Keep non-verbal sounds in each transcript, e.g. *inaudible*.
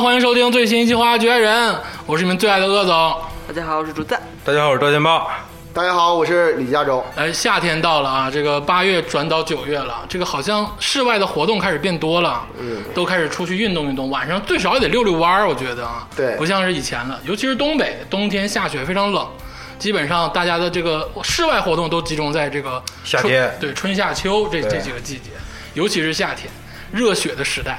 欢迎收听最新一期《花花局外人》，我是你们最爱的鄂总。大家好，我是竹子。大家好，我是赵天霸。大家好，我是李佳洲。哎，夏天到了啊，这个八月转到九月了，这个好像室外的活动开始变多了，嗯，都开始出去运动运动，晚上最少也得溜溜弯儿，我觉得啊，对不像是以前了，尤其是东北，冬天下雪非常冷，基本上大家的这个室外活动都集中在这个夏春天对春夏秋这这几个季节，尤其是夏天，热血的时代。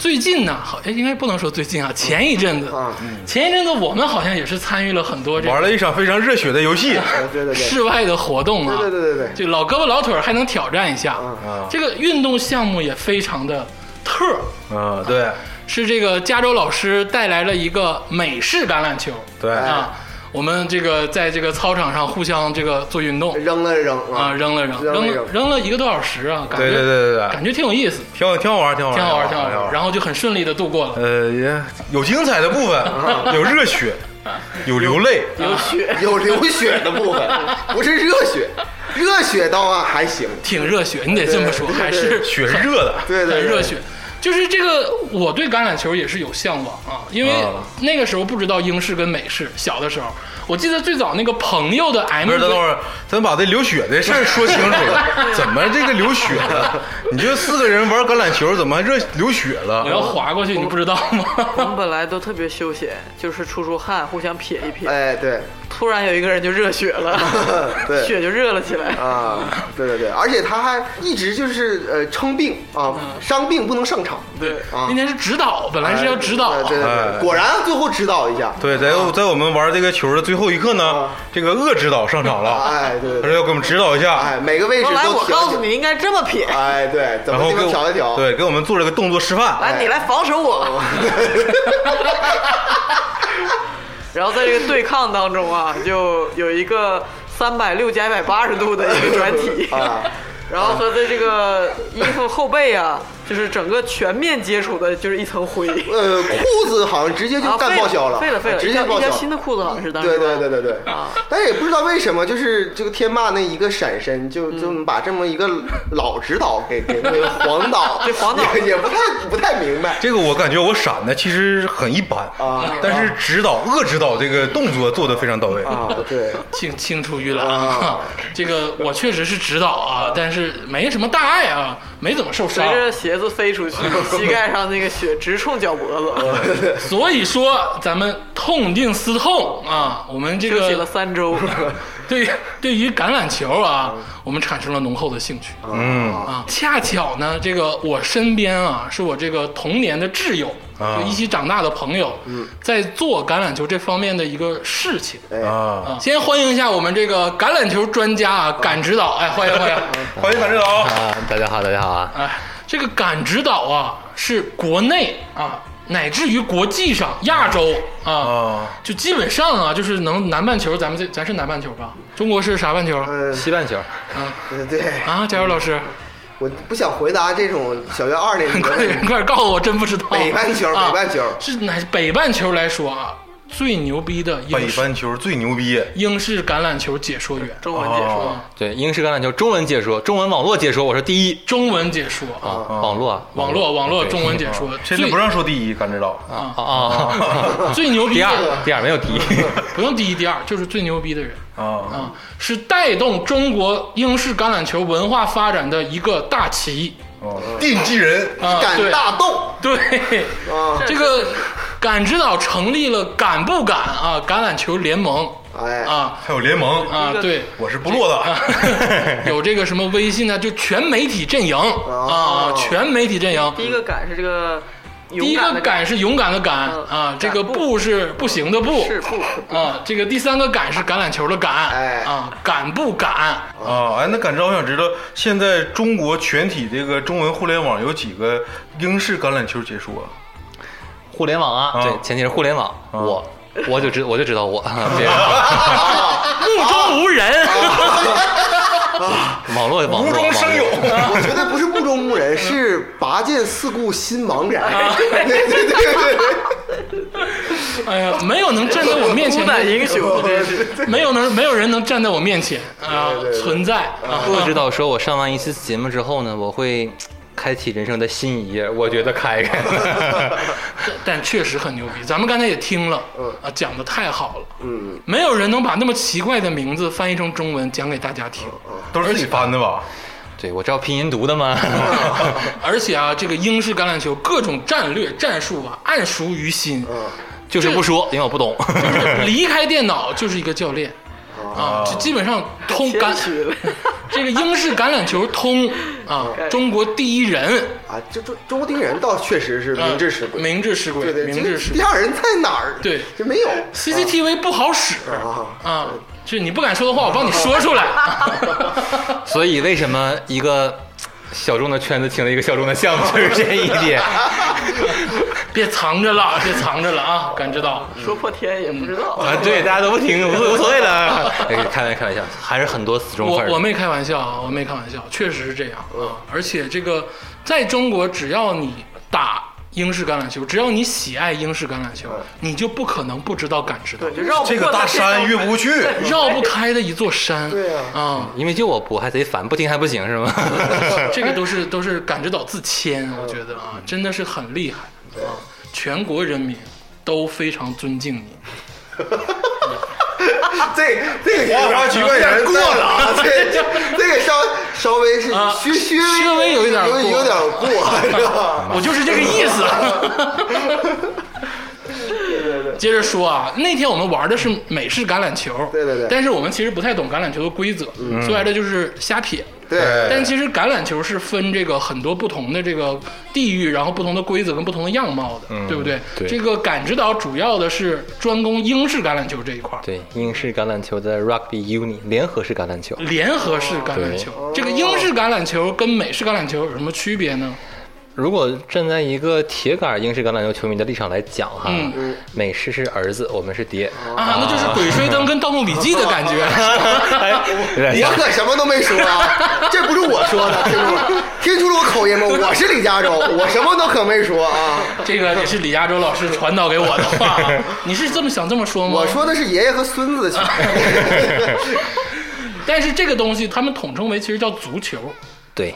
最近呢，好，哎，应该不能说最近啊，前一阵子，啊，前一阵子我们好像也是参与了很多这个玩了一场非常热血的游戏，呃对对对，室外的活动啊，对对对对对这老胳膊老腿儿还能挑战一下，嗯这个运动项目也非常的特儿，嗯，对是这个加州老师带来了一个美式橄榄球对，哎啊，我们这个在这个操场上互相这个做运动扔了扔啊，扔了扔，扔了扔扔扔了一个多小时啊，感觉对对对对对哎感觉挺有意思，挺好，挺好玩，挺好玩，挺好玩，挺好挺玩，然后就很顺利的度过了。呃，也有精彩的部分，有热血，有流泪，有血，有流血的部 *laughs* 分，不是热血，热血倒啊还行。挺热血，你得这么说，对对对还是血是热的，对对很对，热血。就是这个，我对橄榄球也是有向往啊，因为啊那个时候不知道英式跟美式。小的时候，我记得最早那个朋友的 M，不啊是，等会儿，咱把这流血的事儿说清楚了。怎么这个流血了？你就四个人玩橄榄球，怎么还热流血我要了？划过去，你不知道我吗？们本来都特别休闲，就是出出汗，互相撇一撇。哎，对， *laughs* 突然有一个人就热血了，对血就热了起来。啊，对对对，而且他还一直就是呃称病啊，嗯伤病不能上场。对，啊那天是指导，本来是要指导呃，对对哎对，果然最后指导一下。对，在在我们玩这个球的最后一刻呢啊，这个恶指导上场了，哎，对对他对，说要给我们指导一下，哎，每个位置后来都我调告诉你应该这么撇，哎，对，怎然么后地给方我调一调？对，给我们做了个动作示范。来你来防守哦我。 *laughs* 然后在这个对抗当中啊，就有一个三百六加一百八十度的一个转体， *laughs* 啊然后和在这个衣服后背啊，就是整个全面接触的，就是一层灰。呃，裤子好像直接就啊，干报销废了废了，直一接条报一条销。新的裤子好像是当时对对对对对啊，但是也不知道为什么，就是这个天霸那一个闪身，嗯就就能把这么一个老指导给 *laughs* 给那个 *laughs* 黄导，对黄导也也不太不太明白这个我感觉我闪的其实很一般啊但是指导恶指导这个动作做的非常到位啊，对，青青出于蓝啊， *laughs* 这个我确实是指导啊，但是没什么大碍啊，没怎么受伤随。着鞋子飞出去，膝盖上那个血直冲脚脖子， *laughs* 所以说，咱们痛定思痛啊，我们这休息了个三周。 *laughs* 对对于橄榄球啊，我们产生了浓厚的兴趣。嗯啊，恰巧呢，这个我身边啊，是我这个童年的挚友，啊就一起长大的朋友，在做橄榄球这方面的一个事情。哎，啊，啊，先欢迎一下我们这个橄榄球专家啊，敢指导，哎，欢迎欢迎。欢迎党指导。啊，大家好，大家好啊！哎，这个敢指导啊，是国内啊，乃至于国际上亚洲啊，啊，就基本上啊，就是能南半球，咱们这咱是南半球吧？中国是啥半球？呃，西半球，对对，啊，加油老师，我不想回答这种小学二年级你 *laughs* 快点，的你快点告诉我，真不知道。北半球，啊北半球，是哪北半球来说啊，最牛逼的北英式半哎球最牛逼英式橄榄球解说员，中文解说，啊对英式橄榄球中文解说，中文网络解说，我是第一中文解说，啊，网络啊网络网络对中文解说，哦 *laughs* 现最在不让说第一，敢指导。啊啊，最牛逼第的二第二没有第一，不用第一第二，就是最牛逼的人啊，啊，是带动中国英式橄榄球文化发展的一个大旗奠哦基人啊，敢对大动对，啊，这个敢指导成立了敢不敢啊橄榄球联盟哎，啊还有联盟，啊对。我是不落的。 *laughs* 有这个什么微信呢？就全媒体阵营啊，全媒体阵营。第一个感是这个第勇一敢个的敢，敢是勇敢的敢嗯啊，这个敢不不是不行的不是不啊，这个第三个敢是橄榄球的敢哎啊，敢不敢？ *laughs* 啊，哎，那敢知道，我想知道，现在中国全体这个中文互联网有几个英式橄榄球解说啊？ *laughs* 互联网啊，哦啊 *laughs* 对，前提是互联网，啊我我就知我就知道我， *laughs* 别人目中无人，网络网络无中生 *laughs* 有，哎我觉得不是目中 *laughs* 无人，是拔剑四顾心茫啊然， *laughs* 对对对对对。哎呀，没有能站在我面前孤胆的，英雄，真 *laughs* 是没有能没有人能站在我面前啊对对对存在啊嗯我知道，说我上完一期节目之后呢，我会 *laughs* 开启人生的新一页，我觉得开开。 *laughs* 但但确实很牛逼。咱们刚才也听了，嗯啊，讲的太好了，嗯，没有人能把那么奇怪的名字翻译成中文讲给大家听。 *laughs* 都是自己翻的吧？对，我知道拼音读的吗？ *laughs* *laughs* 而且啊，这个英式橄榄球各种战略战术啊，暗熟于心。啊就是不说，因为我不懂。 *laughs* 嗯离开电脑就是一个教练啊，这基本上通橄谦虚了。这个英式橄榄球通 *laughs* 啊，中国第一人，啊，这中中国丁人倒确实是呃明智使鬼，明治使鬼对，对，明这治使第鬼。二人在哪儿？对这没有 CCTV 不好使啊啊，这你不敢说的话，我帮你说出来。 *laughs* 所以为什么一个小众的圈子请了一个小众的项目，就是这一点。 *laughs* 啊别藏着了，别藏着了啊！感知到，说破天也不知道。哎啊，对，大家都不听，无所无所谓了。哎开玩笑，开玩笑，还是很多死忠我粉儿。我没开玩笑啊，我没开玩笑，确实是这样啊。而且这个在中国，只要你打英式橄榄球，只要你喜爱英式橄榄球，你就不可能不知道感知到对，就绕不过这个大他山种越不过去，绕不开的一座山。对啊啊，因为就我播还贼烦，不听还不行是 *laughs* 吗？这个都是都是感知岛自谦，我觉得啊，真的是很厉害啊！全国人民都非常尊敬你。 *laughs* 这这个花花局外人过了啊， *laughs* 这这个稍稍微是啊虚虚稍微有一点有过有点过， *laughs* 是吧？我就是这个意思。接着说啊，那天我们玩的是美式橄榄球，对对对嗯但是我们其实不太懂橄榄球的规则，说白了就是瞎撇。对，但其实橄榄球是分这个很多不同的这个地域，然后不同的规则跟不同的样貌的，对不对？嗯对这个感知岛主要的是专攻英式橄榄球这一块儿，对，英式橄榄球的 Rugby Uni 联合式橄榄球，联合式橄榄球。哦这个英式橄榄球跟美式橄榄球有什么区别呢？如果站在一个铁杆英式橄榄球球迷的立场来讲哈，嗯美式是儿子，我们是爹。啊，那就是《鬼吹灯》跟《盗墓笔记》的感 *laughs* 觉。哎 *laughs* 我可什么都没说啊，这不是我说的，听出了听出了我口音吗？我是李嘉洲，我什么都可没说啊，这个也是李亚洲老师传导给我的 *laughs* 话，你是这么想这么说吗？我，说的是爷爷和孙子的区别。但是这个东西他们统称为其实叫足球，对，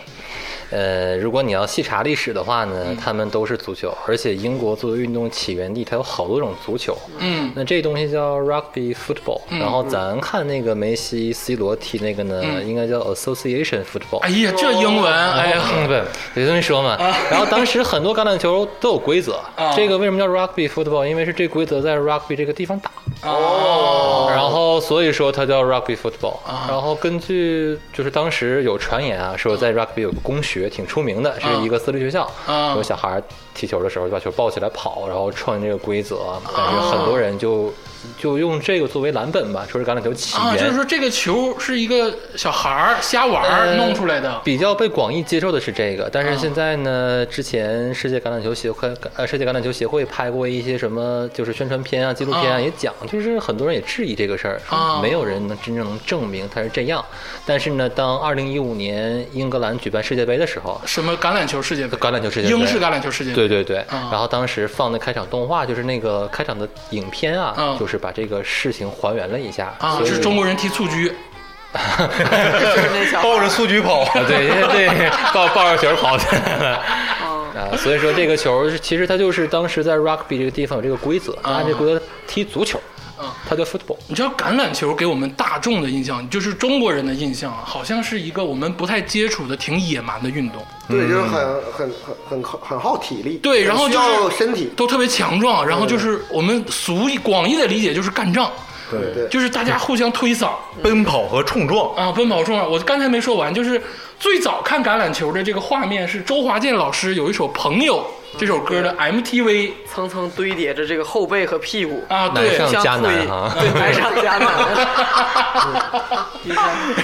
呃，如果你要细查历史的话嗯呢，他们都是足球，而且英国作为运动起源地，它有好多种足球。嗯，那这东西叫 rugby football，、然后咱看那个梅西、C 罗踢那个呢，应该叫 association 嗯 football。哎呀，这英文，哎呀，嗯，对，有这么一说嘛。然后当时很多橄榄球都有规则 *laughs* 啊，这个为什么叫 rugby football？因为是这规则在 rugby 这个地方打，哦，啊然后所以说它叫 rugby football。然后根据就是当时有传言啊，说在 rugby 有个公学挺出名的，是一个私立学校，啊有小孩踢球的时候就把球抱起来跑，然后创这个规则，但是很多人就就用这个作为蓝本吧，说是橄榄球起啊，就是源。说这个球是一个小孩儿瞎玩儿呃弄出来的，比较被广义接受的是这个，啊但是现在呢，之前世界橄榄球协会呃世界橄榄球协会拍过一些什么就是宣传片啊、纪录片啊啊，也讲，就是很多人也质疑这个事儿，啊说没有人能真正能证明它是这样。但是呢，当2015年英格兰举办世界杯的时候，什么橄榄球世界杯，橄榄球世界杯英式橄榄球世界杯，对对对，啊然后当时放的开场动画就是那个开场的影片啊，嗯就是把这个事情还原了一下啊，所就以是中国人踢蹴鞠，就是那小抱着蹴鞠跑。啊，对 *laughs* 对，抱抱着球跑起来了。哦嗯啊，所以说这个球是其实它就是当时在 rugby 这个地方有这个规则，按这哦规则踢足球，嗯它叫 football。你知道橄榄球给我们大众的印象，就是中国人的印象啊，好像是一个我们不太接触的挺野蛮的运动， *laughs* 对，就是很很很很耗很耗体力，对然后需就是要身体，都特别强壮，然后就是我们俗义广义的理解就是干仗，对对，就是大家互相推搡奔跑和冲撞，啊，奔跑冲啊！我刚才没说完，就是最早看橄榄球的这个画面是周华健老师有一首《朋友》这首歌的 MTV 层层堆叠着这个后背和屁股，啊，男对，上像加故难意哈，对，难上加难。 *laughs*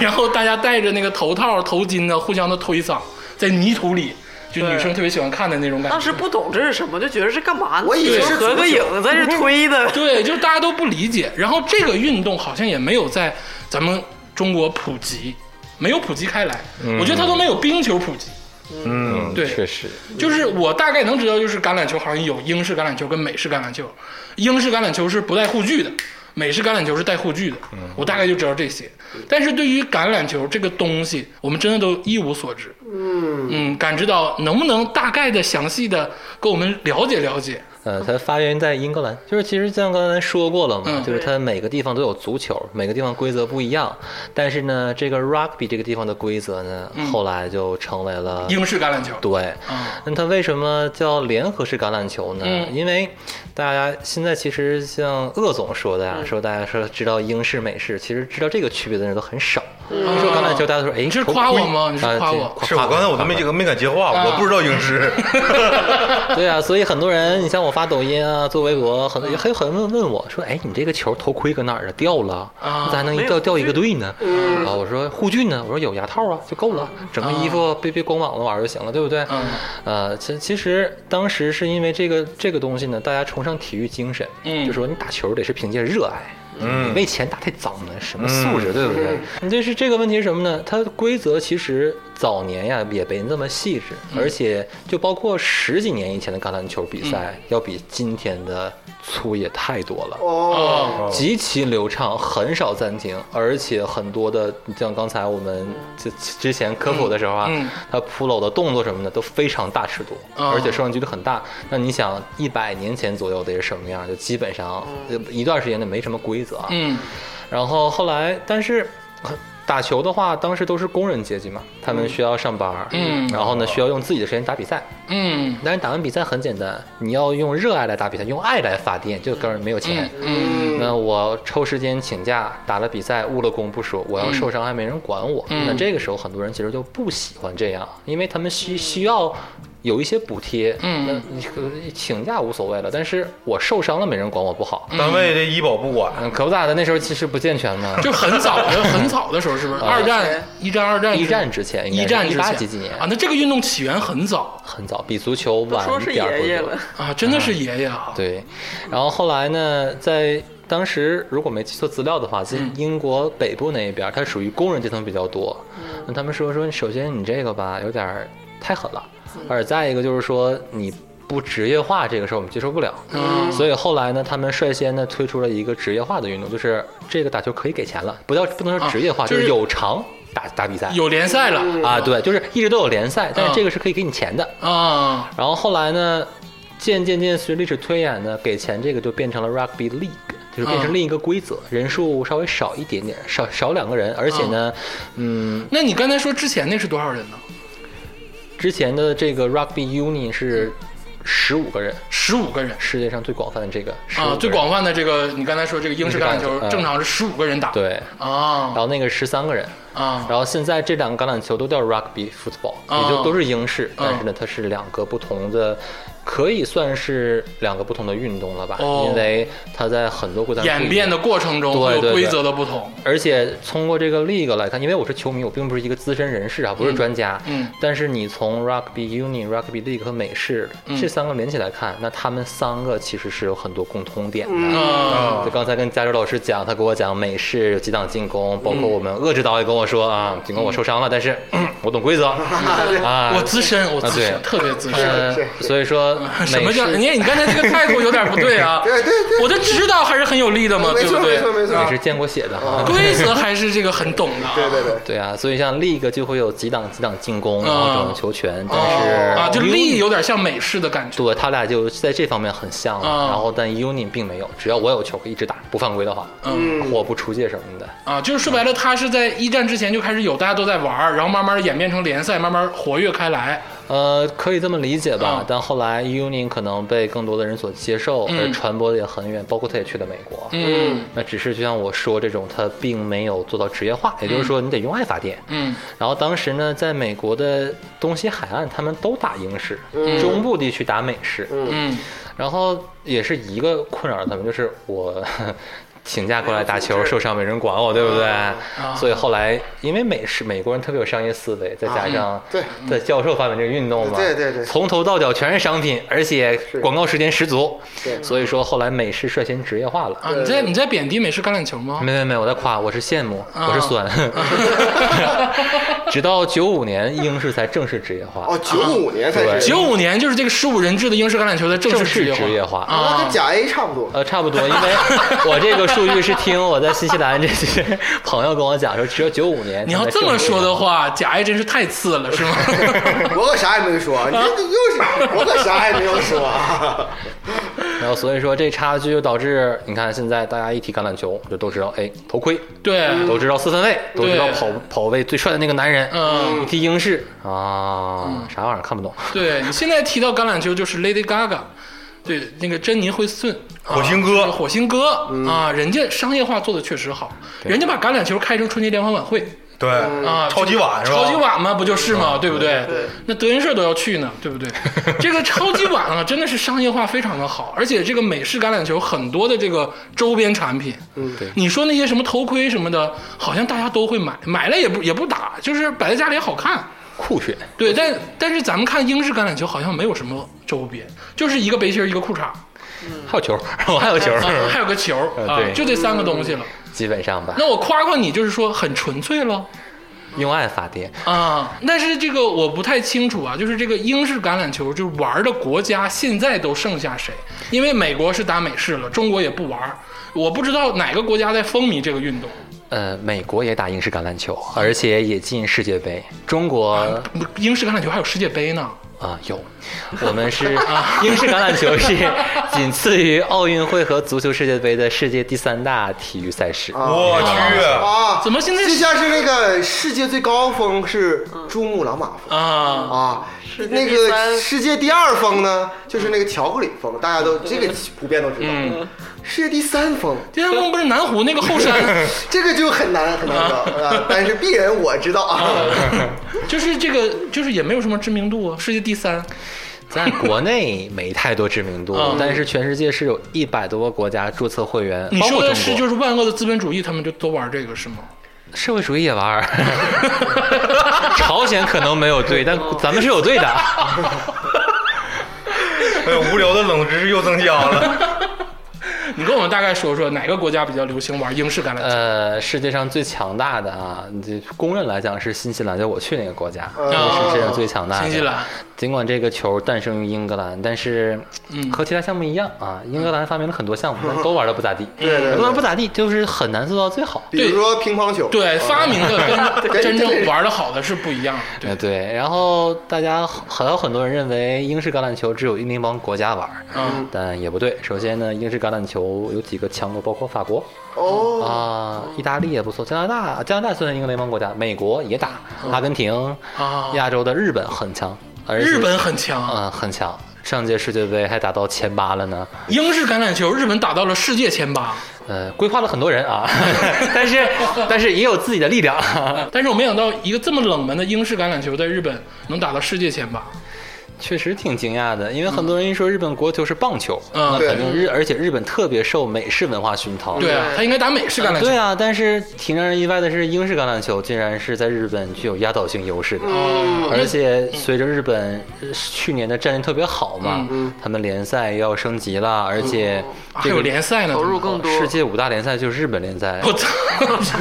然后大家戴着那个头套、头巾呢，互相的推搡，在泥土里，就女生特别喜欢看的那种感当觉。时不懂这是什么，就觉得这干嘛呢？我以为是合个影在这推 *laughs* 的。对，就是大家都不理解。然后这个运动好像也没有在咱们中国普及，没有普及开来。我觉得它都没有冰球普及。嗯，对，确实，就是我大概能知道，就是橄榄球好像有英式橄榄球跟美式橄榄球，英式橄榄球是不带护具的，美式橄榄球是带护具的。我大概就知道这些，但是对于橄榄球这个东西，我们真的都一无所知。嗯，嗯，感知到能不能大概的、详细的跟我们了解了解？呃，它发源在英格兰，就是其实像刚才说过了嘛，嗯就是它每个地方都有足球，每个地方规则不一样，但是呢，这个 rugby 这个地方的规则呢，后来就成为了嗯英式橄榄球，啊对，啊，那它为什么叫联合式橄榄球呢？嗯因为大家现在其实像鄂总说的呀、嗯说大家说知道英式、美式，其实知道这个区别的人都很少。你说橄榄球，大家都说哎，嗯你是头盔夸我吗你是啊夸这我夸是我刚才我都没夸这个没敢接话，我不知道英式。 *laughs* 对啊，所以很多人，你像我发抖音啊，做微博，很多也很有很多人问我说：“哎，你这个球头盔搁哪儿啊？掉了，啊咋还能没有掉护掉一个队呢？”啊，我说护具呢？我说有牙套啊，就够了，整个衣服别别光膀子玩儿就行了，对不对？嗯呃，其其实当时是因为这个这个东西呢，大家崇尚体育精神，嗯就说你打球得是凭借热爱。嗯你为钱打太脏了，什么素质，对不对？你嗯这是这个问题是什么呢？它规则其实早年呀也没那么细致，嗯而且就包括十几年以前的橄榄球比赛，要比今天的粗野太多了。哦，哦，极其流畅，很少暂停，而且很多的，你像刚才我们之之前科普的时候啊，嗯嗯他扑楼的动作什么的都非常大尺度，哦而且受让距离很大。那你想，一百年前左右得是什么样？就基本哦上呃一段时间内没什么规则啊。嗯然后后来，但是呃打球的话，当时都是工人阶级嘛，他们需要上班儿，嗯然后呢需要用自己的时间打比赛。嗯但是打完比赛很简单，你要用热爱来打比赛，用爱来发电，就哥们儿没有钱。嗯嗯那我抽时间请假打了比赛，误了工不说，我要受伤还没人管我。嗯那这个时候很多人其实就不喜欢这样，因为他们需需要有一些补贴。嗯那你可请假无所谓了，但是我受伤了没人管我不好。 *laughs* 单位这医保不管，嗯，可不咋的，那时候其实不健全嘛。就很 *laughs* 早的很早的时候，是不是？啊二战、一战、二战、一战之前应该哎一战之是一前八几几年啊？那这个运动起源很早很早，比足球都晚说是点儿多爷爷久了，啊，真的是爷爷啊！嗯对，然后后来呢，在当时如果没记错资料的话，在英国北部那一边儿，它属于工人阶层比较多。那他们说说，首先你这个吧，有点儿太狠了，而再一个就是说你不职业化这个事儿，我们接受不了。嗯所以后来呢，他们率先呢推出了一个职业化的运动，就是这个打球可以给钱了，不叫不能说职业化，啊就就是是有偿打打比赛。有联赛了啊，对，就是一直都有联赛，但嗯是这个是可以给你钱的。啊，然后后来呢，渐渐渐随着历史推演呢，给钱这个就变成了 rugby league，就是变嗯成另一个规则，人数稍微少一点点，少少两个人，而且呢，嗯，那你刚才说之前那是多少人呢？之前的这个 rugby union 是十五个人，十五个人世界上最广泛的这个15个啊，人最广泛的这个，你刚才说这个英式橄榄球英式橄榄球嗯正常是十五个人打，对。然啊后那个十三个人，啊然后现在这两个橄榄球都叫 rugby football，、哦也就都是英式，嗯但是呢，它是两个不同的，可以算是两个不同的运动了吧？哦因为它在很多国家演变的过程中对会有对对规则的不同，而且通过这个 league 来看，因为我是球迷，我并不是一个资深人士啊，不是专家。嗯嗯但是你从 rugby union、rugby league 和美式、嗯这三个连起来看，那他们三个其实是有很多共通点的。啊就刚才跟加州老师讲，他给我讲美式有几档进攻，包嗯括我们鄂指导也跟我说啊，尽管我受伤了，但是我懂规则 *laughs* 啊。嗯我资深，我资深，啊对特别资深。呃是所以说 *laughs* 啊什么美式叫？你你刚才这个态度有点不对啊！ *laughs* 对对对，我的指导还是很有力的嘛，没哦对错不没错对？没错美，式见过血的哈。规则还是这个很懂的啊。对对对，对啊，所以像 league 就会有几档几档进攻，然啊后整个球权，但是啊，就力 Union- 有点像美式的感觉。对他俩就在这方面很像了。啊然后但 Union 并没有，只要我有球可以一直打，不犯规的话，嗯或不出界什么的。啊，就是说白了，它是在一战之前就开始有，大家都在玩儿，然后慢慢地演变成联赛，慢慢活跃开来。呃，可以这么理解吧。啊但后来 Union 可能被更多的人所接受，嗯而传播的也很远，包括他也去了美国。嗯那只是就像我说，这种它并没有做到职业化，也就是说你得用爱发电。嗯然后当时呢，在美国的东西海岸，他们都打英式，中部地区打美式。嗯然后也是一个困扰他们，就是我 *laughs* 请假过来打哎球，受伤没人管我，对不对？啊所以后来因为美式美国人特别有商业思维，再加嗯上对在教授发明这个运动嘛，对对对从头到脚全是商品，而且广告时间十足对，所以说后来美式率先职业化了。啊，你在你在贬低美式橄榄球吗？没没没，我在夸，我是羡慕，啊我是酸。 *laughs* 直到九五年，英式才正式职业化，哦，九五年才 *laughs* 是，九五年就是这个十五人制的英式橄榄球的正正式式职职业业化化。那啊跟甲 A 差不多，呃，差不多，因为我这个数据是听我在新西兰这些朋友跟我讲说，只有九五年。你要这么说的，话，假爱真是太次了，是吗？ *laughs* 我可啥也没说，你这又是我可啥也没有说啊。然后所以说这差距就导致，你看现在大家一提橄榄球，就都知道，哎，头盔，对，都知道四分卫，都知道对跑跑位最帅的那个男人，嗯一提英式啊，啥玩意儿看不懂。对你现在提到橄榄球就是 Lady Gaga，对那个珍妮惠斯顿，啊火星哥嗯就是火星哥啊，人家商业化做的确实好，人家把橄榄球开成春节联欢晚会对啊，嗯超级碗是吧？嗯超级碗嘛，不就是嘛，对不对对？那德云社都要去呢，对不 *laughs* 对？这个超级碗啊，真的是商业化非常的好，而且这个美式橄榄球很多的这个周边产品，嗯，你说那些什么头盔什么的，好像大家都会买，买了也不也不打，就是摆在家里也好看。酷炫，对，但但是咱们看英式橄榄球好像没有什么周边，就是一个背心儿一个裤衩儿，还有球， *laughs* 还有球，啊还有个球儿 *laughs* 呃啊，对就这三个东西了。基本上吧，那我夸夸你，就是说很纯粹喽用爱发电。啊。但是这个我不太清楚啊，就是这个英式橄榄球就是玩儿的国家现在都剩下谁？因为美国是打美式了，中国也不玩儿，我不知道哪个国家在风靡这个运动。呃，美国也打英式橄榄球，而且也进世界杯。中国啊、英式橄榄球还有世界杯呢，有，我 *laughs* 们是英式橄榄球是仅次于奥运会和足球世界杯的世界第三大体育赛事。我去，啊，怎么现在这下是那个世界最高峰是珠穆朗玛峰啊？啊世，界那第三个世界第二峰呢，就是那个巧克力峰，大家都这个普遍都知道。世界第三峰，第三峰不是南湖那个后山。 *laughs* 这个就很难很难找啊，但是鄙人我知道啊。就是这个，就是也没有什么知名度啊，世界第三。在国内没太多知名度，嗯但是全世界是有一百多个国家注册会员，你包说括的中是国。就是万恶的资本主义，他们就都玩这个是吗？社会主义也玩儿， *laughs* 朝鲜可能没有队，但哦咱们是有队的。哎呦，无聊的冷知识又增加了。你跟我们大概说说哪个国家比较流行玩英式橄榄球？呃，世界上最强大的啊，这公认来讲是新西兰，就我去那个国家，哦是世界上最强大的。新西兰，尽管这个球诞生于英格兰，但是嗯和其他项目一样啊，英格兰发明了很多项目，但都玩的不咋地。对对对很多人不咋地，就是很难做到最好。比如说乒乓球，对，发明的 *laughs* 跟对真正对对玩的好的是不一样的。呃对，然后大家还有很多人认为英式橄榄球只有一定帮国家玩儿，嗯但也不对。首先呢，英式橄榄球有几个强国，包括法国啊、哦，意大利也不错，加拿大加拿大算是英格联邦国家，美国也打，阿根廷、哦啊，亚洲的日本很强，而且日本很强，啊、很强，上届世界杯还打到前八了呢。英式橄榄球日本打到了世界前八，呃，规划了很多人啊， *laughs* *laughs* 但是但是也有自己的力量。 *laughs* 但是我没想到一个这么冷门的英式橄榄球在日本能打到世界前八。确实挺惊讶的，因为很多人一说日本国球是棒球，嗯那对肯定日，而且日本特别受美式文化熏陶。对啊，他应该打美式橄榄球对。啊，但是挺让人意外的是，英式橄榄球竟然是在日本具有压倒性优势的，嗯而且随着日本呃去年的战绩特别好嘛，他们联赛要升级了，而且嗯还这有个联赛呢，投入更多世界五大联赛就是日本联赛，我操！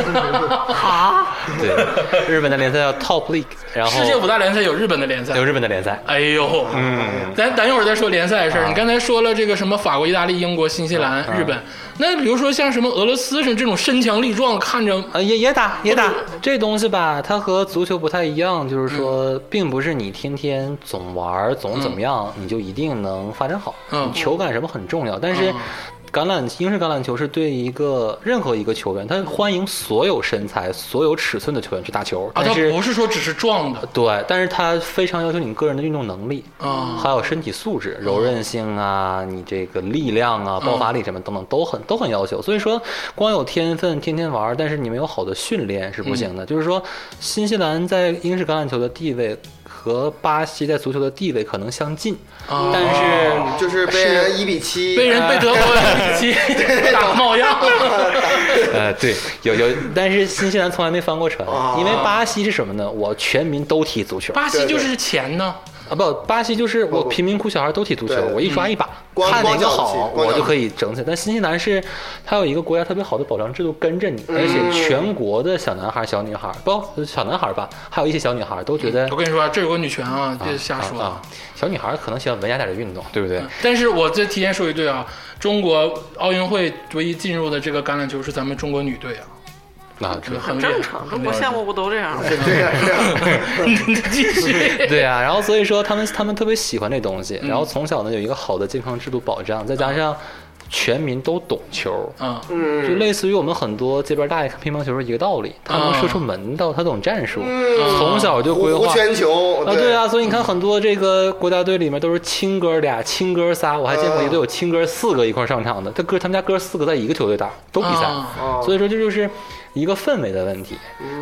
啊，对，日本的联赛叫 Top League，然后 *laughs* 世界五大联赛有日本的联赛，有日本的联赛。哎呦，嗯，咱咱一会儿再说联赛的啊事儿。你刚才说了这个什么法国、意大利、英国、新西兰、日本，那比如说像什么俄罗斯是这种身强力壮，看着啊，也也打也打，这东西吧，它和足球不太一样，就是说，嗯并不是你天天总玩儿总怎么样，你就一定能发展好。嗯球感什么很重要，但是嗯橄榄英式橄榄球是对一个任何一个球员，他欢迎所有身材、所有尺寸的球员去打球，啊，但他是不是说只是壮的对，但是他非常要求你个人的运动能力，啊还有身体素质、柔韧性啊，你这个力量啊、爆发力什么等等都很都很要求。所以说，光有天分，天天玩儿，但是你没有好的训练是不行的。就是说，新西兰在英式橄榄球的地位和巴西在足球的地位可能相近，啊，但是。就是被人一比七，被人被德国一 *laughs* 比 *laughs* 七打冒样， *laughs* 呃，啊对，有有，但是新西兰从来没翻过船啊，因为巴西是什么呢？我全民都踢足球，巴西就是钱呢，啊，不，巴西就是我贫民窟小孩都踢足球对，嗯我一抓一把，光看哪光个脚好踢光我就脚可以整起来。但新西兰是它有一个国家特别好的保障制度跟着你，嗯而且全国的小男孩、小女孩，不小男孩吧，还有一些小女孩都觉得我跟你说啊，这有个女权啊，别瞎说嗯啊啊。小女孩可能喜欢文雅点的运动，对不对？但是我再提前说一句啊，中国奥运会唯一进入的这个橄榄球是咱们中国女队啊，那这很正常，中国 *laughs* 项目不都这样吗？对呀，对呀，你继续。 *laughs* 对啊，然后所以说他们他们特别喜欢这东西，然后从小呢有一个好的健康制度保障，再加上全民都懂球，啊，就嗯，类似于我们很多街边大爷看乒乓球是一个道理，他能射出门道，他懂战术，从小就规弧划。全球啊，对，啊，所以你看很多这个国家队里面都是亲哥俩、亲哥仨，我还见嗯过一队有亲哥四个一块儿上场的，他哥他们家哥四个在一个球队打，都比赛。啊哦嗯所以说这就是一个氛围的问题。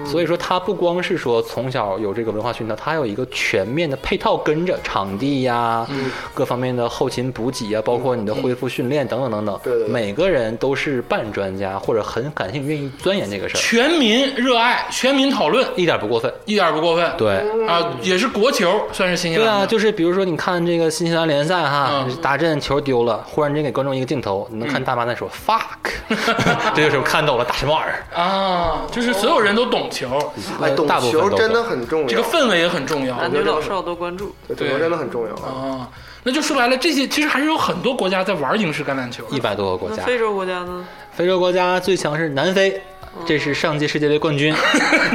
所以说他不光是说从小有这个文化熏陶，他有一个全面的配套跟着场地呀、嗯各方面的后勤补给啊，包括你的恢复训练等等等等。对对对每个人都是半专家或者很感兴趣、愿意钻研这个事儿，全民热爱，全民讨论，一点不过分。一点不过分。对。嗯啊，也是国球，算是新西对兰啊，的。就是比如说，你看这个新西兰联赛哈，嗯达阵球丢了，忽然间给观众一个镜头，你能看大妈在嗯说 *laughs* “fuck”，这就是看懂了打什么玩意儿。呃啊，就是所有人都懂球，啊哎，懂大部分球都真的懂很重要，这个氛围也很重要。男女老少多关注。对懂球真的很重要哦啊。啊，那就说白了，这些其实还是有很多国家在玩英式橄榄球的。一百多个国那家，非洲国家呢？非洲国家最强是南非，嗯这是上届世界杯 *laughs* 冠军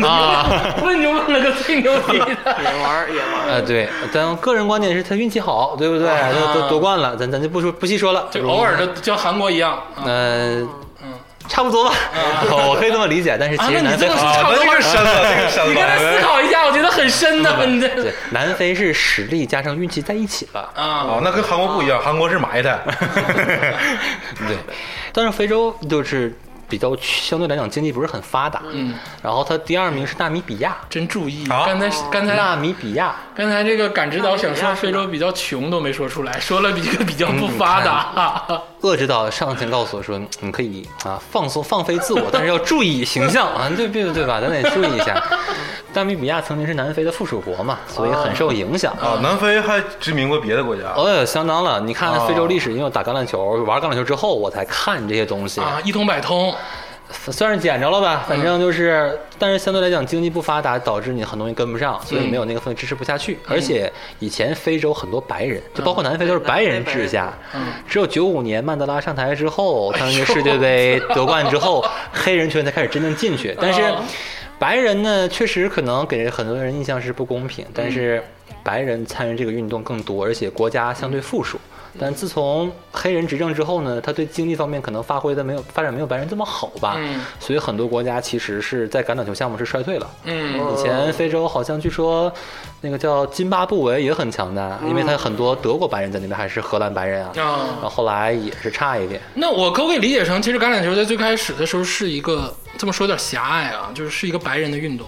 啊。问就问了个最牛逼的，也玩儿也玩儿，呃，对，咱个人观点是他运气好，对不对？他都夺冠了，咱咱就不说不细说了，啊就偶尔的，像韩国一样。啊嗯，差不多吧， *laughs* 我可以这么理解。但是嗯啊其实那你南非这么好说啊，差不那多这个深了，这个深了。哎你刚才思考一下，我觉得很深的，你这对，南非是实力加上运气在一起了。啊，哦，那跟韩国不一样，韩国是埋汰。对，但是非洲就是比较相对来讲经济不是很发达，嗯，然后他第二名是纳米比亚，真注意。啊刚才刚才纳米比亚刚才这个感知导想说非洲比较穷都没说出来，说了比这个比较不发达。恶指导上前告诉我说：“你可以啊，放松放飞自我，但是要注意形象啊，对对对吧？咱得注意一下。纳米比亚曾经是南非的附属国嘛，所以很受影响。啊，南非还殖民过别的国家。哦，相当了。你看哦非洲历史，因为我打橄榄球，玩橄榄球之后，我才看这些东西，啊，一通百通，算是捡着了吧。反正就是，但是相对来讲，经济不发达，导致你很多东西跟不上，所以没有那个氛围支持不下去。而且以前非洲很多白人，就包括嗯南非都是白人嗯哎治下，只有九五年曼德拉上台之后，他们这世界杯夺冠之后， *laughs* 黑人圈才开始真正进去。但是白人呢，确实可能给很多人印象是不公平，但是白人参与这个运动更多，而且国家相对富庶。但自从黑人执政之后呢，他对经济方面可能发挥的没有发展没有白人这么好吧，嗯所以很多国家其实是在橄榄球项目是衰退了。嗯，以前非洲好像据说那个叫津巴布韦也很强大，因为它很多德国白人在那边，还是荷兰白人啊。啊然后后来也是差一点，那我可不可以理解成，其实橄榄球在最开始的时候是一个这么说有点狭隘啊，就是是一个白人的运动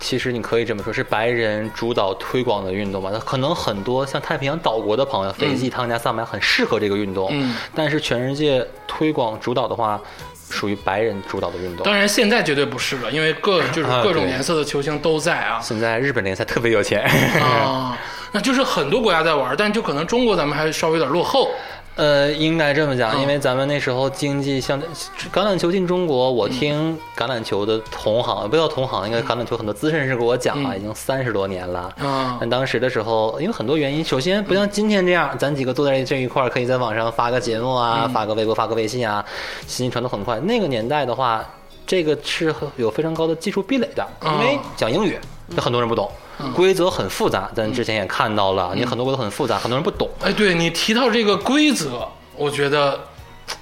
其实你可以这么说，是白人主导推广的运动吧？它可能很多像太平洋岛国的朋友，斐济、汤加、萨满很适合这个运动，嗯但是全世界推广主导的话，属于白人主导的运动当。然现在绝对不是了，因为 *laughs* 各就是啊各种对颜色的球星都在 *laughs* 啊。现在日本联赛特别有钱，啊，那就是很多国家在玩，但就可能中国咱们还稍微有点落后。呃，应该这么讲，因为咱们那时候经济相对橄榄球进中国，我听橄榄球的同行，不叫同行，应该橄榄球很多资深人士给我讲啊了，已经三十多年了。啊但当时的时候，因为很多原因，首先不像今天这样，咱几个坐在这一块儿，可以在网上发个节目啊，发个微博、发个微信啊，信息传得很快。那个年代的话，这个是有非常高的技术壁垒的，因为讲英语，那很多人不懂，规则很复杂。咱之前也看到了，你很多规则很复杂，很多人不懂。哎，对你提到这个规则，我觉得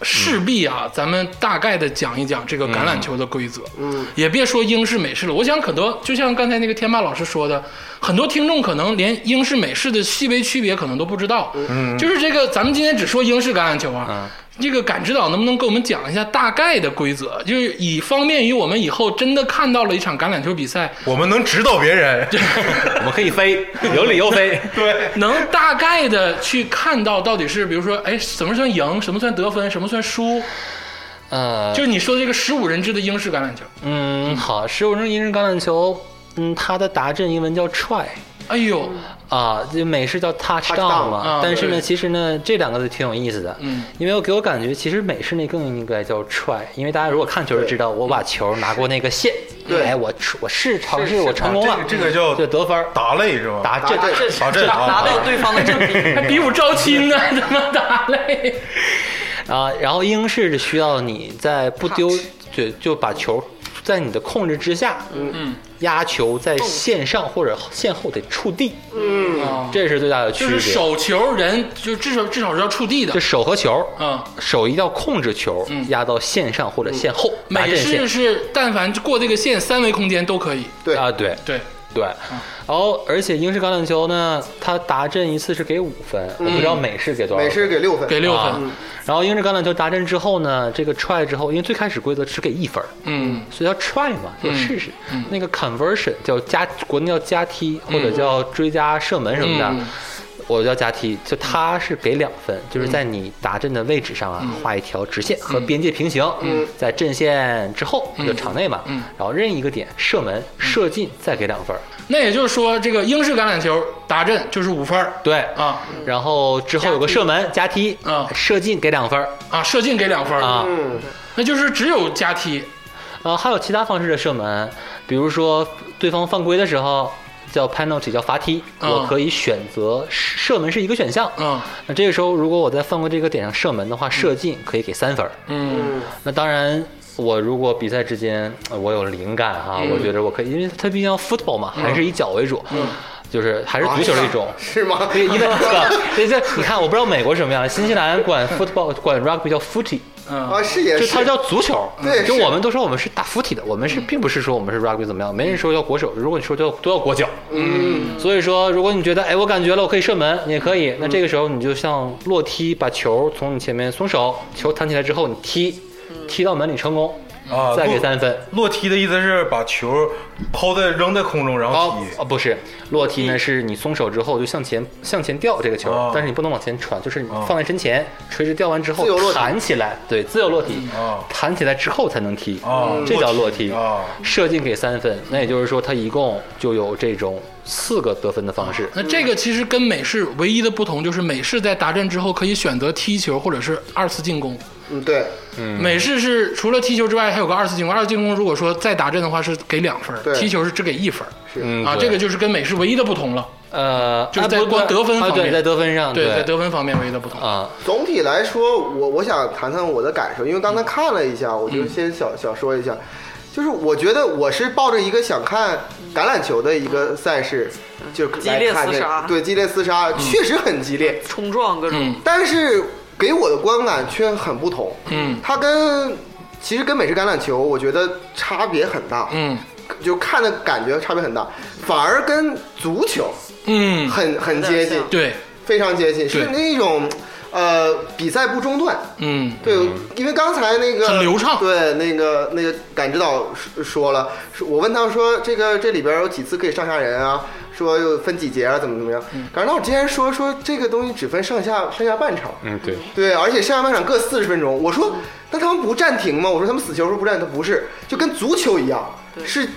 势必啊，咱们大概的讲一讲这个橄榄球的规则。嗯，也别说英式美式了，我想很多，就像刚才那个天霸老师说的，很多听众可能连英式美式的细微区别可能都不知道。嗯，就是这个，咱们今天只说英式橄榄球啊。这个感知导能不能给我们讲一下大概的规则，就是以方便于我们以后真的看到了一场橄榄球比赛，我们能指导别人， *laughs* 我们可以飞，有理由飞。 *laughs* 对，能大概的去看到到底是，比如说，哎，什么算赢，什么算得分，什么算输，呃，就是你说的这个十五人制的英式橄榄球，嗯，好，十五人英式橄榄球，嗯，它的达阵英文叫 try，哎呦，啊，这美式叫 touchdown touchdown，嘛，啊但是呢，对其实呢，这两个字挺有意思的，嗯，因为我给我感觉，其实美式那更应该叫 try，因为大家如果看球就知道，我把球拿过那个线，对哎，我出我试尝试，我成功这了个，这个叫就得分儿打擂是吧？打啊这对打阵啊， *laughs* 拿到对方 *laughs* 的正品，还比武招亲呢， *laughs* 怎么打嘞？啊，然后英式是需要你在不丢 Touch 就就把球在你的控制之下，嗯，压球在线上或者线后得触地，啊，这是最大的区就别。是手球人，就至少至少是要触地的就，手和球，嗯。手一定要控制球嗯压到线上或者线后，打美阵式线是，但凡过这个线，三维空间都可以。对啊，对对，对。然后而且英式橄榄球呢，它达阵一次是给五分，我不知道美式给多少。美式。给六分，给六啊分。，然后英式橄榄球达阵之后呢，这个 try 之后，因为最开始规则只给一分儿，嗯，所以叫 try 嘛，就嗯试试。那个 conversion 叫加，国内叫加踢或者叫追加射门什么的，嗯我叫加踢。就它是给两分，就是在你达阵的位置上嗯啊，画一条直线和边界平行，在阵线之后就场内嘛，嗯然后任意一个点射门射进再给两分，那也就是说，这个英式橄榄球打阵就是五分儿对。啊然后之后有个射门加踢嗯，射进给两分啊，射进给两分儿，啊。嗯，那就是只有加踢。呃，还有其他方式的射门，比如说对方犯规的时候叫 penalty，叫罚踢，嗯我可以选择射射门是一个选项。嗯那这个时候，如果我在犯规这个点上射门的话，射进可以给三分儿。嗯那当然，我如果比赛之间呃我有灵感哈、嗯我觉得我可以，因为它毕竟要 football 嘛，还是以脚为主，就是还是足球的一种。啊啊是吗？ *laughs* 因为对这你看，我不知道美国什么样，新西兰管 football 管 rugby 叫 footy，嗯 *laughs* 啊，是也，就是它叫足球，对嗯就是我们都说我们是打附体的，我们是并不是说我们是 rugby 怎么样，没人说要国手，如果你说都要都要国脚，嗯，所以说如果你觉得哎我感觉了我可以射门，你也可以，那这个时候你就像落踢，把球从你前面松手，球弹起来之后你踢，嗯踢到门里成功，啊再给落三分。落踢的意思是把球抛在扔在空中，然后哦踢。哦，不是，落踢嗯呢是你松手之后就向前向前掉这个球，哦但是你不能往前传，就是你啊放在身前，垂直掉完之后自由落体嗯弹起来，对，自由落体，哦弹起来之后才能踢，哦这叫落落踢踢哦射进给三分，那也就是说它一共就有这种四个得分的方式。那这个其实跟美式唯一的不同就是，美式在打阵之后可以选择踢球或者是二次进攻。嗯，对美式是除了踢球之外还有个二次进攻，二次进攻如果说再打阵的话是给两分儿，对踢球是只给一分儿嗯啊，对这个就是跟美式唯一的不同了。呃，就是啊在不光对得分啊方对，面在得分上对，在得分方面唯一的不同。啊，总体来说，我我想谈谈我的感受，因为刚嗯才看了一下，我就先小小说一下，就是我觉得我是抱着一个想看橄榄球的一嗯个赛事，就来激烈看这厮个杀对激烈厮嗯杀确实很激烈，冲撞各种。嗯 *laughs* 但是给我的观感却很不同，嗯它跟其实跟美式橄榄球我觉得差别很大，嗯就看的感觉差别很大，反而跟足球嗯，很很接近有点像，对，非常接近，对是那种呃比赛不中断。嗯对，因为刚才那个很流畅对，那个那个感知导说说了，说我问他说这个这里边有几次可以上下人啊，说又分几节啊，怎么怎么样？感知导竟然说说这个东西只分上下上下半场，嗯对，对，而且上下半场各四十分钟。我说，那他们不暂停吗？我说他们死球说不暂停，他不是，就跟足球一样，对是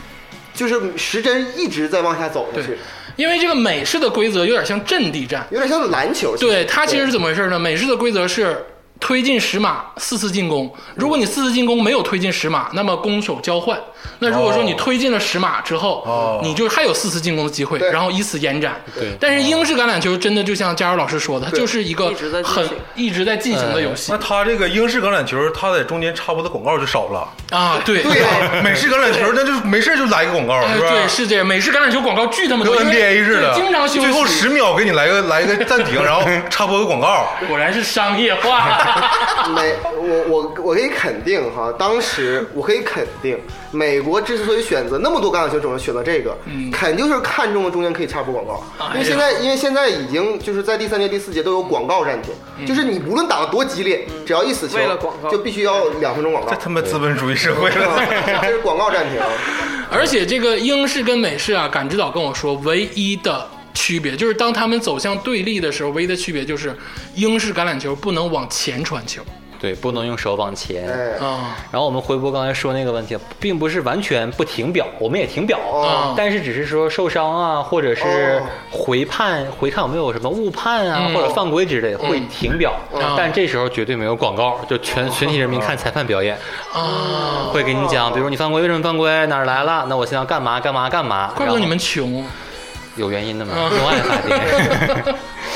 就是时针一直在往下走的对是，，因为这个美式的规则有点像阵地战，有点像篮球。对，它其实是怎么回事呢？美式的规则是推进十码四次进攻，如果你四次进攻没有推进十码，那么攻守交换。那如果说哦你推进了十码之后，哦你就还有四次进攻的机会，对然后以此延展。对但是英式橄榄球真的就像加油老师说的，它就是一个一直在进行很一直在进行的游戏 *laughs* 那他这个英式橄榄球，他在中间插播的广告就少 *laughs* 了。啊，对。对呀，美式橄榄球，那就是没事就来个广告，哎，是不对，是？是这样。美式橄榄球广告巨他妈跟多，因为 NBA 似的，对经常休息。最后十秒给你来个来个暂 *laughs* 停，然后插播个广告。果然是商业 *laughs* 化。美，我我我可以肯定哈，当时我可以肯定，美国之所以选择那么多橄榄球种类，选择这个，嗯肯定是看中了中间可以插播广告，哎因为现在因为现在已经就是在第三节、第四节都有广告暂停，嗯就是你无论打得多激烈，只要一死球为了广告，就必须要两分钟广告这，他妈资本主义社会了，这是广告暂停。而且这个英式跟美式啊，感知导跟我说，唯一的区别就是当他们走向对立的时候，唯一的区别就是英式橄榄球不能往前传球，对，不能用手往前。哎，啊然后我们回拨刚才说那个问题，并不是完全不停表，我们也停表，哦但是只是说受伤啊，或者是哦回判、回看有没有什么误判啊，嗯或者犯规之类的，会停表。嗯但这时候绝对没有广告，就全全体人民看裁判表演，啊！会给你讲，比如你犯规为什么犯规，哪儿来了，那我现在要干嘛干嘛干嘛。怪不得你们 *laughs* 穷，啊有原因的嘛，嗯用爱法 *laughs* 定， *laughs*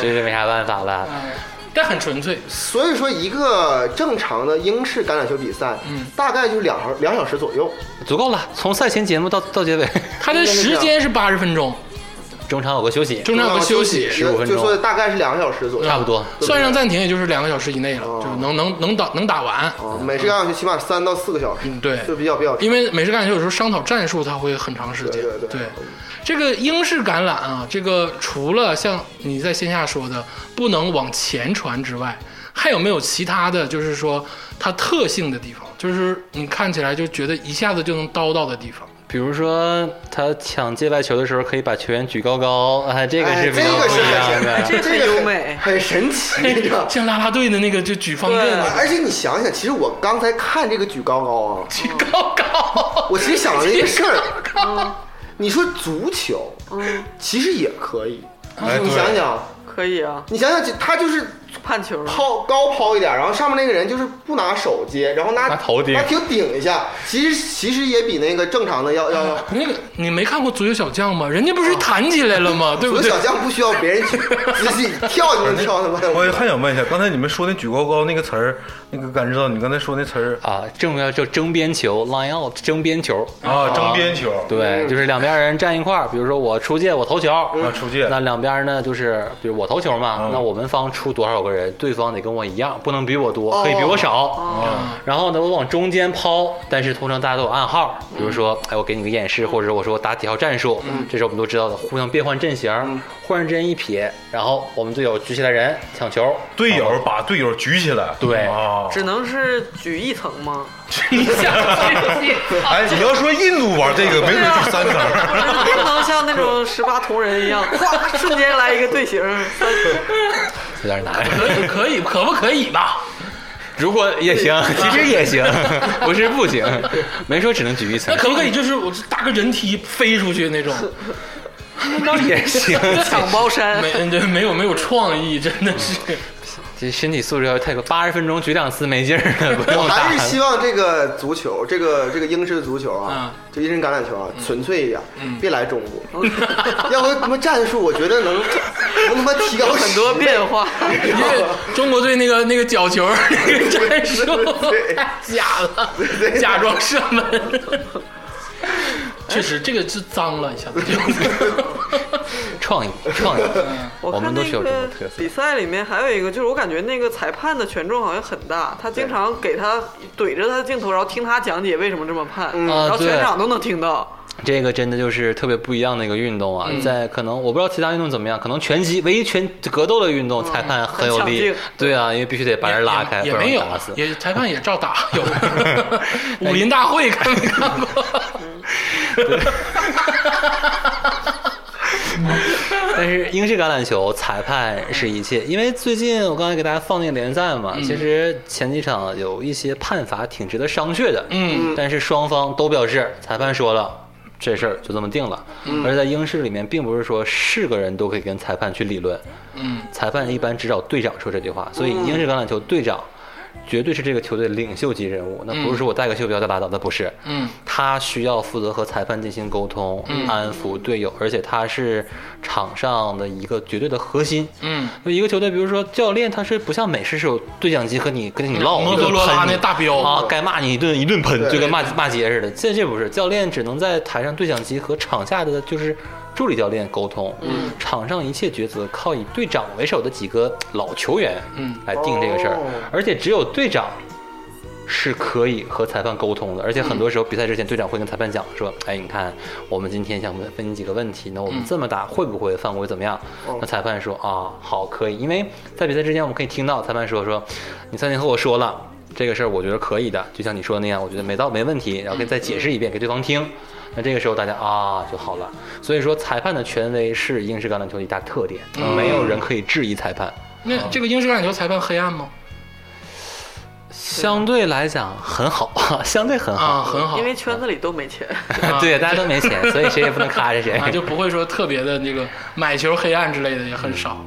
这是没啥办法了。哎但很纯粹，所以说一个正常的英式橄榄球比赛，嗯大概就是两小两小时左右，足够了，从赛前节目到到结尾， *laughs* 它的时间是八十分钟，中场有个休息，中场有个休息， 15分就钟说大概是两个小时左右，啊差不多。算上暂停也就是两个小时以内了，哦就是能能能打能打完。啊，美式橄榄球起码三到四个小时，嗯，对，就比较比较因为美式橄榄球有时候商讨战术，它会很长时间。对对对这个英式橄榄啊，这个除了像你在线下说的不能往前传之外，还有没有其他的就是说它特性的地方？就是你看起来就觉得一下子就能叨到的地方。比如说他抢界外球的时候，可以把球员举高高，啊，这个哎是比较这个不是一样很的。这这很个优很美，很神奇，这 *laughs* 个。像啦啦队的那个就举方 *laughs* 阵对那个，而且你想想，哎其实我刚才看这个举高高啊，举高高。我其实想了一个事儿，你说足球，其实也可以，哎你对想想，可以啊，你想想，他就是判球了抛高抛一点，然后上面那个人就是不拿手接，然后拿拿头顶拿球顶一下，其实其实也比那个正常的要要 *laughs* 要。那个你没看过足球小将吗？人家不是弹起来了 *laughs* 吗？对不足球对小？将不需要别人去自己跳就能跳他妈的我还想问一下，刚才你们说那举高高那个词儿，那个感知到你刚才说那词儿啊，正面叫争边球，line out，争边球。啊，争边球，对，就是两边人站一块儿，比如说我出界，我投球，嗯啊，出界，那两边呢就是，比如我投球嘛，嗯那我们方出多少个人，对方得跟我一样，不能比我哦多，可以比我少。嗯啊，然后呢，我往中间抛，但是通常大家都有暗号，比如说，哎，我给你个演示，或者我说我打几号战术，这是我们都知道的，互相变换阵型，忽然之间一撇，然后我们队友举起来人抢球，队友把队友举起来，对啊，只能是举一层吗？哎，你要说印度玩这个，没准就三层。不能像那种十八铜人一样，哗，瞬间来一个队形， *laughs* 三有点难。可以可以，可不可以吧？如果也行，其实也行，不是不行，没说只能举一层那，可不可以就是我搭个人梯飞出去那种？那也行。 *laughs* 抢包山没，对，没有没有创意，真的是。这身体素质要太高，八十分钟举两次没劲儿了，不我用打还是了。希望这个足球，这个这个英式足球啊，就英式橄榄球啊，纯粹一点，别来中国， *laughs* 要不他妈战术，我觉得能能他妈提高很多10倍变化。因为中国队那个那个角球 *laughs* 那个战术对假了，假装射门。 *laughs* 确实，这个是脏了一 *laughs* 下子就。 *laughs* 创意，创意，我看们那都需要中国个特色。比赛里面还有一个，就是我感觉那个裁判的权重好像很大，他经常给他怼着他的镜头，然后听他讲解为什么这么判，然后啊对全场都能听到。这个真的就是特别不一样的一个运动啊，在可能我不知道其他运动怎么样，可能拳击唯一拳格斗的运动，裁判很有很抢力劲，对啊，因为必须得把人拉开，也不然没有打死，。也裁判也照打。 *laughs* 有武林大会看没看过？ *laughs* 嗯但是 *laughs* 嗯英式橄榄球裁判是一切，因为最近我刚才给大家放那个联赛嘛，其实前几场有一些判罚挺值得商榷的，嗯，但是双方都表示，裁判说了。这事儿就这么定了，而在英式里面，并不是说是个人都可以跟裁判去理论，嗯，裁判一般只找队长说这句话，所以英式橄榄球队长绝对是这个球队领袖级人物，那不是说我带个袖标就拉倒，那不是，嗯，他需要负责和裁判进行沟通，安抚队友，而且他是场上的一个绝对的核心，嗯，一个球队，比如说教练，他是不像美式是有对讲机和你跟你唠，嗯摩一顿托罗拉喷你那大标嗯啊，该骂你一顿一顿喷，对就跟骂骂街似的。这这不是教练只能在台上对讲机和场下的就是助理教练沟通，嗯，场上一切抉择靠以队长为首的几个老球员，嗯，来定这个事儿哦，而且只有队长。是可以和裁判沟通的，而且很多时候比赛之前，队长会跟裁判讲说：“哎，你看，我们今天想问问你几个问题，那我们这么打会不会犯规？怎么样？”那裁判说：“啊，好，可以。”因为在比赛之前，我们可以听到裁判说：“说你曾经和我说了这个事儿，我觉得可以的，就像你说的那样，我觉得没到没问题，然后可以再解释一遍给对方听。”那这个时候大家啊就好了。所以说，裁判的权威是英式橄榄球的一大特点，没有人可以质疑裁判。那这个英式橄榄球裁判黑暗吗？相对来讲很好， *laughs* 相对很啊，好，很好因为圈子里都没钱， *laughs* 啊 *laughs* 对，大家都没钱，所以谁也不能卡着谁，啊，就不会说特别的那个买球黑暗之类的也很少。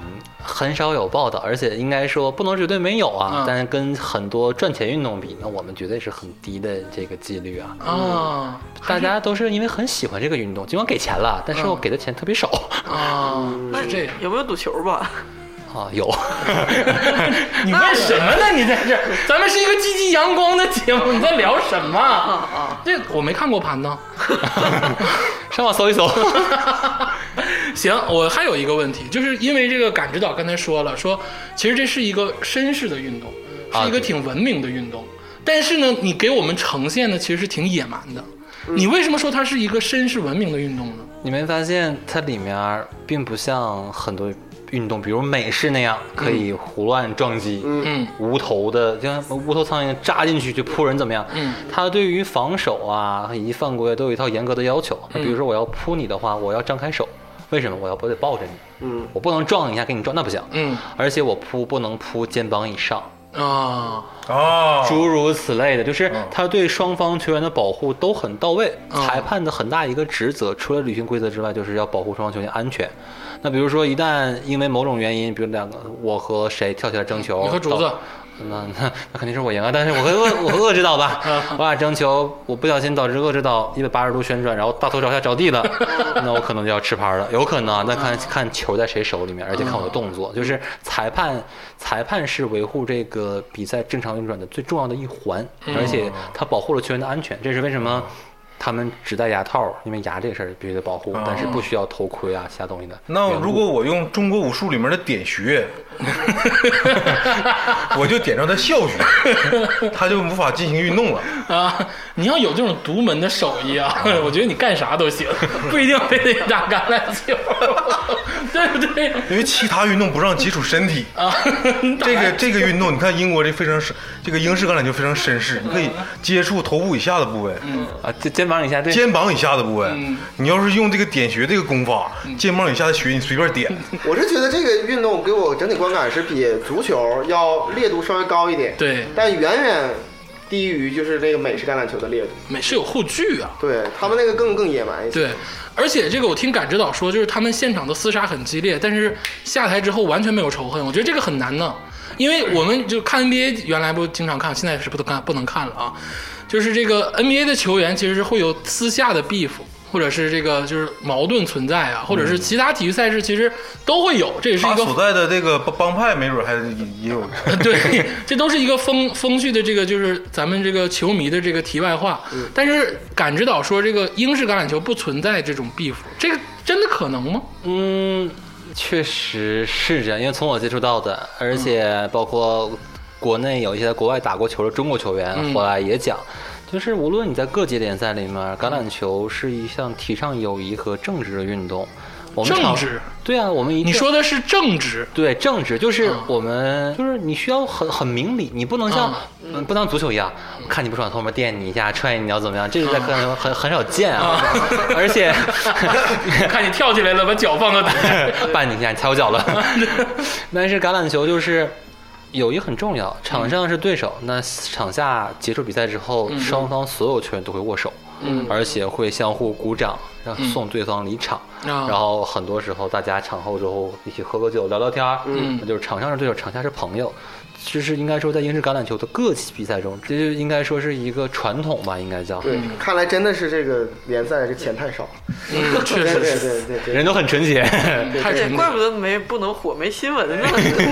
很少有报道，而且应该说不能绝对没有啊，嗯但是跟很多赚钱运动比，那我们绝对是很低的这个几率啊。啊大家都是因为嗯很喜欢这个运动，尽管给钱了，但是我给的钱特别少啊，那是这样。有没有赌球吧？啊。有， *laughs* *laughs* 你问什么呢？你在这儿，咱们是一个积极阳光的节目，你在聊什么？这我没看过盘呢。 *laughs* 上网搜一搜。 *laughs* 行，我还有一个问题，就是因为这个感知岛刚才说了，说其实这是一个绅士的运动，啊是一个对挺文明的运动，但是呢，你给我们呈现的其实是挺野蛮的。你为什么说它是一个绅士文明的运动呢？你没发现它里面儿并不像很多运动，比如美式那样可以胡乱撞击，嗯无头的，就像无头苍蝇扎进去就扑人怎么样？嗯，它对于防守啊以及犯规都有一套严格的要求。嗯比如说我要扑你的话，我要张开手，为什么？我要我得抱着你，嗯，我不能撞一下给你撞，那不行。嗯而且我扑不能扑肩膀以上，啊，哦，诸如此类的，就是哦他对双方球员的保护都很到位。嗯裁判的很大一个职责，除了履行规则之外，就是要保护双方球员安全。那比如说，一旦因为某种原因，比如两个我和谁跳起来争球，你和竹子到那那那肯定是我赢啊，但是我会遏我会遏制到 *laughs* 吧，我俩争球，我不小心导致遏制到一百八十度旋转，然后大头朝下着地 *laughs* 了，那我可能就要吃牌了，有可能啊，那看嗯看球在谁手里面，而且看我的动作，就是裁判裁判是维护这个比赛正常运转的最重要的一环，嗯而且他保护了球员的安全，这是为什么。他们只戴牙套，因为牙这个事儿必须得保护，但是不需要头盔啊，其他东西的。哦那如果我用中国武术里面的点穴， *laughs* 我就点着他笑穴，他就无法进行运动了。啊，你要有这种独门的手艺 *laughs* 啊，我觉得你干啥都行，不一定非得打橄榄 *laughs* 球，对不对？因为其他运动不让接触身体，啊，这个这个运动，你看英国这非常绅，这个英式橄榄球非常绅士，你可以接触头部以下的部位，啊，肩肩膀以下对，肩膀以下的部位嗯。你要是用这个点穴这个功法，肩膀以下的穴你随便点，我是觉得这个运动给我整体观感是比足球要烈度稍微高一点， *laughs* 对但远远低于就是那个美式橄榄球的烈度。美式有护具啊，对他们那个更更野蛮一些。对，而且这个我听感知导说，就是他们现场的厮杀很激烈，但是下台之后完全没有仇恨，我觉得这个很难呢，因为我们就看 NBA 原来不经常看，现在是不能看不能看了啊，就是这个 NBA 的球员其实是会有私下的 beef。或者是这个就是矛盾存在啊，或者是其他体育赛事其实都会有， *laughs* 这也是一他个所在的这个帮帮派没准还也也有。 *laughs* 对，这都是一个风风趣的这个，就是咱们这个球迷的这个题外话。但是感知导说，这个英式橄榄球不存在这种 beef，这个真的可能吗？嗯，确实是这样，因为从我接触到的，而且嗯包括国内有一些在国外打过球的中国球员嗯后来也讲，就是无论你在各级联赛里面，橄榄球是一项提倡友谊和政治的运动。我们政常治？对啊，我们一定你说的是正直，对，政治就是嗯我们，就是你需要很很明理，你不能像嗯不当足球一样，看你不爽，后面电你一下，踹你，你要怎么样？这嗯个在可能很很少 *laughs* 见啊，而且看你跳起来了，把脚放到底下。绊你一下，你踩我脚了。 *laughs* 但是橄榄球就是友谊很重要，场上是对手，那场下结束比赛之后，双方所有球员都会握手，嗯而且会相互鼓掌，让送对方离场。啊 *laughs* 然后很多时候大家场后之后一起喝个酒聊聊天儿，嗯那就是场上是对手，场下是朋友。就是应该说，在英式橄榄球的各级比赛中，这就应该说是一个传统吧，应该叫。对，看来真的是这个联赛这钱太少了。嗯，确 *laughs* 对实对是，对对对，人都很纯洁。太对，纯怪了。不得没不能火，没新 *laughs* 闻呢。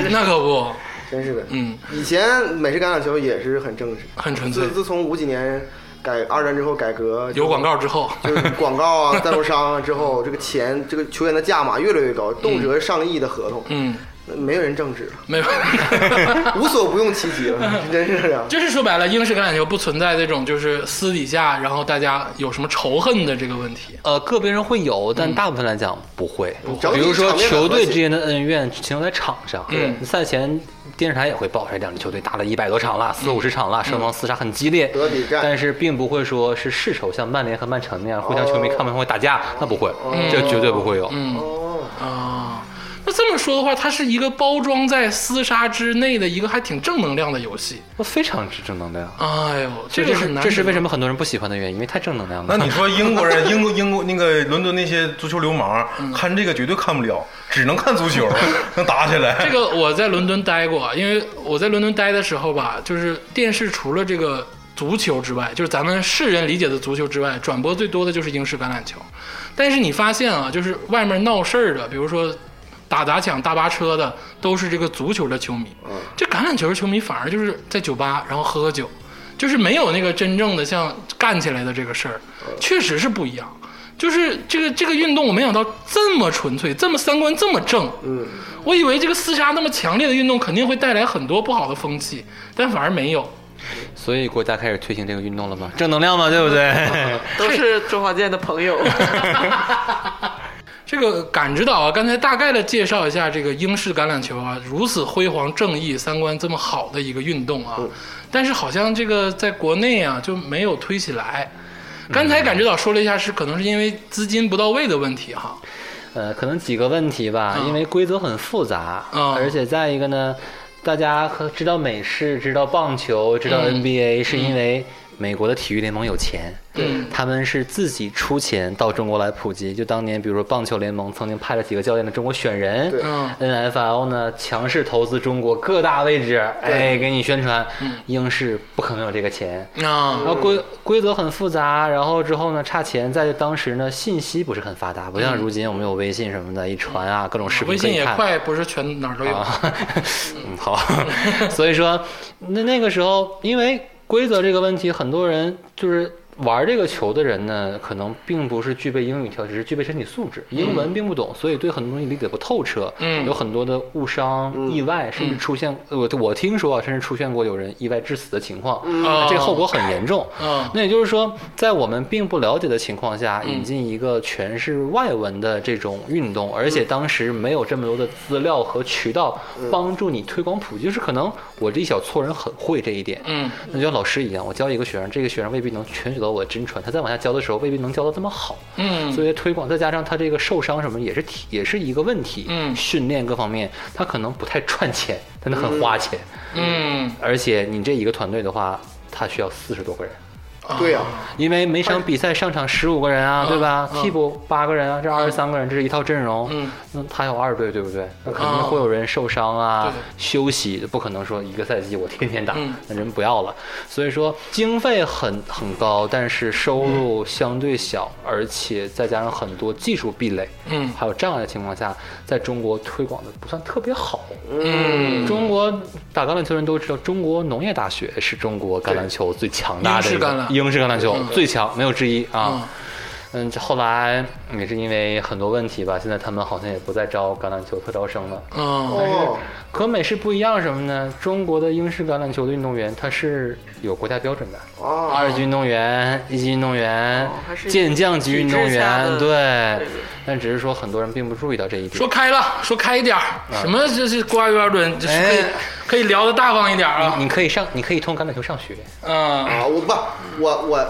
那可不，真是的。嗯，以前美式橄榄球也是很正直，很纯粹自。自从五几年改二战之后改革，有广告之后，就是广告啊、赞助商啊之后，这个钱这个球员的价码越来越高，动辄上亿的合同，嗯，没有人正直了，没有。无所不用其极了，真是的。就是说白了，英式橄榄球不存在这种就是私底下，然后大家有什么仇恨的这个问题。呃，个别人会有，但大部分来讲不会。整体比如说嗯场面很球和队谐之间的恩怨停留在场上，嗯赛前电视台也会报，哎，两支球队打了一百多场了，四五十场了，双方厮杀很激烈，嗯德比战但是并不会说是世仇，像曼联和曼城那样互相球迷哦看不上会打架，那不会，这绝对不会有。嗯哦，啊，那这么说的话，它是一个包装在厮杀之内的一个还挺正能量的游戏。我非常之正能量。哎呦，这个是很难。这是为什么很多人不喜欢的原因，因为太正能量了。 *laughs* 那你说英国人、英国、英国那个伦敦那些足球流氓看这个绝对看不了，只能看足 *laughs* 球，能打起 *laughs* 来。这个我在伦敦待过，因为我在伦敦待的时候吧，就是电视除了这个足球之外，就是咱们世人理解的足球之外，转播最多的就是英式橄榄球。但是你发现啊，就是外面闹事儿的，比如说打砸抢、大巴车的，都是这个足球的球迷。这橄榄球的球迷反而就是在酒吧，然后喝喝酒，就是没有那个真正的像干起来的这个事儿，确实是不一样。就是这个这个运动，我没想到这么纯粹，这么三观这么正。嗯，我以为这个厮杀那么强烈的运动肯定会带来很多不好的风气，但反而没有。所以国家开始推行这个运动了吗？正能量嘛，对不对？都是周华健的朋友。这个感知到啊，刚才大概的介绍一下这个英式橄榄球啊，如此辉煌正义、三观这么好的一个运动嗯啊，但是好像这个在国内啊就没有推起来。刚才感知到说了一下，是可能是因为资金不到位的问题哈。呃，可能几个问题啊吧，因为规则很复杂，嗯而且再一个呢，大家可知道美式、知道棒球、知道嗯 NBA，、是因为美国的体育联盟有钱。嗯他们是自己出钱到中国来普及。就当年，比如说棒球联盟曾经派了几个教练来中国选人，对嗯 NFL 呢强势投资中国各大位置，哎，给你宣传。嗯英式不可能有这个钱，啊然后规规则很复杂，然后之后呢差钱，在当时呢信息不是很发达，不像如今我们有微信什么的，一传啊各种视嗯频微信可以也看快，不是全哪儿都有。啊， *laughs* 嗯好， *laughs* 所以说那那个时候因为规则这个问题，很多人就是。玩这个球的人呢，可能并不是具备英语条，只是具备身体素质，英文并不懂，所以对很多东西理解不透彻，嗯有很多的误伤、意外，甚至出现我我听说啊，甚至出现过有人意外致死的情况，哦这个后果很严重。嗯那也就是说，在我们并不了解的情况下，引进一个全是外文的这种运动，而嗯且当时没有这么多的资料和渠道帮助你推广普及，就是可能我这一小撮人很会这一点，嗯，那就像老师一样，我教一个学生，这个学生未必能全学到我的真传，他再往下教的时候未必能教的这么好，嗯所以推广再加上他这个受伤什么也是体也是一个问题，嗯训练各方面他可能不太赚钱，但他很花钱，嗯，而且你这一个团队的话，他需要四十多个人。对呀、啊因为每场比赛上场十五个人啊，嗯对吧？嗯替补八个人啊，这二十三个人，这是一套阵容。嗯，那他有二队，对不对？那肯定嗯会有人受伤啊对对，休息，不可能说一个赛季我天天打嗯，那人不要了。所以说经费很很高，但是收入嗯相对小，而且再加上很多技术壁垒，嗯还有障碍的情况下，在中国推广的不算特别好。嗯中国打橄榄球人都知道，中国农业大学是中国橄榄球最强大的一个英式橄榄球最强，没有之一啊。嗯，这后来也是因为很多问题吧，现在他们好像也不再招橄榄球特招生了。嗯哦，和美式不一样什么呢？中国的英式橄榄球的运动员他是有国家标准的，啊哦，二级运动员、一级运动员哦还、是健将级运动体制下的员，对对对。但只是说很多人并不注意到这一点。说开了，说开一点儿，啊什么这是瓜圆墩，就是可以哎可以聊的大方一点啊。你可以上，你可以通过橄榄球上学。嗯啊，我不，我我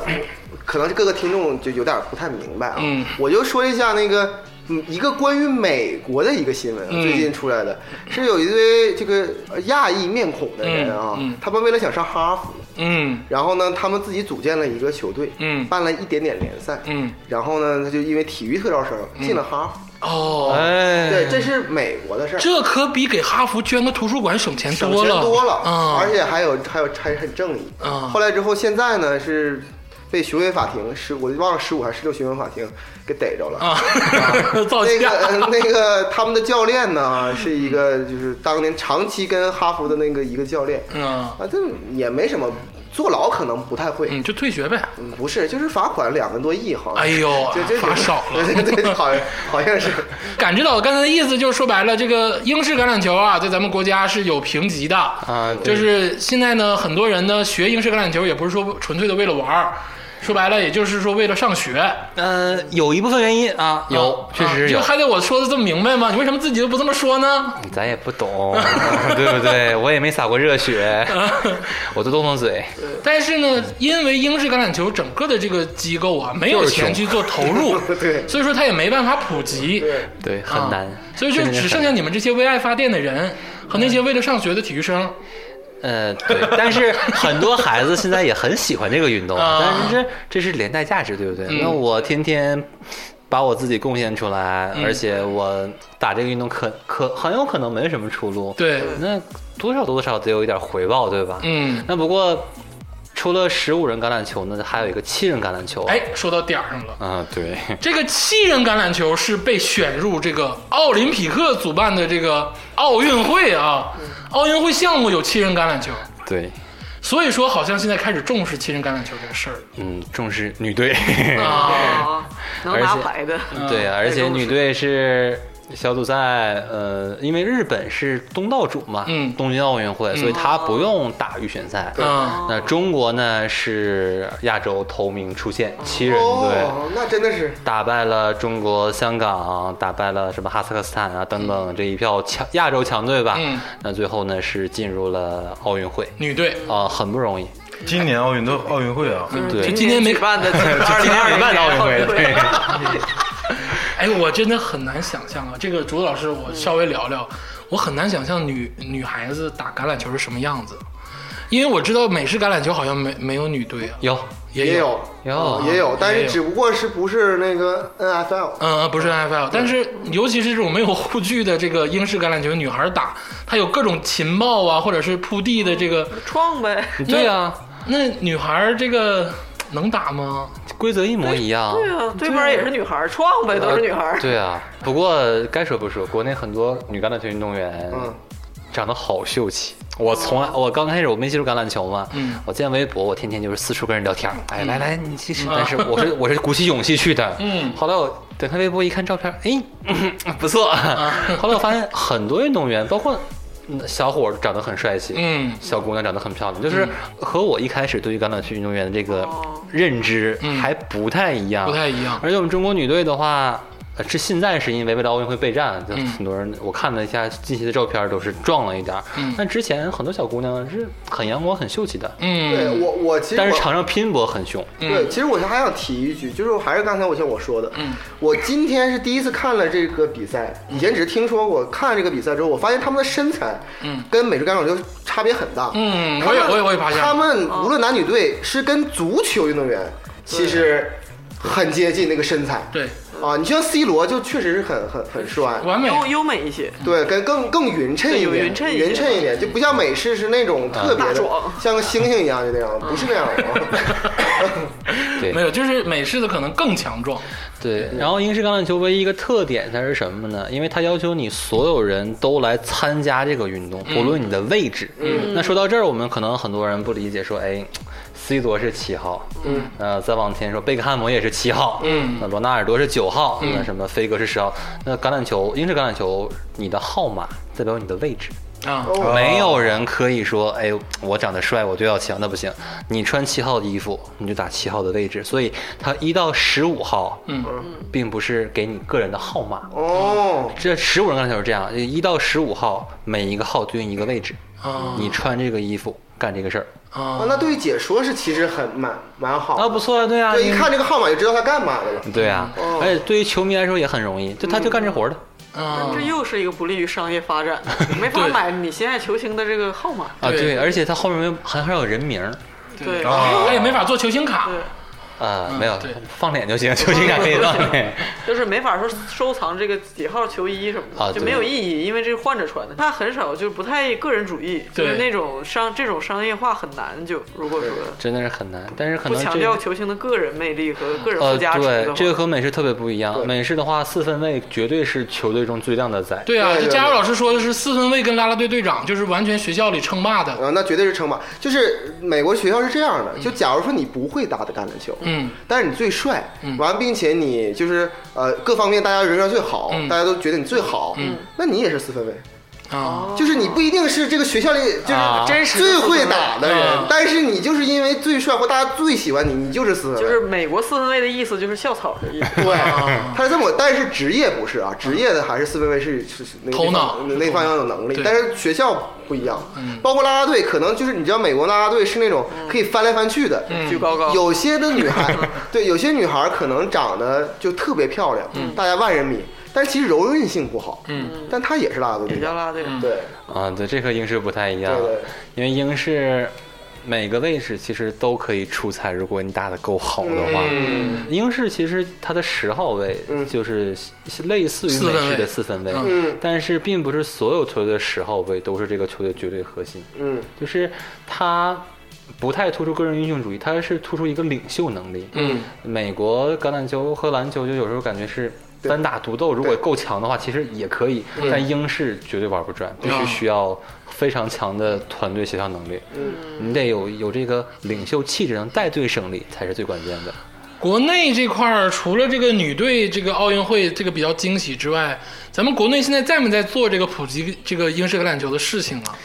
可能各个听众就有点不太明白啊。嗯我就说一下那个嗯一个关于美国的一个新闻啊，嗯最近出来的，是有一对这个呃亚裔面孔的人啊，嗯嗯他们为了想上哈佛，嗯然后呢，他们自己组建了一个球队，嗯办了一点点联赛，嗯，然后呢，他就因为体育特招生进了哈佛。哦，哎，对，这是美国的事儿。这可比给哈佛捐个图书馆省钱省多钱了，多了，啊，而且还有还有还很正义。啊后来之后，现在呢是被巡回法庭十，我忘了十五还是十六巡回法庭给逮着了。啊， *laughs* 造那假，个呃那个他们的教练呢是一个就是当年长期跟哈佛的那个一个教练嗯啊，这也没什么，坐牢可能不太会，嗯，就退学呗。嗯不是就是罚款两个多亿好像。哎呦 *laughs* 就就，罚少对对对，了。好像好像是。，感知到我刚才的意思，就是说白了，这个英式橄榄球啊，在咱们国家是有评级的啊对就是现在呢，很多人呢学英式橄榄球，也不是说纯粹的为了玩儿，说白了，也就是说为了上学。呃，有一部分原因啊，有啊，确实是就有，还得我说的这么明白吗？你为什么自己都不这么说呢？ *laughs* *laughs* 咱也不懂，对不对？我也没洒过热血，我就动动嘴。对但是呢，因为英式橄榄球整个的这个机构啊，没有就是穷钱去做投 *laughs* 入对所以说它也没办法普及，对，对，啊很难。所以就真的是只很剩下你们这些为爱发电的人和那些为了上学的体育生。呃，对，但是很多孩子现在也很喜欢这个运 *laughs* 动，啊嗯但是这这是连带价值，对不对？那我天天把我自己贡献出来，嗯而且我打这个运动可可很有可能没什么出路，，对，那多少多少得有一点回报，对吧？嗯，那不过除了十五人橄榄球呢，还有一个七人橄榄球，，哎，说到点儿上了。啊，对，这个七人橄榄球是被选入这个奥林匹克主办的这个奥运会啊，奥运会项目有七人橄榄球，对，所以说好像现在开始重视七人橄榄球这个事儿了嗯，重视女队，啊。 *laughs* 啊， *laughs* 能拿而且牌的， *laughs* 对，啊而且重视女队是小组赛，呃，因为日本是东道主嘛，嗯东京奥运会，所以她不用打预选赛。嗯，那中国呢是亚洲头名出现，七人队。哦，那真的是打败了中国香港，打败了什么哈萨克斯坦啊等等这一票强亚洲强队吧。嗯那最后呢是进入了奥运会女队啊、很不容易。今年奥运都奥运会啊，对今今年没举办 *laughs* 的二零二零办年啊奥运会 *laughs* 对哎，我真的很难想象啊！这个竹子老师，我稍微聊聊，我很难想象女女孩子打橄榄球是什么样子，因为我知道美式橄榄球好像没没有女队啊，有也有哦哦有也有，但也是有只不过是不是那个 NFL 嗯，呃不是 NFL，但是尤其是这种没有护具的这个英式橄榄球，女孩打，她有各种情报啊，或者是铺地的这个，创呗，对啊呀、那女孩这个能打吗？规则一模一样。对啊，对面也是女孩儿，创呗，都是女孩儿呃，对啊，不过该说不说，国内很多女橄榄球运动员，嗯长得好秀气。我从来，我刚开始我没接触橄榄球嘛，哦嗯我见微博，我天天就是四处跟人聊天，哎，来来，你其实，但是我是我是鼓起勇气去的，嗯后来我点开微博一看照片，哎，不错， *laughs* 后来我发现很多运动员，包括嗯小伙儿长得很帅气，嗯小姑娘长得很漂亮，就是和我一开始对于橄榄球运动员的这个哦认知嗯还不太一样，不太一样啊而且我们中国女队的话，呃，这现在是因为为了奥运会备战，就嗯很多人我看了一下近期的照片都是壮了一点儿，嗯但之前很多小姑娘是很阳光、很秀气的，对嗯，我我其实但是我场上拼搏很凶。对，其实我还想提一句，就是还是刚才我像我说的，嗯，我今天是第一次看了这个比赛，以前只是听说过，看了这个比赛之后，我发现他们的身材，嗯，跟美式橄榄球差别很大，嗯他我们也我也我也发现了他们无论男女队是跟足球运动员其实很接近那个身材，对，啊，你像 C 罗就确实是很很很帅。完美，优优美一些，对，跟更更匀称一对有点，匀称一匀些称一点，就不像美式是那种特别大的壮，像个猩猩一样就那样，不是那样的。对没有，就是美式的可能更强壮， *laughs* 对，然后英式橄榄球唯一一个特点它是什么呢？因为它要求你所有人都来参加这个运动，不论你的位置。嗯，那说到这儿，我们可能很多人不理解，说，哎，C 罗是七号，嗯，呃，再往前说，贝克汉姆也是七号，嗯那罗纳尔多是九号，那什么飞哥是十号。那橄榄球，英式橄榄球，你的号码代表你的位置。啊，哦 *laughs* 没有人可以说，哎，我长得帅，我就要强，那不行。你穿七号的衣服，你就打七号的位置。所以他一到十五号，嗯，并不是给你个人的号码。哦，这十五人刚才就是这样，一到十五号，每一个号对应一个位置。哦你穿这个衣服干这个事儿，啊啊，，那对于解说是其实很蛮蛮好的啊，不错啊，对啊，对，一看这个号码就知道他干嘛的了。对啊，哦而且对于球迷来说也很容易，就他就干这活儿的。啊这，又是一个不利于商业发 *laughs* 展，没法对买你心爱球星的这个号码，啊，对对，而且他后面没有还还有人名儿对啊他也没法做球星卡，对，啊，没有对放脸就行，球星感可以放脸。就是没法说收藏这个几号球衣什么的，啊就对没有意义，因为这是患者穿的。他很少就是不太个人主义，就对是那种商这种商业化很难就，如果说 *laughs* 真的是很难，但是可不能强这调球星的个人魅力和个人附呃，加值的对，话，这个和美式特别不一样对。美式的话，四分卫绝对是球队中最靓的仔。对啊，对这对加油对老师说的是四分卫跟啦啦队队长，就是完全学校里称霸的。啊，那绝对是称霸。就是美国学校是这样的，就假如说你不会打的橄榄球，嗯，但是你最帅，完，并且你就是呃各方面大家人缘最好，大家都觉得你最好，那你也是四分卫。啊，就是你不一定是这个学校里啊就真是实最会打的人啊，但是你就是因为最帅或大家最喜欢你，你就是四分卫。就是美国四分卫的意思就是校草的意思。对， *laughs* 他是这么个，但是职业不是啊，职业的还是四分卫是是是那个头脑那那方向有能力对，嗯但是学校不一样，包括啦啦队，可能就是你知道美国啦啦队是那种可以翻来翻去的，嗯举高 *laughs* 高，有些的女 *laughs* 孩，对，有些女孩可能长得就特别漂亮，大家万人迷，但其实柔韧性不好，嗯，但她也是啦啦队也队叫长，拉队长。对啊，对，这和英式不太一样，对对因为英式每个位置其实都可以出彩，如果你打得够好的话。嗯英式其实它的十号位嗯就是类似于四分美式卫的四分卫，嗯但是并不是所有球队的十号位都是这个球队绝对核心，嗯就是它不太突出个人英雄主义，它是突出一个领袖能力。嗯，美国橄榄球和篮球就有时候感觉是对单打独斗，如果够强的话，其实也可以，但英式绝对玩不转，必须需要非常强的团队协调能力。你得有有这个领袖气质，能带队胜利才是最关键的。国内这块儿除了这个女队这个奥运会这个比较惊喜之外，咱们国内现在在没在做这个普及这个英式橄榄球的事情了？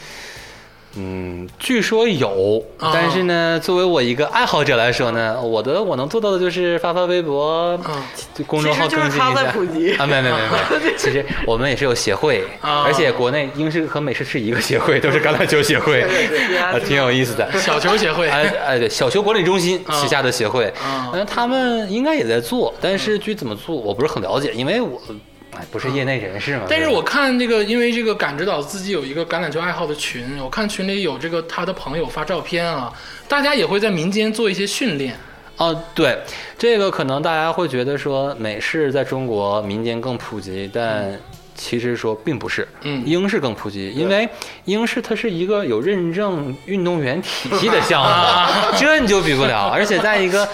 嗯，据说有，啊但是呢，作为我一个爱好者来说呢，我的我能做到的就是发发微博啊，就公众号其实更就是新他一在下普及啊，没有没有没有没 *laughs* 有，其实我们也是有协会，啊而且国内英式和美式是一个协会，都是橄榄球协会，啊，挺有意 *laughs* 思的。小球协会，哎哎，对，小球管理中心旗下的协会，啊嗯，他们应该也在做，但是具体怎么做我不是很了解，因为我哎不是业内人士嘛。但是对吧我看这个，因为这个感知岛自己有一个橄榄球爱好的群，我看群里有这个他的朋友发照片啊，大家也会在民间做一些训练。哦，对，这个可能大家会觉得说美式在中国民间更普及，但其实说并不是，嗯英式更普及，因为英式它是一个有认证运动员体系的项目，这你就比不了，而且在一个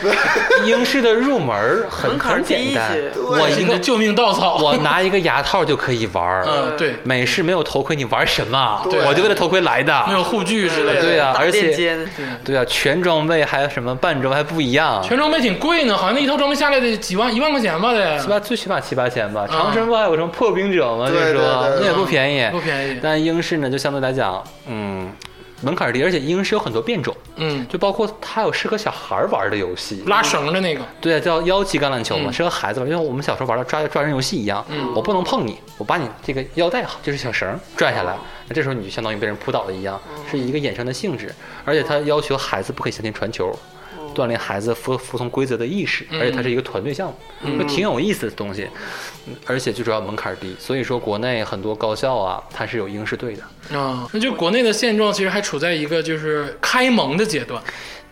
英式的入门儿很门槛很低一简单些，我是一你个的救命稻草。我拿一个牙套就可以玩儿，嗯， *laughs* 对，美式没有头盔你玩什么？对我就为了头盔来的，没有护具之类的。对啊打而垫且肩对啊，全装备还有什么半装备还不一样，全装备挺贵呢，好像那一套装备下来得几万一万块钱吧得。七八最起码七八千吧。长生不还有什么破冰者吗？就啊对是对说对那对也不便宜，不便宜但英式呢，就相对来讲，嗯，门槛低，而且英式有很多变种，嗯，就包括它有适合小孩玩的游戏。拉绳的那个，对啊，叫腰旗橄榄球嘛，嗯适合孩子玩，就像我们小时候玩的抓抓人游戏一样。我不能碰你，我把你这个腰带就是小绳儿拽下来，那这时候你就相当于被人扑倒了一样，是一个衍生的性质。而且它要求孩子不可以向前传球，锻炼孩子服服从规则的意识，而且它是一个团队项目，就挺有意思的东西。嗯而且最主要门槛低，所以说国内很多高校啊，它是有英式队的。啊、那就国内的现状其实还处在一个就是开蒙的阶段。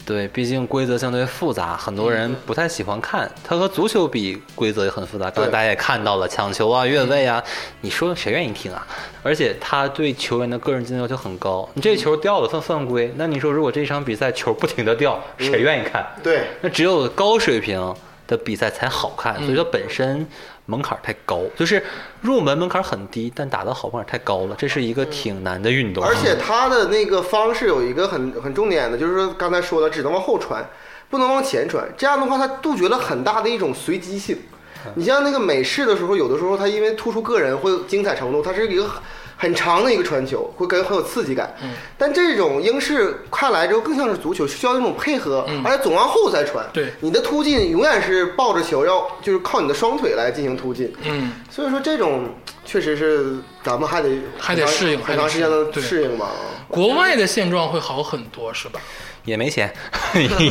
对，毕竟规则相对复杂，很多嗯人不太喜欢看。它和足球比，规则也很复杂。刚才大家也看到了，抢球啊、嗯越位啊，你说谁愿意听啊？而且他对球员的个人技能要求很高。你这球掉了算犯规，那你说如果这场比赛球不停的掉，嗯谁愿意看？对，那只有高水平的比赛才好看，所以嗯说本身门槛太高，就是入门门槛很低，但打得好门槛太高了，这是一个挺难的运动。嗯而且他的那个方式有一个很很重点的，就是说刚才说的，只能往后传，不能往前传。这样的话，他杜绝了很大的一种随机性。你像那个美式的时候，有的时候他因为突出个人或精彩程度，它是一个很很长的一个传球，会感觉很有刺激感。但这种英式看来之后更像是足球，需要那种配合，而且总往后再传。对你的突进永远是抱着球要，就是靠你的双腿来进行突进。嗯，所以说这种确实是咱们还得还得适应很长时间还得适应的对嗯适应吧。国外的现状会好很多，是吧？也没钱 *laughs*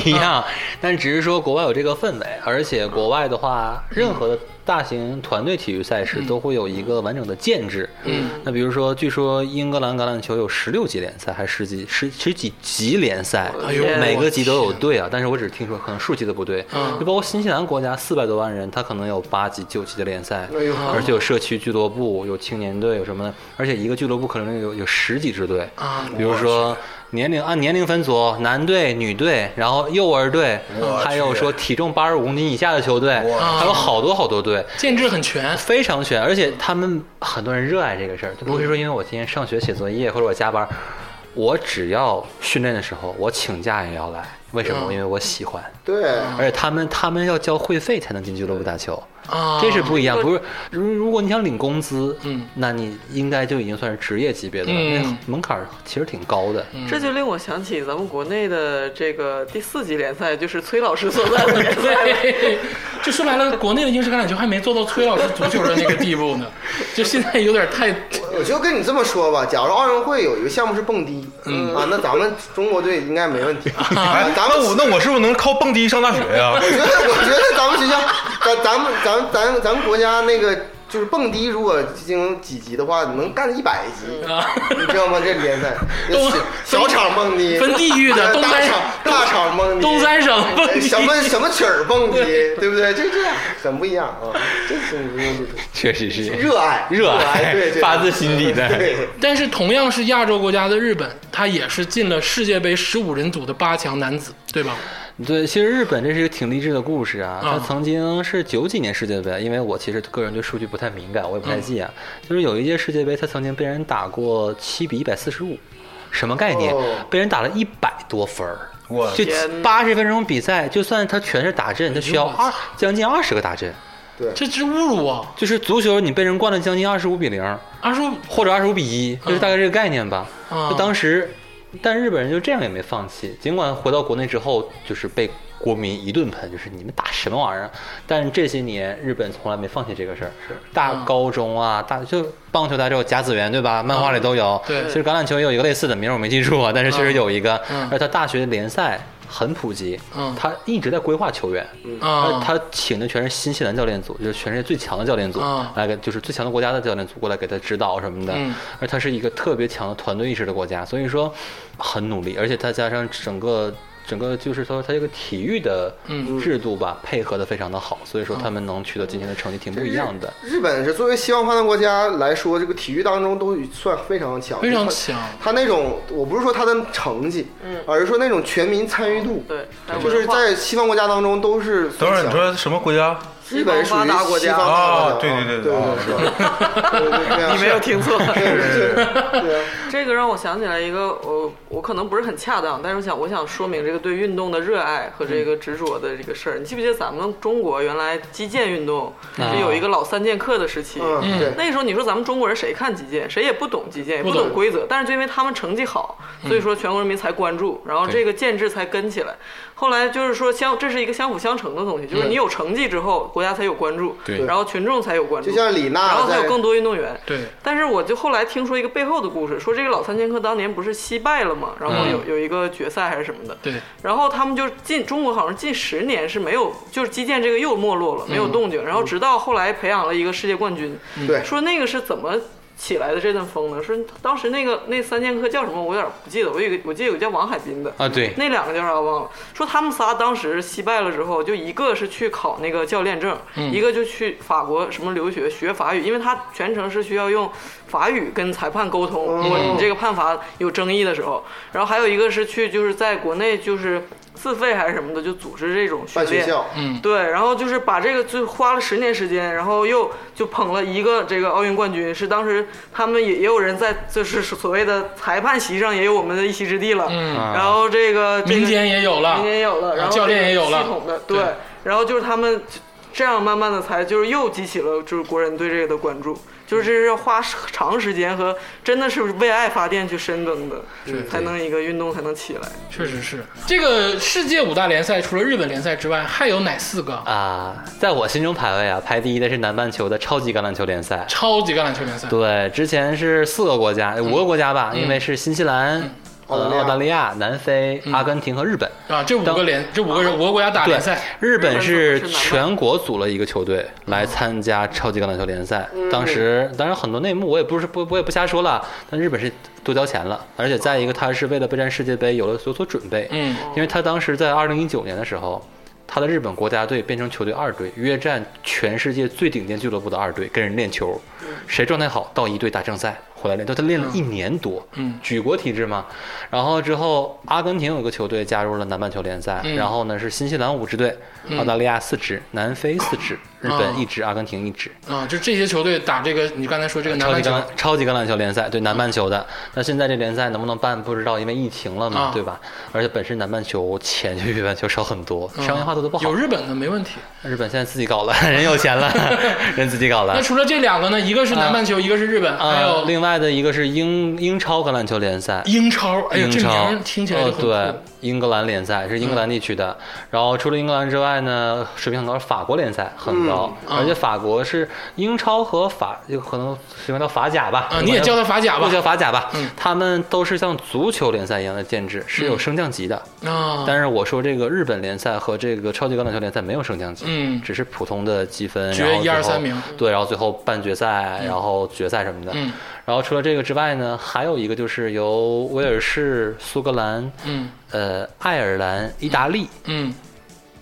一样，但只是说国外有这个氛围，而且国外的话，任何的大型团队体育赛事都会有一个完整的建制。嗯，那比如说，据说英格兰橄榄球有十六级联赛，还是十几十十几级联赛，哎呦每我个级都有天队啊。但是我只是听说，可能数级的不对。嗯就包括新西兰国家四百多万人，他可能有八级、九级的联赛，哎呦而且有社区俱乐部、有青年队、有什么的，而且一个俱乐部可能有有十几支队啊比如说年龄按年龄分组，男队、女队，然后幼儿队我，还有去说体重八十五公斤以下的球队，哇还有好多好多队。建制很全，非常全，而且他们很多人热爱这个事儿，就不会说因为我今天上学写作业或者我加班，我只要训练的时候我请假也要来，为什么？嗯因为我喜欢。对，而且他们他们要交会费才能进俱乐部打球，啊，这是不一样。不是，如如果你想领工资，嗯，那你应该就已经算是职业级别的了，嗯因为门槛儿其实挺高的。这就令我想起咱们国内的这个第四级联赛，就是崔老师所在的联赛 *laughs* 了。对， *laughs* 就说白了，国内的英式橄榄球还没做到崔老师足球的那个地步呢，就现在有点太我就跟你这么说吧，假如奥运会有一个项目是蹦迪，嗯啊，那咱们中国队应该没 *laughs* 问题。啊哎，咱那们我那我是不是能靠蹦迪上大学啊呀？ *laughs* 我觉得，我觉得咱们学校，咱咱们咱们咱们咱们国家那个就是蹦迪，如果进行几级的话，能干一百级，啊，你知道吗？这联赛， *laughs* 东小小场蹦迪，分地域的东 *laughs* 大三场大场蹦迪，东三省蹦 *laughs* 迪什么什么曲儿蹦 *laughs* 迪，对不对？这这很不一样 *laughs* 啊，这是不用确实是热爱哎热爱，对对，发自心底的。对。但是同样是亚洲国家的日本，他也是进了世界杯十五人组的八强男子，对吧？对，其实日本这是一个挺励志的故事啊。啊他曾经是九几年世界杯，因为我其实个人对数据不太敏感，我也不太记啊。就是有一届世界杯，他曾经被人打过七比一百四十五，什么概念？哦被人打了一百多分儿。我就天八十分钟比赛，就算他全是打阵，他需要二将近二十个打阵。这是侮辱啊！就是足球，你被人灌了将近二十五比零，二叔，或者二十五比一，就是大概这个概念吧。啊就当时，但日本人就这样也没放弃，尽管回到国内之后就是被国民一顿喷，就是你们打什么玩意儿？啊但这些年日本从来没放弃这个事儿，大嗯高中啊，大就棒球大洲甲子园对吧？漫画里都有，对其实橄榄球也有一个类似的名儿，我没记住啊，但是确实有一个嗯嗯，而他大学联赛很普及嗯，他一直在规划球员。啊，他他请的全是新西兰教练组，就是全世界最强的教练组，啊来给就是最强的国家的教练组过来给他指导什么的。嗯而他是一个特别强的团队意识的国家，所以说很努力，而且他加上整个整个就是说他这个体育的嗯制度吧，配合的非常的好，所以说他们能取得今天的成绩挺不一样的。日本是作为西方发达国家来说，这个体育当中都算非常强，非常它强他那种，我不是说他的成绩，嗯哦而是说那种全民参与度，对还有就是文化在西方国家当中都是最等会儿强你说什么国家？日本属西方于发达国家西方发达国家啊对对对对哦对对对对，你没有听 *laughs* 错。对对对对对啊，这个让我想起来一个，我我可能不是很恰当，但是我想我想说明这个对运动的热爱和这个执着的这个事儿。你记不记得咱们中国原来击剑运动啊是有一个老三剑客的时期？嗯对。那时候你说咱们中国人谁看击剑，谁也不懂击剑，也不不懂懂规则，但是就因为他们成绩好，所以说全国人民才关注，然后这个建制才跟起来。后来就是说相，这是一个相辅相成的东西，就是你有成绩之后，国家才有关注，对然后群众才有关注，就像李娜然后才在有更多运动员，对，但是我就后来听说一个背后的故事，说这个老三剑客当年不是惜败了嘛，然后有、有一个决赛还是什么的，对，然后他们就近中国好像近十年是没有，就是击剑这个又没落了，没有动静，然后直到后来培养了一个世界冠军，对说那个是怎么。起来的这阵风呢？说当时那个那三剑客叫什么？我有点不记得。我有一个我记得有个叫王海滨的，啊，对，那两个叫啥我忘了。说他们仨当时惜败了之后，就一个是去考那个教练证，嗯一个就去法国什么留学学法语，因为他全程是需要用法语跟裁判沟通，嗯如果你这个判罚有争议的时候。然后还有一个是去就是在国内就是自费还是什么的，就组织这种训办学练。校，嗯对，然后就是把这个就花了十年时间，然后又就捧了一个这个奥运冠军，是当时他们也也有人在就是所谓的裁判席上也有我们的一席之地了。嗯然后这个这个民间也有了民间也有了，然后教练也有了系统的对对，然后就是他们这样慢慢的才就是又激起了就是国人对这个的关注，就是这是要花长时间和真的是为爱发电去深耕的，才能一个运动才能起来。确实是。这个世界五大联赛除了日本联赛之外，还有哪四个啊，在我心中排位啊，排第一的是南半球的超级橄榄球联赛，超级橄榄球联赛？对，之前是四个国家，五个国家吧，因为是新西兰、呃、澳澳大大利亚、南非、阿根廷和日本。啊，这五个联，这五个人五个国家打对联赛，，日本日是本是哪全国组了一个球队来参加超级橄榄球联赛。当时，当然很多内幕我也不是不我也不瞎说了，但日本是多交钱了，而且再一个，他是为了备战世界杯有了有所准备。嗯，因为他当时在二零一九年的时候，他的日本国家队变成球队二队，约战全世界最顶尖俱乐部的二队，跟人练球，谁状态好到一队打正赛，回来练，都他练了一年多，嗯举国体制嘛。然后之后，阿根廷有个球队加入了南半球联赛，嗯然后呢是新西兰五支队，澳大利亚四支，南非四支，日哦本一支，阿根廷一支。啊，就这些球队打这个，你刚才说这个南超半级球橄，榄超级橄榄球联赛，对南半球的。那现在这联赛能不能办不知道，因为疫情了啊嘛，对吧？而且本身南半球钱就比北半球少很多，商业化做的不好嗯有。日本的没问题。日本现在自己搞了，人有钱了，人自己搞那了。除了这两个呢？一个是南半球，一个是日本，还啊，有另外的一个是英英超橄榄球联赛，英超。哎呀，英这名超儿听起来就哦，很酷嗯对，英格兰联赛是英格兰地区的。然后除了英格兰之外呢，水平很高，法国联赛很高，嗯而且法国是英超和法，有可能喜欢到法甲吧？啊，你也叫它法甲吧就？叫法甲吧嗯，他们都是像足球联赛一样的建制，是有升降级的。啊，但是我说这个日本联赛和这个超级橄榄球联赛没有升降级，嗯只是普通的积分，决然后一二最后三名对，然后最后半决赛，然后决赛什么的。嗯然后除了这个之外呢，还有一个就是由威尔士、苏格兰、嗯呃爱尔兰、意大利嗯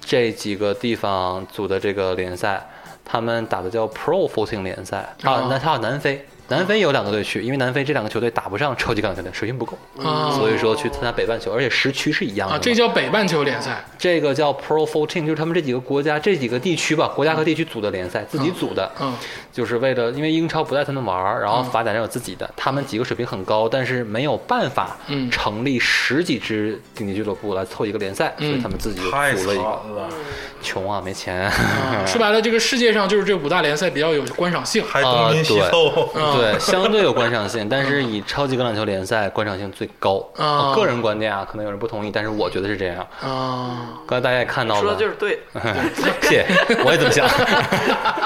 这几个地方组的这个联赛，他们打的叫 Pro Footing 联赛哦啊，那还有南非。南非有两个队去，因为南非这两个球队打不上超级橄榄球队，水平不够，啊，所以说去参加北半球，而且时区是一样的啊嘛。，这叫北半球联赛。这个叫 Pro Fourteen，就是他们这几个国家、这几个地区吧，国家和地区组的联赛，自己组的，嗯就是为了因为英超不带他们玩儿，然后法甲上有自己的，他们几个水平很高，但是没有办法嗯成立十几支顶级俱乐部来凑一个联赛，嗯所以他们自己就太组惨了一个，了，穷啊，没钱，啊，说白了，这个世界上就是这五大联赛比较有观赏性。还东拼西哦凑。啊 *laughs* 对，相对有观赏性，但是以超级橄榄球联赛观赏性最高。啊我个人观点啊，可能有人不同意，但是我觉得是这样。啊，刚才大家也看到说了的，就是对， *laughs* 谢谢，我也这么想。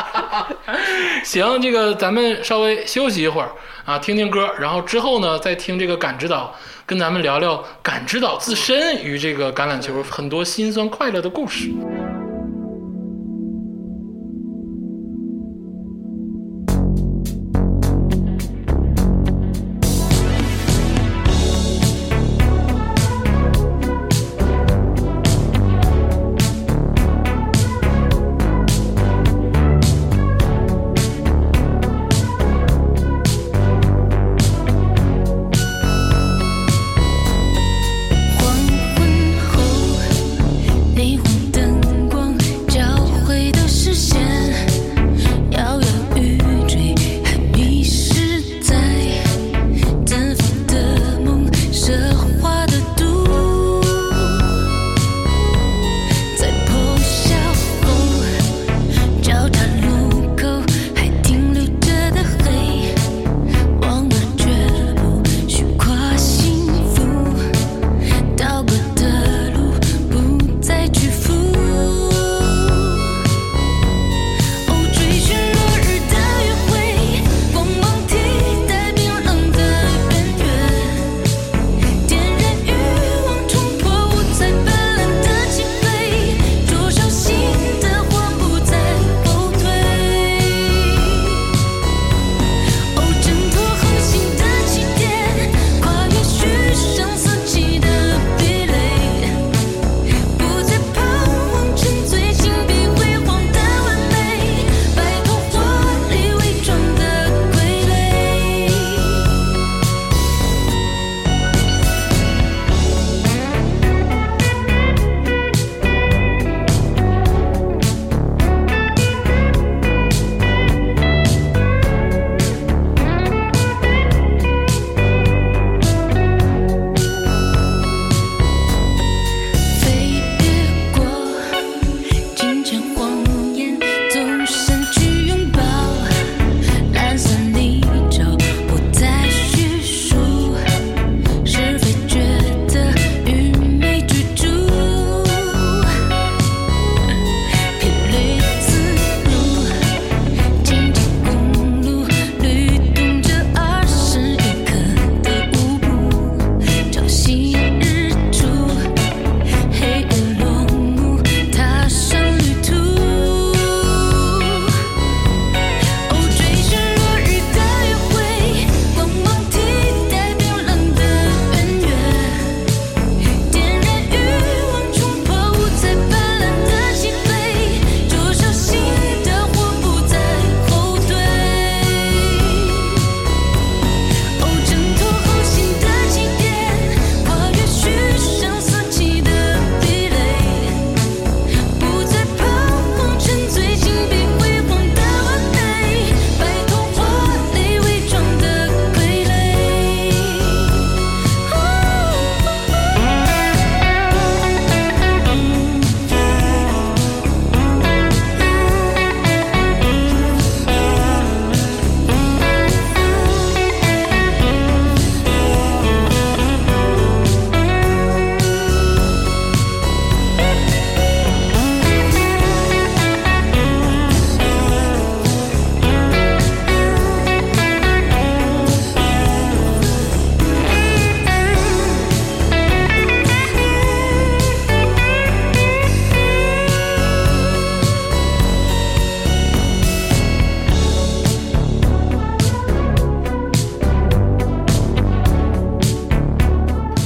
*laughs* 行，这个咱们稍微休息一会儿啊，听听歌，然后之后呢再听这个感知岛，跟咱们聊聊感知岛自身与这个橄榄球很多辛酸快乐的故事。黄昏后，霓虹灯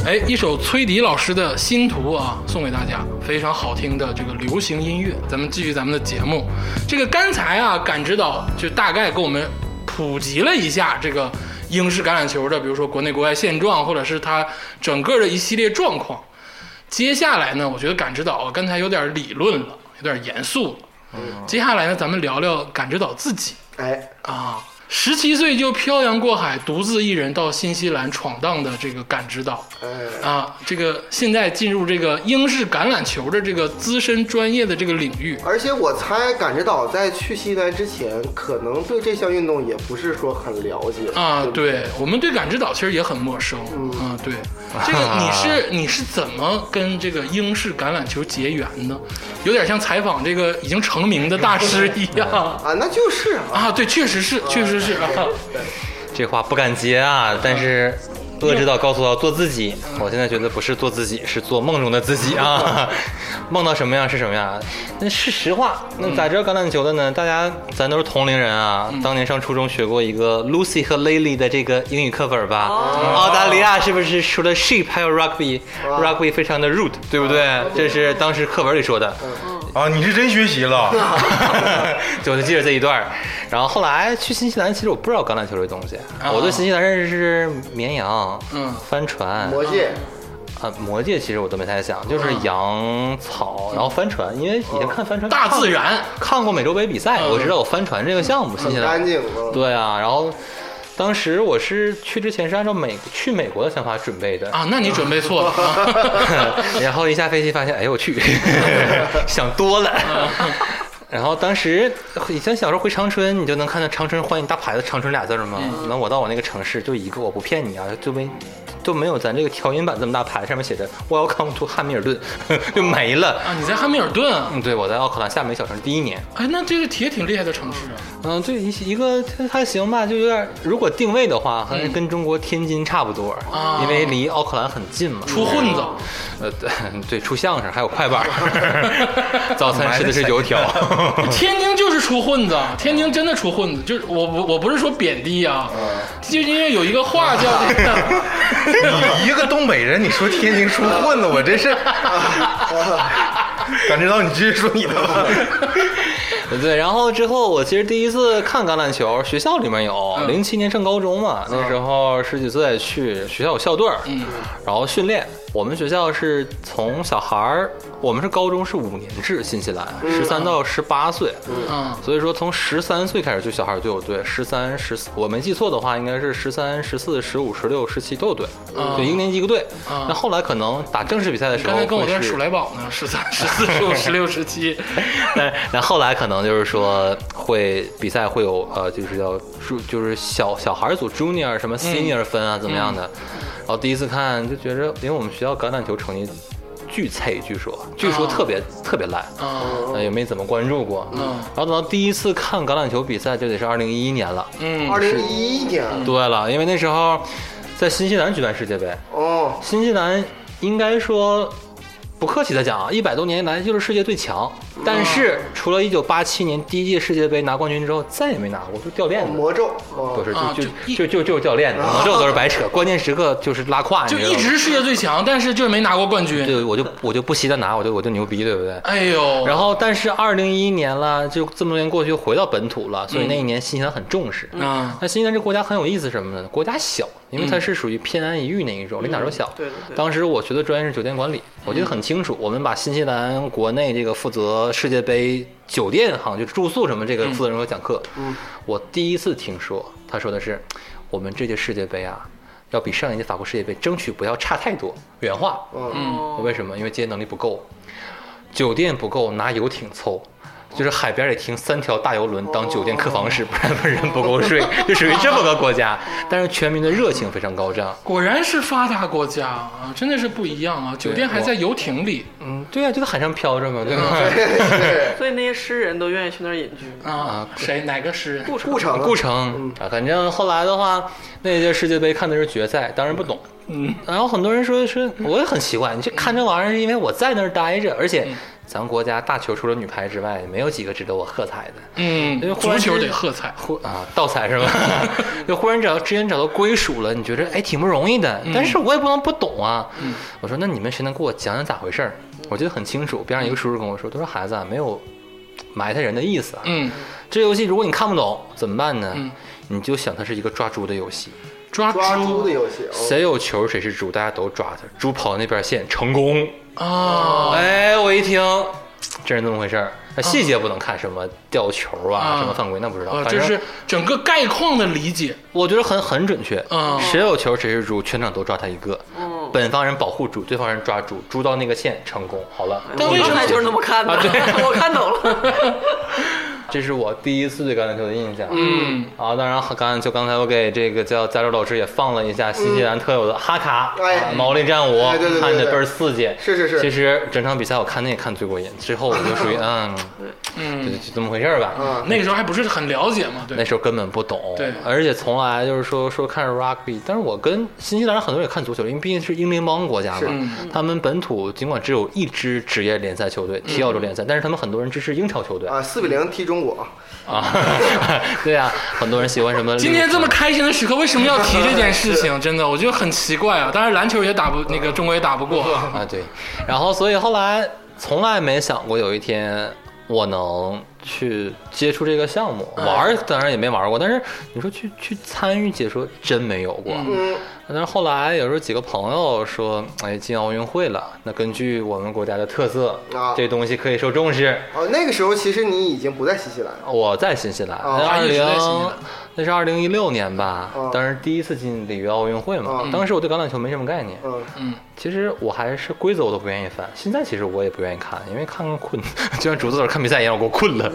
哎，一首崔迪老师的《新图》啊，送给大家，非常好听的这个流行音乐。咱们继续咱们的节目，这个刚才啊，感指导就大概给我们普及了一下这个英式橄榄球的，比如说国内国外现状，或者是它整个的一系列状况。接下来呢，我觉得感指导啊刚才有点理论了，有点严肃了。接下来呢，咱们聊聊感指导自己哎，啊，十七岁就漂洋过海，独自一人到新西兰闯荡的这个感指导。哎，啊，这个现在进入这个英式橄榄球的这个资深专业的这个领域，而且我猜感知岛在去西南之前，可能对这项运动也不是说很了解啊，不对我们对感知岛其实也很陌生，啊，对，这个你是你是怎么跟这个英式橄榄球结缘呢？有点像采访这个已经成名的大师一样啊，那就是 *laughs* 啊，啊，对，确实是，确实是啊，这话不敢接啊，但是恶指导告诉我要做自己，我现在觉得不是做自己，是做梦中的自己啊， *laughs* 梦到什么样是什么样。那是实话，那咋知道橄榄球的呢？大家咱都是同龄人啊，当年上初中学过一个 Lucy 和 Lily 的这个英语课本吧？澳大利亚是不是除了 sheep 还有 rugby，rugby 非常的 root，对不对？这是当时课文里说的。啊，你是真学习 *laughs* 了，对，我 *laughs* 就记着这一段儿。然后后来去新西兰，其实我不知道橄榄球这东西，我对新西兰认识是绵羊、啊嗯帆船、魔戒啊魔界，其实我都没太想，就是嗯羊草，然后帆船，因为以前看帆船，哦大自然，嗯看过美洲杯比赛，我知道有帆船这个项目，新西很兰干净啊，对啊，然后。当时我是去之前是按照美去美国的想法准备的，啊，那你准备错了 *laughs* 啊，然后一下飞机发现，哎呦我去，想多了。然后当时以前小时候回长春，你就能看到长春欢迎大牌子“长春”俩字儿嘛。那我到我那个城市就一个，我不骗你啊，就没就没有咱这个调音版这么大牌，上面写着 “Welcome to 汉密尔顿”， *laughs* 就没了。啊，你在汉密尔顿啊，嗯，对，我在奥克兰厦门小城第一年，哎，那这个也挺厉害的城市啊，嗯，对，一一个它还行吧，就有点，如果定位的话，还是跟中国天津差不多，嗯啊因为离奥克兰很近嘛。出混子，呃，对 *laughs* 对，出相声还有快板 *laughs* 儿，早餐吃的是油条。天津就是出混子，天津真的出混子，就是我我我不是说贬低啊，嗯就因为有一个话叫这 *laughs* 个，你一个东北人，你说天津出混子，我真 *laughs* 是感觉到你继续说你的吧。 *laughs* 对，然后之后我其实第一次看橄榄球，学校里面有，嗯零七年上高中嘛，那时候十几岁去学校有校队儿，嗯然后训练。我们学校是从小孩儿，我们是高中是五年制，新西兰十三到十八岁，嗯所以说从十三岁开始就小孩儿就有队，十三、十四，我没记错的话，应该是十三、十四、十五、十六、十七都有队，啊就一个年级一个队。啊那后来可能打正式比赛的时候刚会才是，跟我在 *laughs* 数来宝呢，十三、十四、十五、十六、十七，但但哎后来可能就是说会比赛会有呃，就是叫就就是小小孩组 junior 嗯什么 senior 分啊，怎么样的。然后第一次看就觉着，因为我们学校橄榄球成绩巨菜，据说据说啊特别、特别烂。啊，呃也没怎么关注过，嗯然后等到第一次看橄榄球比赛，就得是二零一一年了。嗯二零一一年对了，因为那时候在新西兰举办世界杯，哦，新西兰应该说不客气的讲啊，一百多年来就是世界最强。嗯但是除了一九八七年第一届世界杯拿冠军之后，再也没拿过，就掉链子。魔咒不哦，是，嗯啊就就一啊就就就就掉链子，我这都是白扯。关键时刻就是拉胯，就你知道一吗直世界最强，但是就是没拿过冠军。对，我就我就不惜的拿，我就我就牛逼，对不对？哎呦，然后，但是二零一一年了，就这么多年过去，回到本土了，所以那一年新西兰很重视。嗯啊，那新西兰这国家很有意思，什么呢？国家小，因为它是属于偏安一隅那一种，领导都小。嗯对对对当时我学的专业是酒店管理，我记得很清楚。我们把新西兰国内这个负责世界杯酒店好像就是住宿什么这个负责人给我讲课。嗯，我第一次听说他说的是，我们这届世界杯啊，要比上一届法国世界杯争取不要差太多。原话。嗯哦为什么？因为接能力不够，酒店不够，拿游艇凑。就是海边得停三条大游轮当酒店客房使，不然人不够睡，就属于这么个国家。但是全民的热情非常高涨。果然是发达国家啊，真的是不一样啊！酒店还在游艇里嗯，对啊，就在海上飘着嘛，对吧？嗯所以那些诗人都愿意去那儿隐居。啊，谁哪个诗人？顾城顾城啊，反正后来的话，那届世界杯看的是决赛，当然哎不懂。嗯，然后很多人说说，我也很奇怪，你这看这玩意儿，是因为我在那儿待着，而且咱国家大球除了女排之外，没有几个值得我喝彩的。嗯因为，忽足然之球得喝彩，忽啊，盗彩是吧？ *laughs* 就忽然找之前找到归属了，你觉着哎挺不容易的，嗯但是我也不能不懂啊。我说那你们谁能给我讲讲咋回事儿？嗯我记得很清楚，边上一个叔叔跟我说，他说孩子啊，没有埋汰人的意思啊，嗯，这游戏如果你看不懂怎么办呢嗯？你就想它是一个抓猪的游戏，抓抓猪的游戏，哦谁有球谁是猪，大家都抓它，猪跑到那边线成功。啊，哎，我一听，真是这么回事儿。那嗯细节不能看，什么掉球啊，啊什么犯规那不知道，啊，反这正是整个概况的理解，我觉得很很准确。嗯谁有球谁是猪，全场都抓他一个。嗯本方人保护猪，对方人抓猪，猪到那个线成功。好了，但嗯我为什刚么才就是那么看的，啊对 *laughs* 我看懂了。这是我第一次对橄榄球的印象。嗯，啊，当然，橄榄球刚才我给这个叫加州老师也放了一下新西兰特有的哈卡、哎啊毛利战舞，哎对对对对看着倍儿刺激。是是是其实整场比赛我看那也看最过瘾，之后我就属于嗯，就嗯，就这么回事儿吧。啊，那个时候还不是很了解嘛，那对，时候根本不懂，对而且从来就是说说看 rugby，但是我跟新西兰人很多人也看足球，因为毕竟是英联邦国家是嘛，他们本土尽管只有一支职业联赛球嗯队踢澳洲联赛，但是他们很多人支持英超球队啊，四比零踢中国，啊， *laughs* 对啊，很多人喜欢什么利物浦？今天这么开心的时刻，为什么要提这件事 *laughs* 情？真的，我觉得很奇怪啊。当然，篮球也打不那个中国也打不过，啊， *laughs* 对。然后，所以后来从来没想过有一天我能去接触这个项目，嗯玩儿当然也没玩过，但是你说去去参与解说，真没有过。啊嗯，但是后来有时候几个朋友说，哎，进奥运会了，那根据我们国家的特色，啊这东西可以受重视。哦，那个时候其实你已经不在新西兰了，我在新西兰，哦那他二一直零在新西兰那是二零一六年吧哦，当时第一次进里约奥运会嘛嗯，当时我对橄榄球没什么概念，嗯，其实我还是规则我都不愿意翻，现在其实我也不愿意看，因为看看困， *laughs* 就像竹子老师看比赛一样，我给我困了。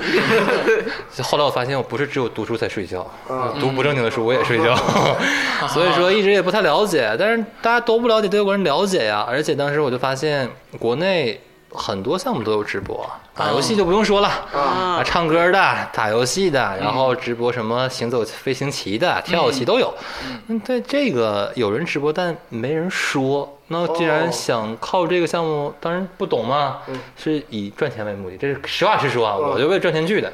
*laughs* 后来我发现我不是只有读书才睡觉，嗯读不正经的书我也睡觉， *laughs* 所以说一直也不太了解。但是大家都不了解，得有个人了解呀。而且当时我就发现国内。很多项目都有直播，打游戏就不用说了，啊，唱歌的、打游戏的，然后直播什么行走飞行棋的、跳棋都有。嗯，对这个有人直播，但没人说。那既然想靠这个项目，当然不懂嘛，是以赚钱为目的，这是实话实说啊，嗯我就为赚钱去的。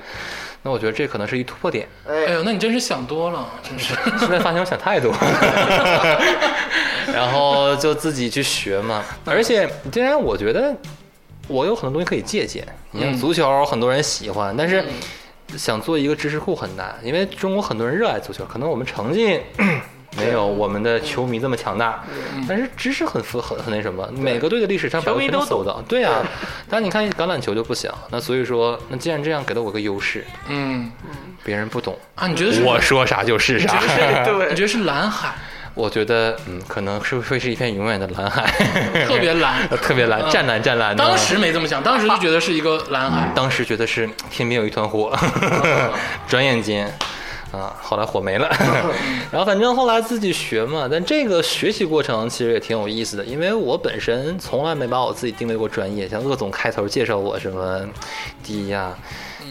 那我觉得这可能是一突破点。哎哎，呦，那你真是想多了，真 *laughs* 是。现在发现我想太多，然后就自己去学嘛。而且，既然我觉得我有很多东西可以借鉴，你像嗯足球，很多人喜欢，但是想做一个知识库很难，因为中国很多人热爱足球，可能我们成绩。没有我们的球迷这么强大，但是知识很丰很很那什么，每个队的历史上百球分迷之都搜到，对呀、但你看橄榄球就不行，那所以说，那既然这样给了我个优势，嗯别人不懂，啊，你觉得是？我说啥就是啥。你对觉，得是蓝海？我觉得，嗯，可能是会是一片永远的蓝海，特别蓝 *laughs* 特别蓝，嗯湛蓝湛蓝的。当时没这么想，当时就觉得是一个蓝海。当时觉得是天边有一团火，转眼间啊，后来火没了。 *laughs* 然后反正后来自己学嘛，但这个学习过程其实也挺有意思的，因为我本身从来没把我自己定位过专业，像鄂总开头介绍我什么第一呀。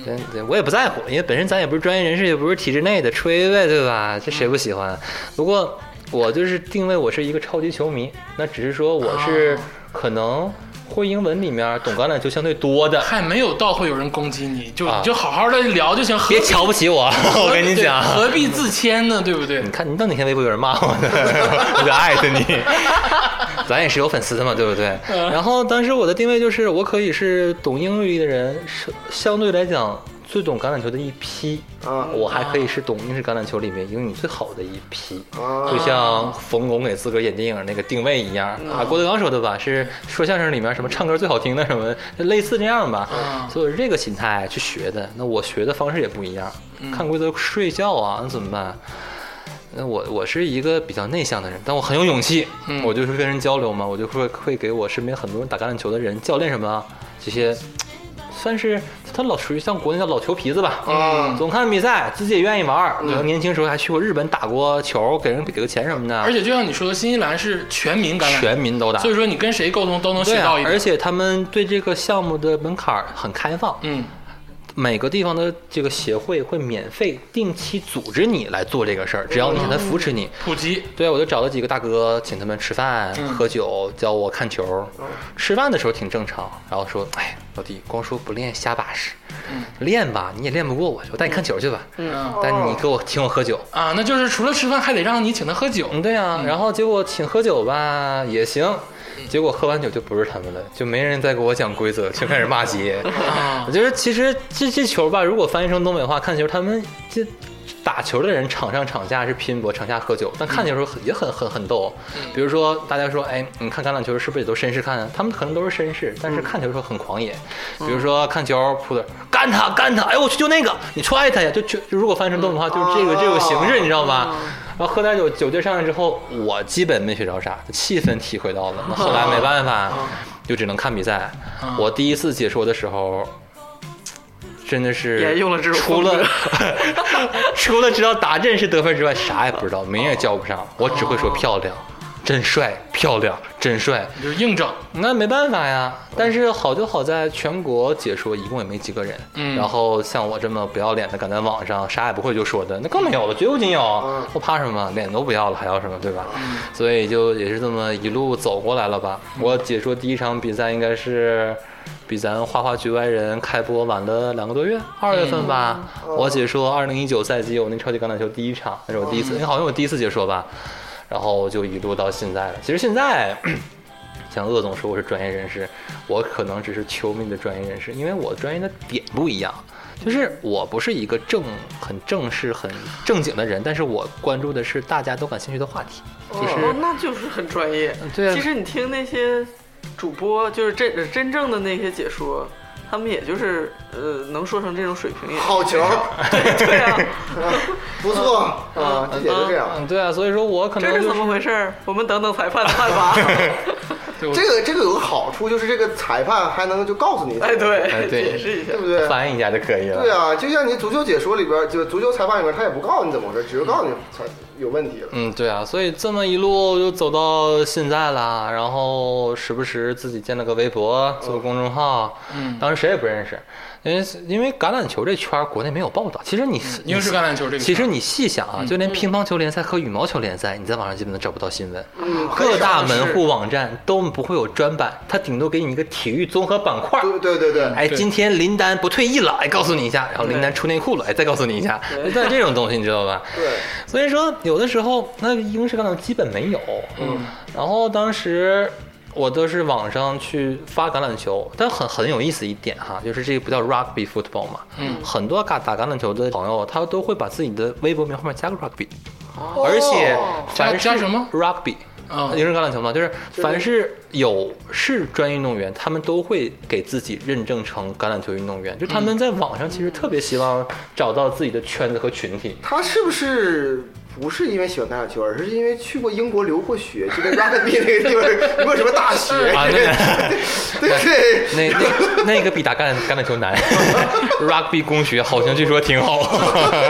但但我也不在乎，因为本身咱也不是专业人士，也不是体制内的，吹呗，对吧？这谁不喜欢？不过我就是定位我是一个超级球迷，那只是说我是可能会英文里面懂橄榄球相对多的，还没有到会有人攻击你，就啊你就好好的聊就行。何别必瞧不起啊我， *laughs* 我跟你讲。何必自谦呢？对不对你？看，你到哪天微博有人骂 *laughs* 我呢，我就艾特你。 *laughs* 咱也是有粉丝的嘛，对不对？然后当时我的定位就是，我可以是懂英语的人，是相对来讲最懂橄榄球的一批。啊我还可以是懂英式橄榄球里面英语最好的一批。啊就像冯巩给自个儿演电影那个定位一样啊，郭德纲说的吧，是说相声里面什么唱歌最好听的什么，就类似这样吧嗯。所以我是这个心态去学的，那我学的方式也不一样。看规则睡觉啊，那怎么办？那我我是一个比较内向的人，但我很有勇气，嗯我就会跟人交流嘛，我就会会给我身边很多人打橄榄球的人、教练什么啊这些，算是他老属于像国内叫老球皮子吧，嗯啊，总看比赛，自己也愿意玩儿。可能年轻时候还去过日本打过球，给人给个钱什么的，而且就像你说的，新西兰是全民橄榄，全民都打。所以说你跟谁沟通都能对学啊到一，点。而且他们对这个项目的门槛儿很开放，嗯，每个地方的这个协会会免费定期组织你来做这个事儿，只要你嗯能扶持你。普及，对，我就找了几个大哥，请他们吃饭、嗯喝酒，教我看哦球。吃饭的时候挺正常，然后说：“哎，老弟，光说不练瞎把式，练吧，你也练不过我，我带你看球去吧。嗯但是你给我请我喝酒。”啊，那就是除了吃饭，还得让你请他喝酒。嗯，对呀、然后结果请喝酒吧也行，嗯结果喝完酒就不是他们了，就没人再给我讲规则，就开始骂 *laughs* 街。啊我觉得其实这这球吧，如果翻译成东北话，看球他们这打球的人场上场下是拼搏，场下喝酒，但看球的时候也很很很逗。比如说大家说，哎，你看橄榄球是不是也都绅士看啊？他们可能都是绅士，但是看球的时候很狂野。比如说看球扑的干他干他，哎我去就那个你踹他呀，就就就如果翻译成东北话就是这个这个形式，你知道吧？然后喝点酒，酒劲上来之后，我基本没学着啥，气氛体会到了。那后来没办法，就只能看比赛。我第一次解说的时候，真的是沿用了这种除风了格 *laughs* 除了知道打阵是得分之外，啥也不知道，名也叫不上，我只会说漂亮。真帅，漂亮，真帅。就是硬整，那没办法呀。但是好就好在全国解说一共也没几个人，嗯然后像我这么不要脸的，敢在网上啥也不会就说的，那更没有了，绝无仅有。我怕什么？脸都不要了，还要什么，对吧？所以就也是这么一路走过来了吧。我解说第一场比赛应该是。比咱《花花局外人》开播晚了两个多月，二月份吧。我解说二零一九赛季我那超级橄榄球第一场，那是我第一次，那好像我第一次解说吧。然后就一路到现在了。其实现在像鄂总说我是专业人士，我可能只是球迷的专业人士，因为我专业的点不一样。就是我不是一个正很正式、很正经的人，但是我关注的是大家都感兴趣的话题， *laughs* 就是、哦，那就是很专业。对啊其实你听那些主播，就是真真正的那些解说，他们也就是呃，能说成这种水平也好球，对 *laughs* 啊，不错啊，这也就这样。嗯，对啊，所以说我可能、这就是怎么回事儿？我们等等裁判的判 *laughs* 罚。这个这个有个好处就是这个裁判还能就告诉你，哎，对，哎对解释一下对。不对？翻译一下就可以了。对啊，就像你足球解说里边儿，就足球裁判里边儿，他也不告诉你怎么回事，只是告诉你才有问题了。 *laughs* 嗯，对啊，所以这么一路就走到现在啦，然后时不时自己建了个微博，做个公众号，嗯，当时谁也不认识，因为因为橄榄球这圈儿国内没有报道。其嗯实你因为是橄榄球这个圈儿嗯其实你细想啊，就连乒乓球联赛和羽毛球联赛，你在网上基本都找不到新闻，各大门户网站都不会有专版，它顶多给你一个体育综合板块儿。对对对对，哎，对今天林丹不退役了，哎，告诉你一下，然后林丹出内裤了，哎，再告诉你一下，但这种东西你知道吧？对，所以说，有的时候那英式橄榄球基本没有。嗯，然后当时我都是网上去发橄榄球，但很很有意思一点哈，就是这个不叫 rugby football 嘛，嗯，很多打打橄榄球的朋友，他都会把自己的微博名后面加个 rugby，、而且凡哦是加加什么 rugby。啊英式橄榄球嘛，就是凡是有是专业运动员，他们都会给自己认证成橄榄球运动员。就他们在网上其实特别希望找到自己的圈子和群体。他是不是不是因为喜欢橄榄球，而是因为去过英国留过学，就在拉格比那个地方有过什么大学， *laughs* 啊对 *laughs* 对 *laughs* 对，那那那个比打橄榄橄榄球难 *laughs* ，rugby 公学好像据说挺好。 *laughs*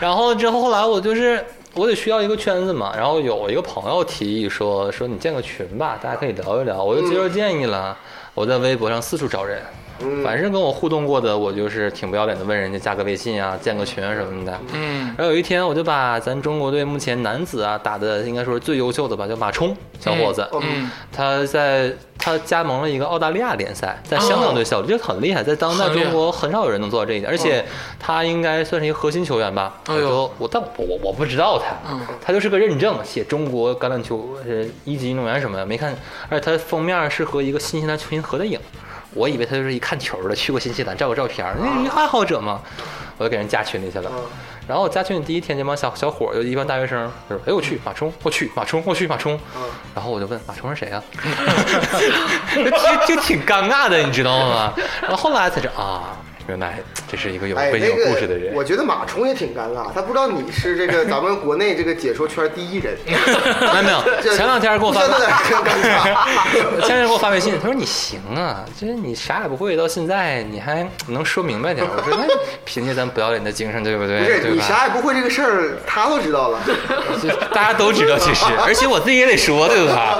然后之后后来我就是我得需要一个圈子嘛，然后有一个朋友提议说说你建个群吧，大家可以聊一聊。我就接受建议了，我在微博上四处找人，反正跟我互动过的，我就是挺不要脸的问人家加个微信啊，建个群啊什么的。嗯然后有一天，我就把咱中国队目前男子啊打的应该说是最优秀的吧，叫马冲小伙子，嗯，他在他加盟了一个澳大利亚联赛，在香港队效力，这很厉害，在当代哦很厉害哦中国很少有人能做到这一点，而且他应该算是一个核心球员吧。哎我呦说我但我我我不知道他嗯，他就是个认证，写中国橄榄球呃一级运动员什么的，没看，而且他封面是和一个新西兰球星合的影，我以为他就是一看球的，去过新西兰照个照片儿，嗯那人爱好者嘛，我就给人加群里去了。然后我加群里第一天，这帮小小伙儿就一帮大学生，就说：“哎，我去马冲，我去马冲，我去马冲。”嗯然后我就问马冲是谁啊？ *laughs* 就就挺尴尬的，你知道吗？然后后来才知道啊，原来这是一个有哎，背景那有个故事的人。我觉得马冲也挺尴尬，他不知道你是这个咱们国内这个解说圈第 *laughs* 一人，没有 *laughs* 没有，前两天给我发互相都在这尴尬。前两天给我发微信，他说你行啊，就是你啥也不会，到现在你还能说明白点儿。我说那凭借咱不要脸的精神，对不 *laughs* 对？不是对你吧？啥也不会这个事 *laughs* 儿，他都知道了。就大家都知道，其实，而且我自己也得说，对吧？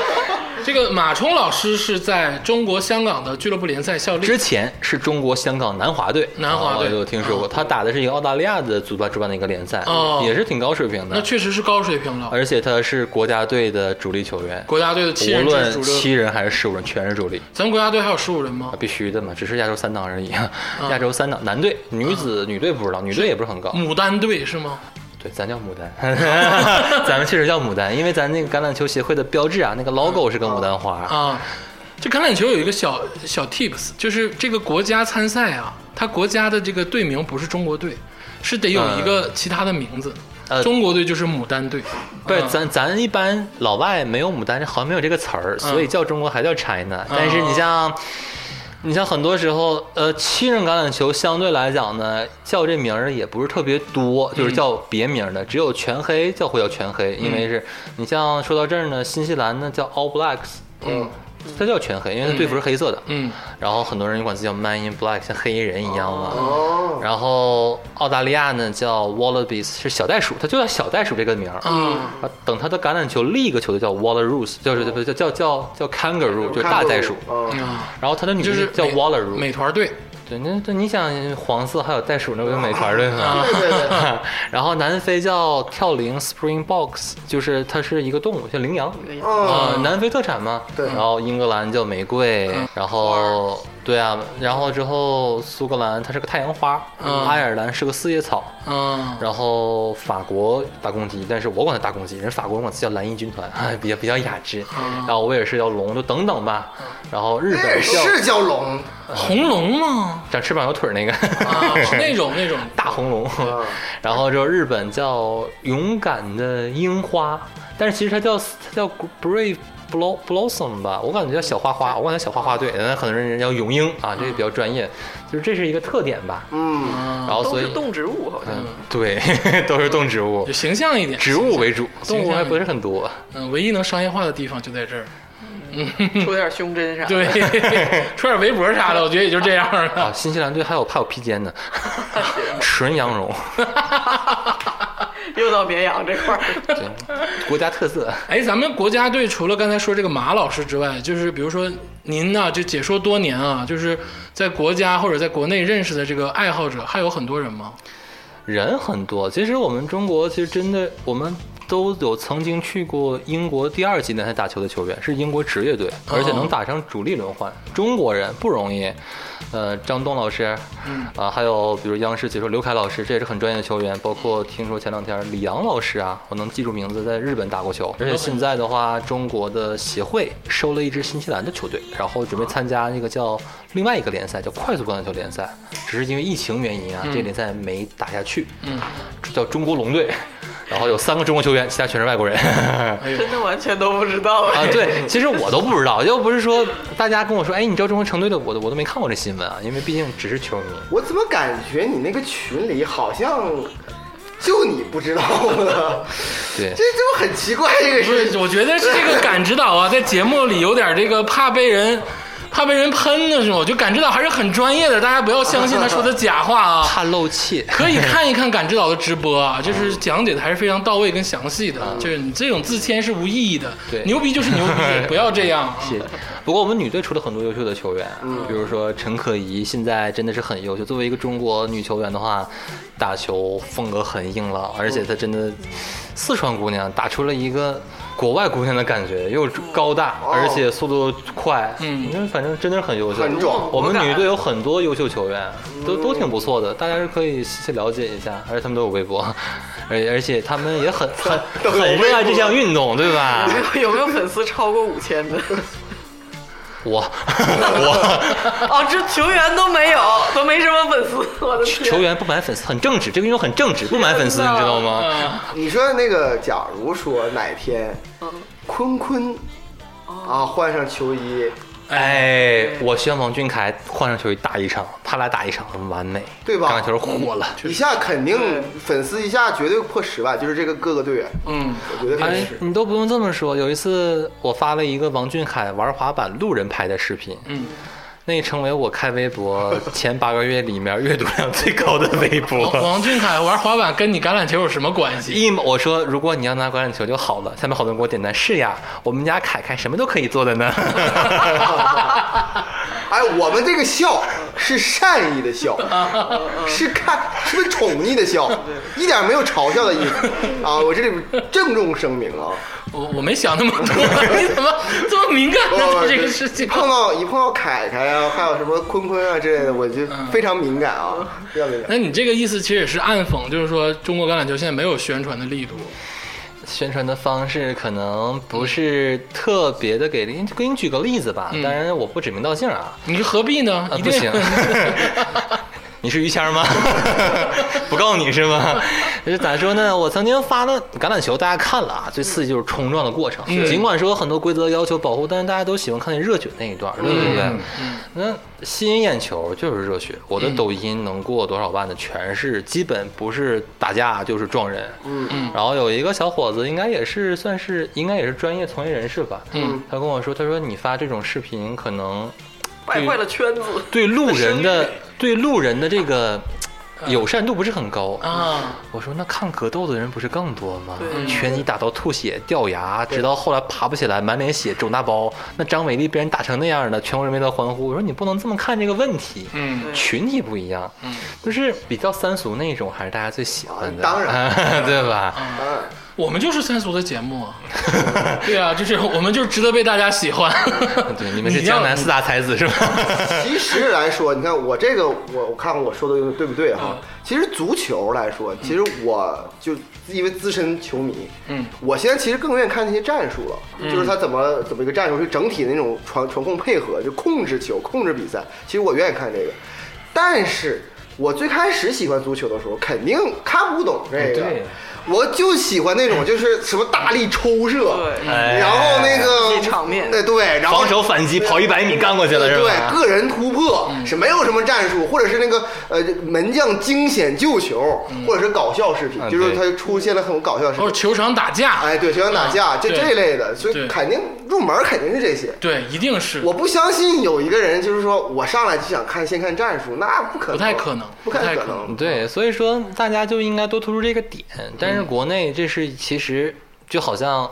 这个马冲老师是在中国香港的俱乐部联赛效力，之前是中国香港南华队，哦南华队嗯我有听说过，他打的是一个澳大利亚的足吧主办的一个联赛哦，也是挺高水平那的，确实是高水平了。而且他是国家队的主力球员，国家队的七无人制论主七力，人还是十五人全是主力。咱们国家队还有十五人吗啊，？必须的嘛，只是亚洲三档而已。啊亚洲三档，男队、女子、女队不知道，女队也不是很高。牡丹队是吗？对，咱叫牡丹， *laughs* 咱们确实叫牡丹，因为咱那个橄榄球协会的标志啊，那个 logo 是个牡丹花。啊，这橄榄球有一个小小 tips，就是这个国家参赛啊，它国家的这个队名不是中国队，是得有一个其他的名字。嗯呃中国队就是牡丹队，不是啊，咱咱一般老外没有牡丹，好像没有这个词儿，所以嗯叫中国还叫 China。但是你像，你像很多时候，呃，七人橄榄球相对来讲呢，叫这名儿也不是特别多，嗯就是叫别名儿的，只有全黑叫会叫全黑，因为是你像说到这儿呢，新西兰呢叫 All Blacks，嗯它叫全黑，因为它队服是黑色的。嗯然后很多人管自己叫 Man in Black，像黑衣人一样嘛。哦，然后澳大利亚呢叫 Wallabies，是小袋鼠，它就叫小袋鼠这个名儿。啊啊等它的橄榄球另一个球队叫 Wallaroos，就是不叫叫叫叫 Kangaroo，就是大嗯袋鼠。啊，啊，然后它的女就队是叫美 Wallaroo，美团队对，那那你想黄色还有袋鼠，那不就美团队吗？对对对， *laughs* 然后南非叫跳羚 Springboks，就是它是一个动物，叫羚羊。嗯，呃，南非特产嘛。对然后英格兰叫玫瑰，然后对啊，然后之后苏格兰它是个太阳花，嗯爱尔兰是个四叶草，啊，然后法国大公鸡，但是我管它大公鸡，人法国人管它叫蓝衣军团， *laughs* 哎比较比较雅致。然后威尔士叫龙，就等等吧。然后日这本叫哎是叫龙，红龙吗？长翅膀有腿儿那个。啊，那种那种 *laughs* 大红龙，然后就日本叫勇敢的樱花，但是其实它叫它叫 brave blo- blossom 吧，我感觉叫小花花，我管它小花花队，但很多人叫永樱啊，这个比较专业，就是这是一个特点吧。嗯，然后都所以是动植物好像。嗯对， *laughs* 都是动植物就，形象一点，植物为主，形动象物还不是很多。嗯，唯一能商业化的地方就在这儿。 *laughs* 说点胸针啥的。对，穿点围脖啥的，我觉得也就这样了。啊，新西兰队还有还有披肩呢，纯羊绒，又到绵羊这块儿， *laughs* 对，国家特色。哎，咱们国家队除了刚才说这个马老师之外，就是比如说您呢、就解说多年啊，就是在国家或者在国内认识的这个爱好者，还有很多人吗？人很多。其实我们中国其实真的我们。都有曾经去过英国第二级联赛打球的球员，是英国职业队，而且能打上主力轮换。中国人不容易，呃，张东老师，嗯啊、还有比如央视解说刘凯老师，这也是很专业的球员。包括听说前两天李阳老师啊，我能记住名字，在日本打过球。嗯而且现在的话，中国的协会收了一支新西兰的球队，然后准备参加那个叫另外一个联赛，叫快速橄榄球联赛。只是因为疫情原因啊，这联赛没打下去。嗯，叫中国龙队， *laughs* 然后有三个中国球员，其他全是外国人。 *laughs* 哎呦，真的完全都不知道啊哎。，对，其实我都不知道，要不是说大家跟我说，哎，你知道中国成队的，我都我都没看过这新闻啊，因为毕竟只是球迷。我怎么感觉你那个群里好像就你不知道呢？对这，这不很奇怪这个不事是，情。我觉得是这个感指导啊，在节目里有点这个怕被人。怕被人喷的时候，就感指导还是很专业的，大家不要相信他说的假话啊。怕漏气。可以看一看感知导的直播啊，就是讲解的还是非常到位跟详细的。就是你这种自谦是无意义的，对牛逼就是牛逼， *laughs* 不要这样啊。是，不过我们女队出了很多优秀的球员，啊嗯比如说陈可怡，现在真的是很优秀。作为一个中国女球员的话，打球风格很硬朗，而且她真的四川姑娘打出了一个国外姑娘的感觉，又高大，哦而且速度快，嗯就反正真的是很优秀。很壮嗯我们女队有很多优秀球员，都都挺不错的，大家是可以细细了解一下，而且他们都有微博， *laughs* 而而且他们也很很 *laughs* 都有很热爱微博这项运动，对 *laughs* 吧？有没有粉丝超过五千的？ *laughs* 我 *laughs* 我。哦，这球员都没有，都没什么粉丝。我的天！球员不买粉丝很正直，这个运动很正直，不买粉丝你知道吗？你说那个，假如说哪天，坤坤啊换上球衣，哎，我希望王俊凯换上球衣打一场，他俩打一场很完美，对吧橄榄球火了。一下肯定对粉丝一下绝对破十万，就是这个各个队员，嗯，我觉得肯哎定是，。你都不用这么说。有一次，我发了一个王俊凯玩滑板路人拍的视频，嗯，那成为我开微博前八个月里面阅读量最高的微哦博。王俊凯玩滑板跟你橄榄球有什么关系？一，我说如果你要拿橄榄球就好了。下面好多人给我点赞，是呀，我们家凯凯什么都可以做 *laughs* 的呢。哎，我们这个笑是善意的笑，是看是不是宠溺的笑，一点没有嘲笑的意思啊！我这里郑重声明啊，我我没想那么多，你怎么这么敏 *laughs* 感呢？我对这个事情，碰到哦一碰到凯凯啊，还有什么坤坤啊之类的，我就嗯非常敏感啊， *laughs* 非常敏感。那你这个意思其实也是暗讽，就是说中国橄榄球现在没有宣传的力度。宣传的方式可能不是特别的给力。给你举个例子吧，当然我不指名道姓啊，你何必呢？啊，一不定行，你是于谦儿吗？ *laughs* 不告你是吗？就是咋说呢？我曾经发了橄榄球，大家看了啊，最刺激就是冲撞的过程。尽管说有很多规则要求保护，但是大家都喜欢看那热血那一段，对不对？那吸引眼球就是热血。我的抖音能过多少万的，全是基本不是打架就是撞人。嗯，然后有一个小伙子，应该也是算是应该也是专业从业人士吧。嗯，他跟我说，他说你发这种视频可能败坏了圈子。对路人的对路人的这个友善度不是很高。 *laughs* 啊，我说那看格斗的人不是更多吗对？拳击打到吐血、掉牙，直到后来爬不起来，满脸血、肿大包。那张伟丽被人打成那样的，全国人民都欢呼。我说你不能这么看这个问题，嗯，群体不一样，就是比较三俗那种，还是大家最喜欢的。当 *laughs* 对吧？嗯，我们就是三俗的节目啊， *laughs* 对啊，就是我们就值得被大家喜欢。 *laughs* 对，你们是你要江南四大才子是吧？其实来说，你看我这个，我我看看我说的对不对嗯哈、其实足球来说，其实我就因为资深球迷，嗯，我现在其实更愿意看那些战术了，嗯就是他怎么怎么一个战术，是整体的那种传传控配合，就控制球、控制比赛。其实我愿意看这个，但是我最开始喜欢足球的时候，肯定看不懂哎这个。对我就喜欢那种，就是什么大力抽射，对哎然后那个激场面哎对，然后防守反击，跑一百米干过去了是对，吧？个人突破嗯是没有什么战术，或者是那个呃门将惊险救球，嗯或者是搞笑视频啊，就是对它出现了很多搞笑视或者频。球场打架，哎，对，球员打架啊就哦对这一类的，所对以肯定入门肯定是这些。对，一定是我不相信有一个人就是说我上来就想看先看战术，那不可能，不太可能不太不太可可能能。嗯对，所以说大家就应该多突出这个点。但是国内这是其实就好像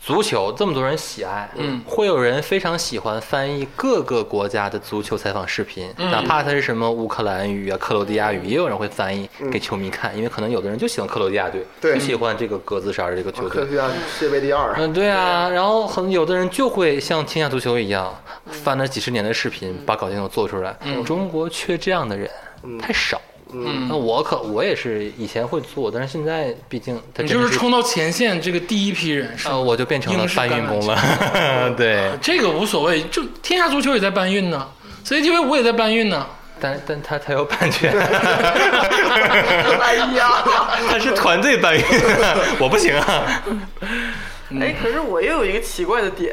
足球这么多人喜爱，嗯会有人非常喜欢翻译各个国家的足球采访视频，哪怕它是什么乌克兰语啊、克罗地亚语，也有人会翻译给球迷看，因为可能有的人就喜欢克罗地亚队，对哦就喜欢这个格子衫儿这个球队科。学家世界杯第二，嗯，对啊，然后很有的人就会像天下足球一样，翻了几十年的视频，把搞定都做出来。中国缺这样的人，太少。嗯那我可我也是以前会做，但是现在毕竟他你真就的是冲到前线这个第一批人啊是吗呃，我就变成了英式搬运工了。 *laughs* 对，这个无所谓，就天下足球也在搬运呢，CCTV 五也在搬运呢。但但他他有版权， *laughs* 哎呀， *laughs* 他是团队搬运，我不行啊。嗯哎，可是我又有一个奇怪的点，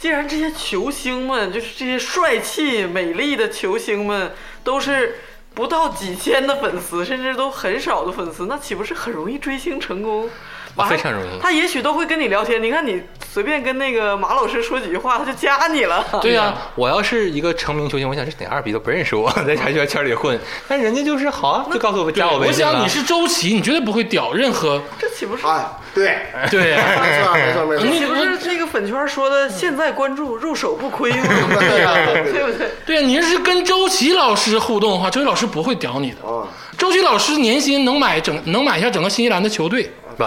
既然这些球星们，就是这些帅气美丽的球星们，都是不到几千的粉丝，甚至都很少的粉丝，那岂不是很容易追星成功？马上非常容易他也许都会跟你聊天。你看，你随便跟那个马老师说几句话，他就加你了。对啊呀、我要是一个成名球星，我想这哪二逼都不认识我，在啥圈圈里混，但人家就是好啊，就告诉我加我微我信了。想你是周琦，你绝对不会屌任 *laughs* 何 *laughs* 这岂不是？哎， *laughs* 对，对呀、没错没错没错嗯。岂不是这个粉圈说的现在关注入手不亏吗？对呀对不对？对呀、啊你要是跟周琦老师互动的话，周琦老师不会屌你的。啊，周琦老师年薪能买整能买下整个新西兰的球队，不，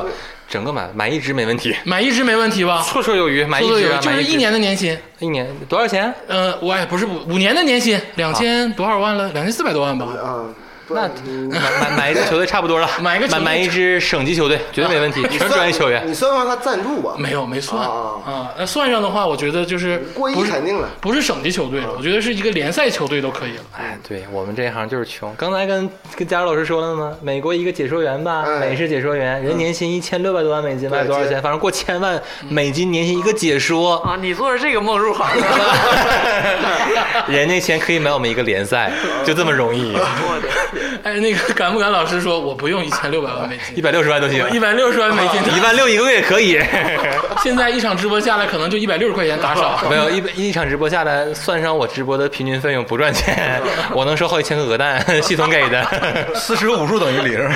整个买买一只没问题，买一支没问题吧？绰绰有余，买一对只对，啊，就买是一一只年的年薪，一年多少钱？呃，我也不是五五年的年薪，两啊千多少万了，两千四百多万吧。啊，那 *laughs* 买买买一个球队差不多了，买一个球买队买一支省级球队绝对没问题，全是专业球员你。算不算他赞助吧？没有，没算啊啊。那算上的话，我觉得就是过亿不是肯定了不是省级球队了，我觉得是一个联赛球队都可以了。啊哎，对我们这一行就是穷。刚才跟跟佳茹老师说了吗？美国一个解说员吧，哎美式解说员，人年薪一千六百多万美金对吧，还是多少这钱？反正过千万美金年薪一个解说，啊，你做着这个梦入行 *laughs* 的， *laughs* 人家钱可以买我们一个联赛，就这么容易。我的天！哎，那个敢不敢老师说我不用一千六百万美金， *laughs* 一百六十万都行，一百六十万美金，一万六一个月可以。 *laughs* 现在一场直播下来可能就一百六十块钱打赏，没有一一场直播下来，算上我直播的平均费用不赚钱，我能收好几千个鹅蛋，系统给的。四十个五数等于零。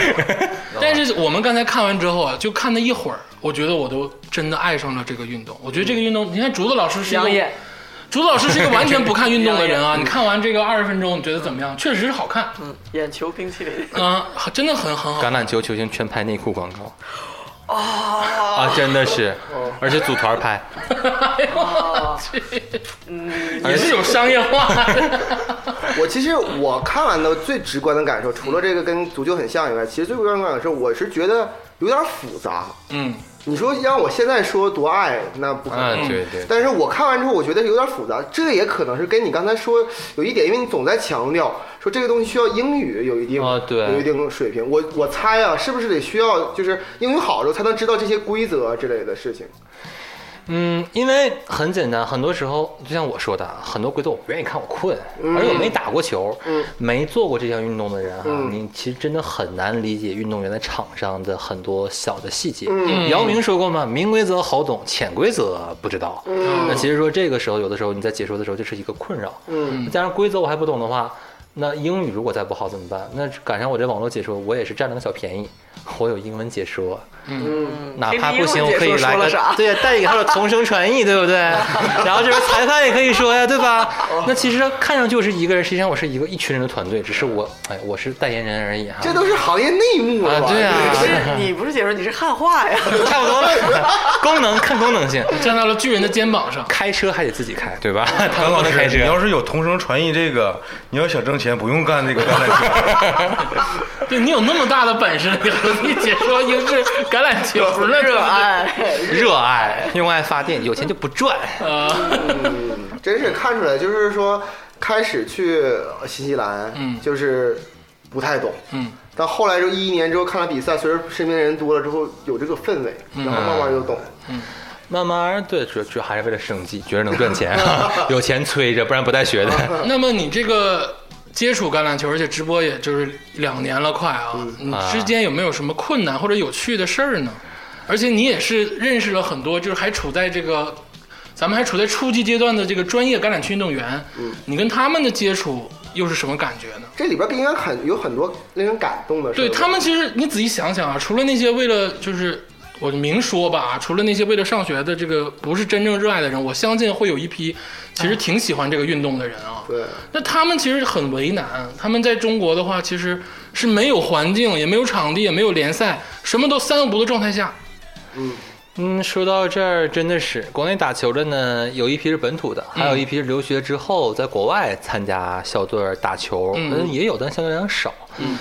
但是我们刚才看完之后啊，就看那一会儿，我觉得我都真的爱上了这个运动。我觉得这个运动，你看竹子老师是一香个艳，竹子老师是一个完全不看运动的人 *laughs* 啊。你看完这个二十分钟，你觉得怎么样？确实是好看，嗯，眼球冰淇淋啊，真的很很好。橄榄球球星全拍内裤广告。啊，真的是，而且组团拍，哎呦哦我去，也是有商业化的。 *laughs* 我其实我看完的最直观的感受，除嗯了这个跟足球很像以外，其实最直观的感受，我是觉得有点复杂。嗯，你说让我现在说多爱，那不可能。嗯，对对，但是我看完之后，我觉得有点复杂，这也可能是跟你刚才说有一点，因为你总在强调说这个东西需要英语有一定啊对有一定水平。我我猜啊，是不是得需要就是英语好了之后才能知道这些规则啊之类的事情？啊嗯，因为很简单，很多时候就像我说的，很多规则我不愿意看，我困，嗯而且我没打过球，没做过这项运动的人哈，嗯你其实真的很难理解运动员在场上的很多小的细节。嗯姚明说过嘛，明规则好懂，潜规则不知道。嗯那其实说这个时候，有的时候你在解说的时候，这是一个困扰。嗯加上规则我还不懂的话，那英语如果再不好怎么办？那赶上我这网络解说，我也是占了个小便宜， *laughs* 我有英文解说，嗯，哪怕不听行英我文可以解说来说了个啥对呀，带一个还有同声传译，对 *laughs* 不对？然后这边裁判也可以说呀，对吧？哦那其实看上去我是一个人，实际上我是一个一群人的团队，只是我哎，我是代言人而已哈。这都是行业内幕了啊吧？ *laughs* 对啊 *laughs* 不是你不是解说，你是汉化呀。差不多了，功能看功能性，站到了巨人的肩膀上。开车还得自己开，对吧？哦 *laughs* 他唐们不老能开师，车你。要是有同声传译这个，你要想挣钱，不用干这个橄 *laughs* 榄球。对你有那么大的本事，你何必解说英式橄榄 *laughs* 球呢？热爱，热爱用爱发电，有钱就不赚。啊，嗯，真是看出来，就是说开始去呃新西兰，嗯就是不太懂，嗯，但后来就一一年之后看了比赛，随着身边人多了之后，有这个氛围，嗯然后慢慢就懂。慢慢对，主主要还是为了生计，觉得能赚钱，啊 *laughs* 有钱催着，不然不带学的。 *laughs* 那么你这个接触橄榄球，而且直播也就是两年了，快啊，你之间有没有什么困难或者有趣的事儿呢？而且你也是认识了很多，就是还处在这个。咱们还处在初级阶段的这个专业橄榄球运动员，你跟他们的接触又是什么感觉呢？这里边应该很有很多令人感动的事。对他们，其实你仔细想想啊，除了那些为了就是我明说吧啊，除了那些为了上学的这个不是真正热爱的人，我相信会有一批其实挺喜欢这个运动的人啊。对，那他们其实很为难，他们在中国的话，其实是没有环境，也没有场地，也没有联赛，什么都三无的状态下，嗯，说到这儿，真的是国内打球的呢，有一批是本土的，还有一批是留学之后在国外参加校队儿打球，嗯也有，但相对来讲少。嗯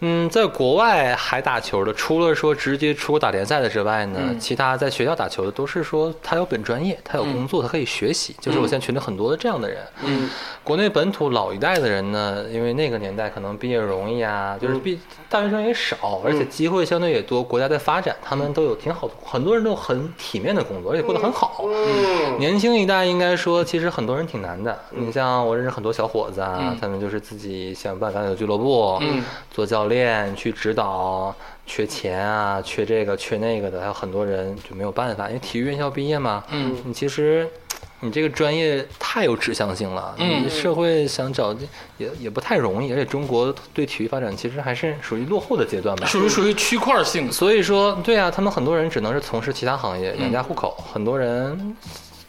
嗯在国外还打球的，除了说直接出国打联赛的之外呢，嗯其他在学校打球的都是说他有本专业，他有工作，他可以学习。就是我现在群里很多的这样的人。嗯，国内本土老一代的人呢，因为那个年代可能毕业容易啊，就是毕、大学生也少，而且机会相对也多，国家在发展，他们都有挺好，很多人都有很体面的工作，而且过得很好。嗯，年轻一代应该说，其实很多人挺难的。你像我认识很多小伙子啊，嗯他们就是自己想办法有俱乐部，嗯做教练去指导，缺钱啊，缺这个缺那个的，还有很多人就没有办法，因为体育院校毕业嘛，嗯，你其实。你这个专业太有指向性了，嗯你社会想找也也不太容易，而且中国对体育发展其实还是属于落后的阶段吧，属于属于区块性的。所以说，对啊，他们很多人只能是从事其他行嗯业养家糊口，很多人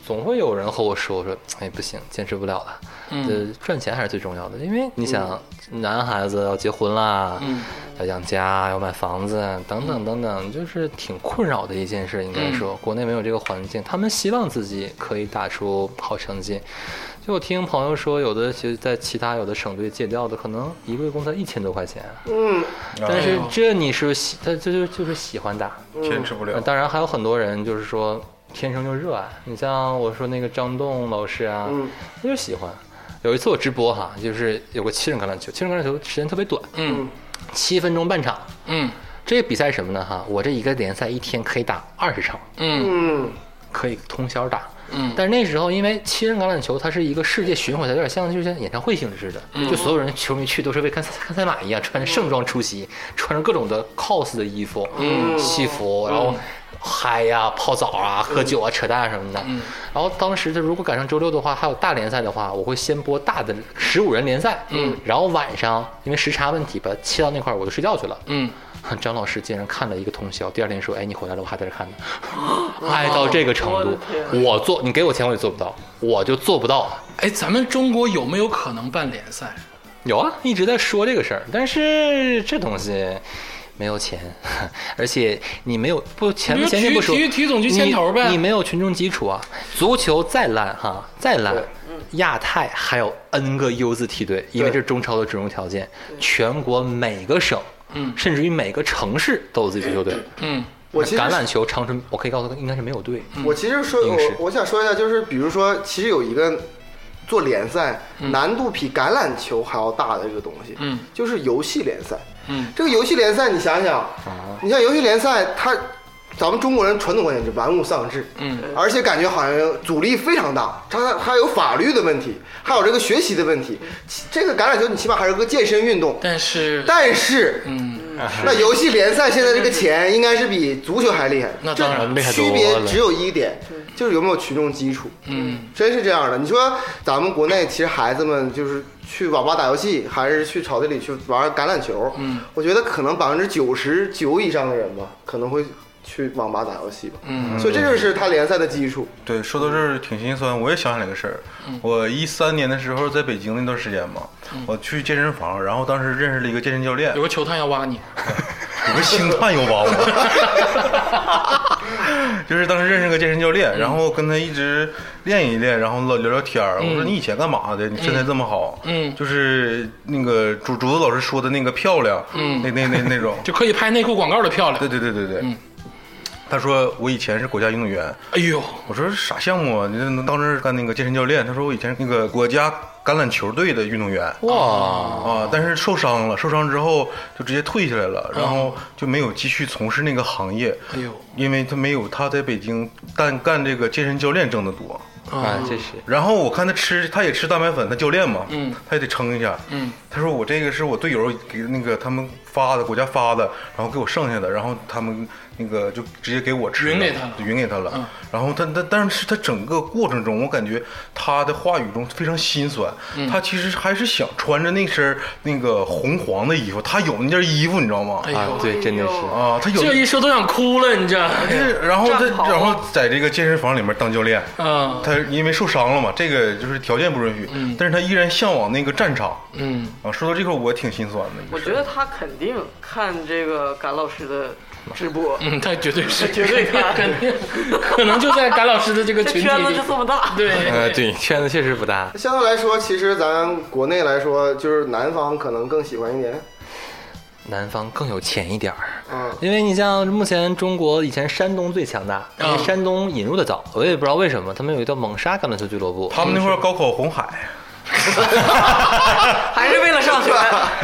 总会有人和我说说，哎，不行，坚持不了了，嗯呃，赚钱还是最重要的，因为你想，男孩子要结婚啦，嗯要养家，要买房子，等等等等，就是挺困扰的一件事。应该说，嗯国内没有这个环境，他们希望自己可以打出好成绩。就我听朋友说，有的其实在其他有的省队借调的，可能一个月工资一千多块钱，嗯，但是这你是喜，他这就就是喜欢打。坚持不了嗯呃。当然还有很多人就是说天生就热爱。你像我说那个张栋老师啊，嗯他就喜欢。有一次我直播哈，就是有个七人橄榄球，七人橄榄球时间特别短，嗯七分钟半场。嗯这个比赛是什么呢？哈，我这一个联赛一天可以打二十场，嗯嗯，可以通宵打。嗯但是那时候因为七人橄榄球它是一个世界巡回赛，有点像就像演唱会性质的，嗯就所有人球迷去都是为看赛看赛马一样，穿着盛装出席，穿着各种的 cos 的衣服、嗯西服，然后。嗨呀，泡澡啊，喝酒啊，扯淡什么的。嗯然后当时就如果赶上周六的话，还有大联赛的话，我会先播大的十五人联赛。嗯，然后晚上因为时差问题吧，切到那块儿我就睡觉去了。嗯， *laughs* 张老师竟然看了一个通宵，第二天说：“哎，你回来了，我还在这看呢。”哦 *laughs* 爱到这个程我度的，啊我做你给我钱我也做不到，我就做不到。哎，咱们中国有没有可能办联赛？有啊，一直在说这个事儿，但是这东西没有钱， *laughs* 而且你没有不前你就前面不说，体育体育总局牵头呗你，你没有群众基础啊。足球再烂哈，再烂对，亚太还有 N 个 U 字梯队，因为对这是中超的准入条件，全国每个省。嗯甚至于每个城市都有自己的 *clears throat* 球队。嗯我其实橄榄球长春，我可以告诉他，应该是没有队。我其实说，影视我我想说一下，就是比如说，其实有一个做联赛难度比橄榄球还要大的一个东西，嗯，就是游戏联赛。嗯，啊这个游戏联赛，你想想，你像游戏联赛，它咱们中国人传统观念是玩物丧志，嗯，而且感觉好像阻力非常大，它还有法律的问题，还有这个学习的问题。其这个橄榄球你起码还是个健身运动，但是但是嗯，那游戏联赛现在这个钱应该是比足球还厉害，那当然厉害多区别了只有一点，就是有没有群众基础。嗯，真是这样的。你说咱们国内其实孩子们就是去网吧打游戏，还是去草地里去玩橄榄球？嗯，我觉得可能百分之九十九以上的人吧，可能会去网吧打游戏吧。嗯，所以这就是他联赛的基础。对，说到这儿挺心酸，我也想起来个事儿。嗯我一三年的时候在北京那段时间嘛，我去健身房，然后当时认识了一个健身教练有，个球探要挖你，有个星探有包我， *laughs* 就是当时认识个健身教练，然后跟他一直练一练，然后聊聊天儿。我说你以前干嘛的？你身材这么好，嗯就是那个竹竹子老师说的那个漂亮，嗯，那那那那种就可以拍内裤广告的漂对亮。对对对对。嗯他说我以前是国家运动员，哎呦，我说啥项目啊？你这能当时干那个健身教练？他说我以前是那个国家橄榄球队的运动员。哇，啊！但是受伤了，受伤之后就直接退下来了，然后就没有继续从事那个行业。啊哎呦，因为他没有他在北京干干这个健身教练挣得多。啊，这是然后我看他吃，他也吃蛋白粉，他教练嘛，嗯，他也得称一下，嗯，他说我这个是我队友给那个他们发的，国家发的，然后给我剩下的，然后他们那个就直接给我吃了，匀给他了匀给他了。嗯然后他他但是他整个过程中，我感觉他的话语中非常心酸，嗯他其实还是想穿着那身那个红黄的衣服，他有那件衣服，你知道吗？哎啊呦，，对，真的是。啊，他有这一说都想哭了，你这，就是然后他战袍然后在这个健身房里面当教练，嗯他因为受伤了嘛，这个就是条件不允许，但是他依然向往那个战场。嗯，啊，说到这块儿我挺心酸的。 *laughs* 我觉得他肯定看这个甘老师的直播，嗯，他绝对是，绝对看肯定，可能就在甘老师的这个 *laughs* 这群体圈子里就，这么大。呃，哎对，对， *laughs* 圈子确实不大。相对来说，其实咱国内来说，就是南方可能更喜欢一点。南方更有钱一点儿，嗯，因为你像目前中国以前山东最强大，因嗯为山东引入的早，我也不知道为什么，他们有一个叫猛沙橄榄球俱乐部。他们那块儿高考红海， *laughs* 还是为了上学。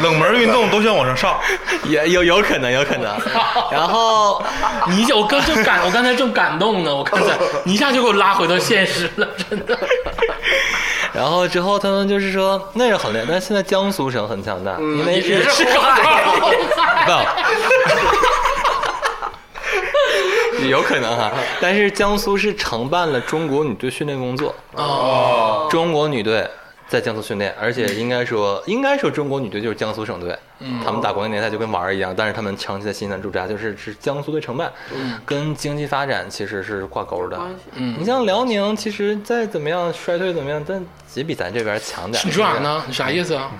冷门运动都想往上上，也有有可能，*laughs* 有可能。然后你一下我刚正感，我刚才正感动呢，我刚 *laughs* 才你一下就给我拉回到现实了，真的。然后之后他们就是说那是很厉害，但是现在江苏省很强大，因为嗯也是是红海，不。 *laughs* 有可 *laughs* 能哈，但是江苏是承办了中国女队训练工作，哦，中国女队在江苏训练，而且应该说，应该说中国女队就是江苏省队，嗯他们打国内联赛就跟玩儿一样，但是他们长期在西南驻扎，就是是江苏队承办，跟经济发展其实是挂钩的嗯关系。嗯你像辽宁，其实再怎么样衰退怎么样，但也比咱这边强点儿。你说啥呢？你啥意思啊？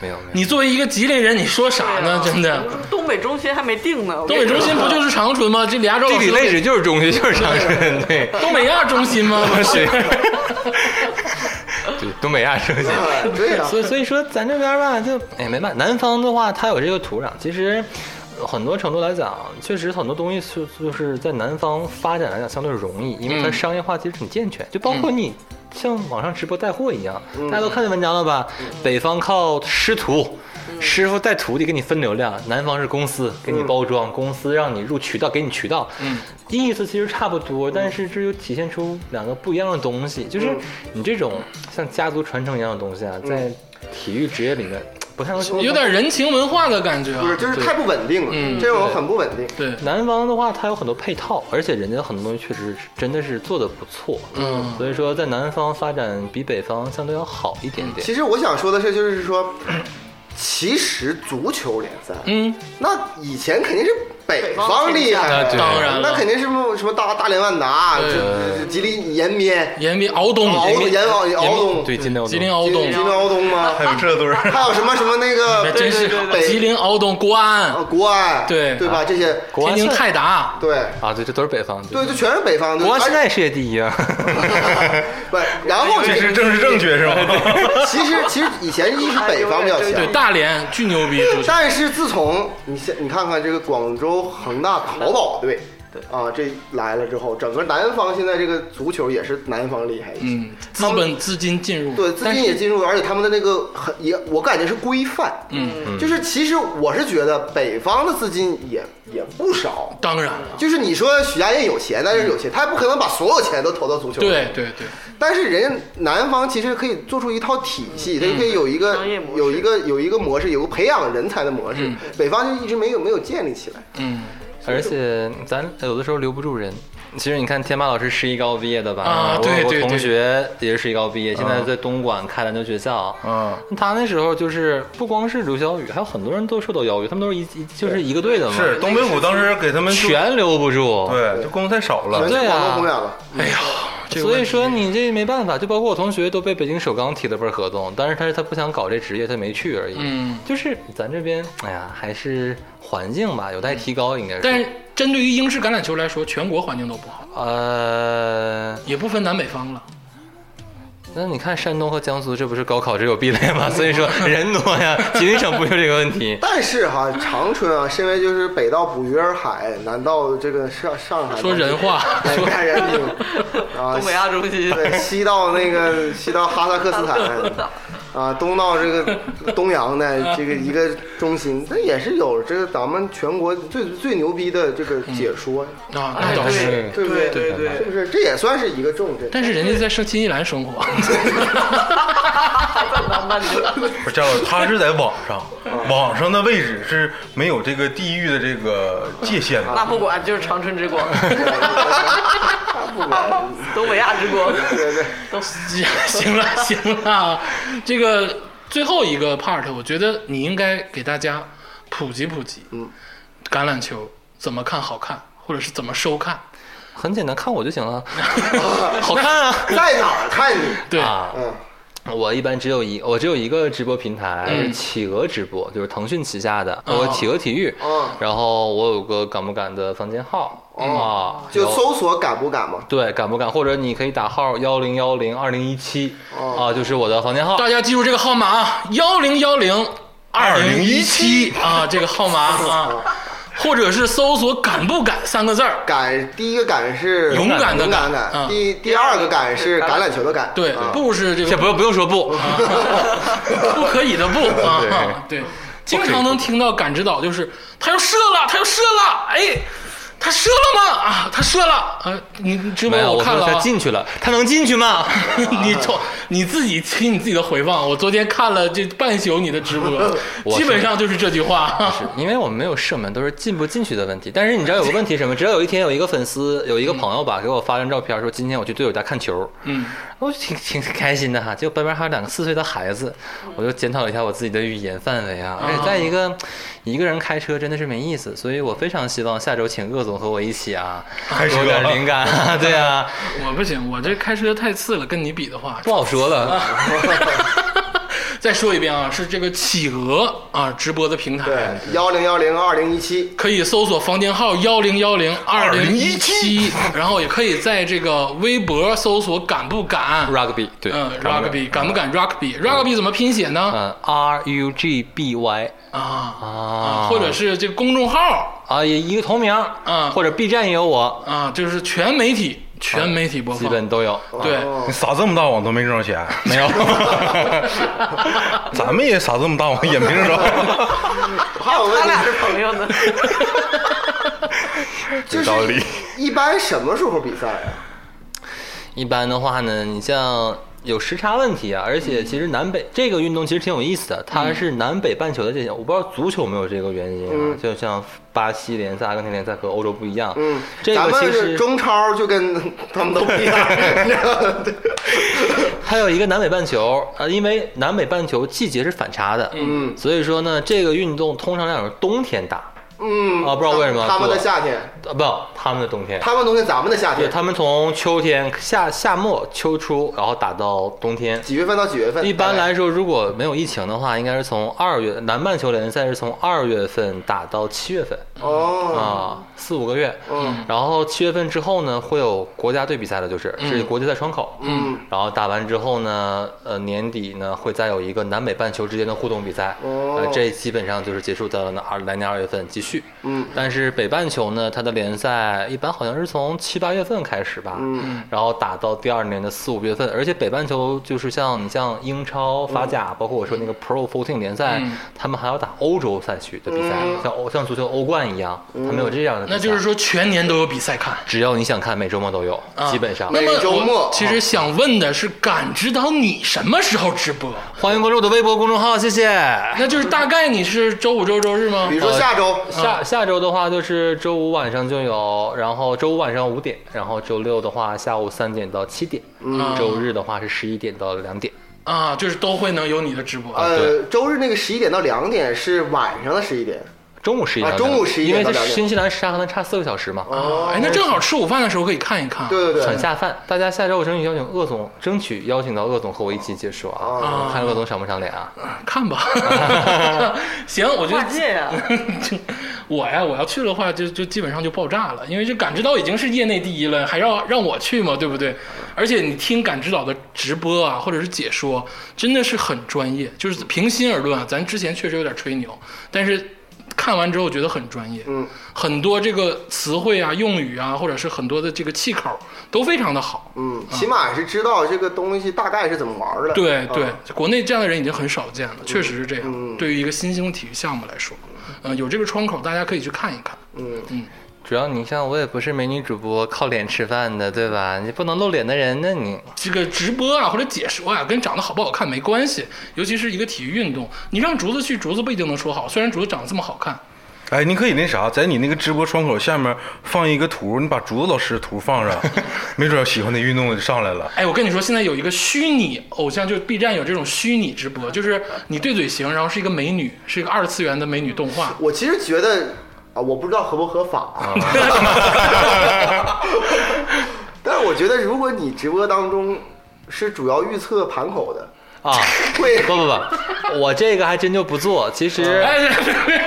没有没有，你作为一个吉林人，你说啥呢？真我的们，说东北中心还没定呢。我跟东你北说中心不就是长春吗？这俩州 *laughs* 地理位置就是中学，就是长春， *laughs* 对，东北亚中心 *laughs* 吗？不是， *laughs* 对，东北亚 *laughs* 中心。 *laughs* 对呀、啊所以所以说咱这边吧，就哎没办法，南方的话它有这个土壤，其实。很多程度来讲，确实很多东西是就是在南方发展来讲相对容易，因为它嗯商业化其实很健全，就包括你像网上直播带货一样，嗯大家都看见文章了吧？北方靠师徒。嗯师傅带徒弟给你分流量，南方是公司给你包装，公司让你入渠道，给你渠道，嗯，意思其实差不多，但是这又体现出两个不一样的东西，就是嗯你这种像家族传承一样的东西啊，在体育职业里面不太能说有点人情文化的感觉啊不。是，就是太不稳定嗯了，这种很不稳定。对，南方的话，它有很多配套，而且人家很多东西确实是真的是做的不错，嗯所以说在南方发展比北方相对要好一点点。其实我想说的是，就是说，其实足球联赛，嗯，那以前肯定是北方厉啊害对的，当然了那肯定是什么什么大大连万达、对嗯这这吉林延边、延呃边敖东，敖延敖敖东、对，金牛吉林敖吉东林，吉林敖东 *laughs* 吗？还有这对儿，还有什么什么那个真是对对对对吉林敖东国安呃，国安，对啊对吧？这些国安天津现在泰达，对啊，对，这都是北方。对，就全是北方的。国安而现在世界第一啊， *laughs* 不，然 *laughs* 后这是政治正确是 *laughs* 吗？其实其实以前一直北方比较强，对大连巨牛逼，足球但是自从你现你看看这个广州恒大淘宝队，对啊，这来了之后，整个南方现在这个足球也是南方厉害一些。嗯，资本资金进入，对，资但金是也进入，而且他们的那个很也，我感觉是规范。嗯，就是其实我是觉得北方的资金也也不少，当然了，就是你说许家印有钱，但是有钱，他也不可能把所有钱都投到足球。对，对对，但是人家南方其实可以做出一套体系，它就可以有一个嗯商业模式有一个有一个模式，有个培养人才的模式嗯。北方就一直没有没有建立起来。嗯， *laughs* 而且咱有的时候留不住人。其实你看，天马老师十一高毕业的吧？啊我对对我同对学也是十一高毕业，现在在东莞开篮球学校。啊，他那时候就是不光是刘晓宇，还有很多人都受到邀约，他们都是一一就是一个队的嘛，是东北虎当时给他们就全留不住。对，就工太少了全，对去啊广东宏远了，？哎呀，这个所以问题说你这没办法，就包括我同学都被北京首钢提了份合同，但是他他不想搞这职业，他没去而已。嗯，就是咱这边，哎呀，还是环境吧，有待提高，应该是。嗯但是针对于英式橄榄球来说，全国环境都不好，呃，也不分南北方了。那你看山东和江苏，这不是高考只有壁垒吗？所以说 *laughs* 人多呀，吉林省不就这个问题但是哈，长春啊，身为就是北到捕鱼儿海，南到这个上上海，说人话，哎，说看人品啊，东北亚中心。对，西到那个西到哈萨克斯 *laughs* 坦，啊，东到这个东洋的这个一个中心，那也是有这个咱们全国最最牛逼的这个解说呀，啊，那哎倒是，是对对不对对是 *laughs* 不对，是？这也算是一个重镇。但是人家在生新西兰生活， *laughs* 慢慢的，不是这样，他是在网上，网上的位置是没有这个地域的这个界限 *laughs* 那的。不管就是长春之光， *laughs* 东北亚之光，对对， *laughs* 行了行了啊，这个最后一个 part，我觉得你应该给大家普及普及，嗯，橄榄球怎么看好看，或者是怎么收看，很简单，看我就行 *laughs* 了，好看啊。在哪儿看你？对，啊，嗯，我一般只有一，我只有一个直播平台，嗯是企鹅直播，就是腾讯旗下的，哦我企鹅体育，嗯哦然后我有个敢不敢的房间号啊，就有搜索敢不敢嘛？对敢不敢，或者你可以打号幺零幺零二零一七哦啊，就是我的房间号。大家记住这个号码啊，幺零幺零二零一七啊，这个号码啊，或者是搜索“敢不敢”三个字儿。敢，第一个敢是勇敢的勇敢敢嗯敢，第第二个敢是橄榄球的敢，对啊，不是这先个不用不用说不，不可以的不啊，对，经常能听到感知导就是他要射了，他要射了，哎，他射了吗？啊，他射了啊，你你直播没有，看说了他啊，进去了，他能进去吗？ *laughs* 你瞅你自己听你自己的回放，我昨天看了这半宿你的直播，基本上就是这句话， *laughs* 是因为我们没有射门，都是进不进去的问题。但是你知道有个问题是什么？只要有一天有一个粉丝，有一个朋友吧，给我发张照片，说今天我去队友家看球，嗯，我挺挺开心的哈。结果旁边还有两个四岁的孩子，我就检讨了一下我自己的语言范围哦啊。而且再一个，一个人开车真的是没意思，所以我非常希望下周请鄂总和我一起 *laughs* 啊，开车有点灵感啊，对啊， *laughs* 我不行，我这开车太次了，跟你比的话，不好说了。咱 *laughs* 再说一遍啊，是这个企鹅啊直播的平台，对，幺零幺零二零一七，可以搜索房间号幺零幺零二零一七2017，然后也可以在这个微博搜索“敢不敢 Rugby，”，对，嗯，rugby 敢不敢 rugby，rugby 怎么拼写呢？嗯，R U G B Y 啊啊，嗯啊，或者是这个公众号啊也一个同名，嗯或者 B 站也有我，啊，就是全媒体全媒体播啊基放，本都有。对，你撒这么大网都没挣着钱，没有？ *laughs* 咱们也撒这么大网也没挣着，还有他问题俩是朋友呢，就道理是一般什么时候比赛啊？一般的话呢，你像有时差问题啊，而且其实南北、这个运动其实挺有意思的，嗯它是南北半球的界限。我不知道足球有没有这个原因啊，就像巴西联赛、阿根廷联赛和欧洲不一样。嗯，这个咱其们是实中超就跟他们都不一样， *laughs* 你知道吗对它有一个南北半球，呃，因为南北半球季节是反差的，嗯所以说呢，这个运动通常来讲是冬天打，嗯啊不知道为什么他们的对夏天，呃，不，他们的冬天。他们都跟咱们的夏对，天，他们从秋天夏夏末秋初，然后打到冬天，几月份到几月份？ *laughs* 一般来说，如果没有疫情的话，应该是从二月南半球联赛是从二月份打到七月份哦，啊，四五个月。嗯然后七月份之后呢，会有国家队比赛了，就是是国际赛窗口。嗯，然后打完之后呢，呃，年底呢会再有一个南北半球之间的互动比赛。哦呃，这基本上就是结束到了那二来年二月份继续。嗯，但是北半球呢，它的联赛一般好像是从七八月份开始吧，嗯，然后打到第二年的四五月份，而且北半球就是像你像英超、法嗯甲，包括我说那个 Pro Fourteen 联赛，嗯他们还要打欧洲赛区的比赛，嗯像欧像足球欧冠一样，他们有这样的比那赛。就是，说全年都有比赛看。只要你想看，每周末都有，啊基本上。那么每周我末其实想问的是，感知到你什么时候直播？欢迎关注我的微博公众号，谢谢。那就是大概你是周五、周周日吗比？如说啊下周，下下周的话就是周五晚上就有，然后周五晚上五点，然后周六的话下午三点到七点，嗯周日的话是十一点到两点。啊，就是都会能有你的直播。呃，周日那个十一点到两点是晚上的十一点，中午十一点到啊2点，中午11点因为到这2点新西兰时差和咱差四个小时嘛，啊哎，那正好吃午饭的时候可以看一看。哦对对对很，下饭。大家下周我争取邀请鄂总，争取邀请到鄂总和我一起解说啊，看鄂总赏不赏脸啊？看吧。行，我觉跨得界啊呀、 *laughs* 我呀，我要去的话，就就基本上就爆炸了，因为这感知岛已经是业内第一了，还让让我去嘛，对不对？而且你听感知岛的直播啊，或者是解说，真的是很专业。就是平心而论啊，咱之前确实有点吹牛，但是看完之后觉得很专业，嗯，很多这个词汇啊、用语啊，或者是很多的这个气口都非常的好。嗯，起码是知道这个东西大概是怎么玩儿的。对啊对，国内这样的人已经很少见了，确实是这样。对于一个新兴体育项目来说，嗯，有这个窗口，大家可以去看一看。嗯主要你像我也不是美女主播，靠脸吃饭的，对吧？你不能露脸的人，那你这个直播啊或者解说啊，跟长得好不好看没关系，尤其是一个体育运动，你让竹子去，竹子不一定能说好。虽然竹子长得这么好看，哎，你可以那啥，在你那个直播窗口下面放一个图，你把竹子老师的图放上，没准喜欢的运动就上来了。哎，我跟你说，现在有一个虚拟偶像，就是 B 站有这种虚拟直播，就是你对嘴型，然后是一个美女，是一个二次元的美女动画。我其实觉得啊，我不知道合不合法哦啊， *laughs* 但是我觉得如果你直播当中是主要预测盘口的，啊， *laughs* 会啊不不不，我这个还真就不做。其实哎，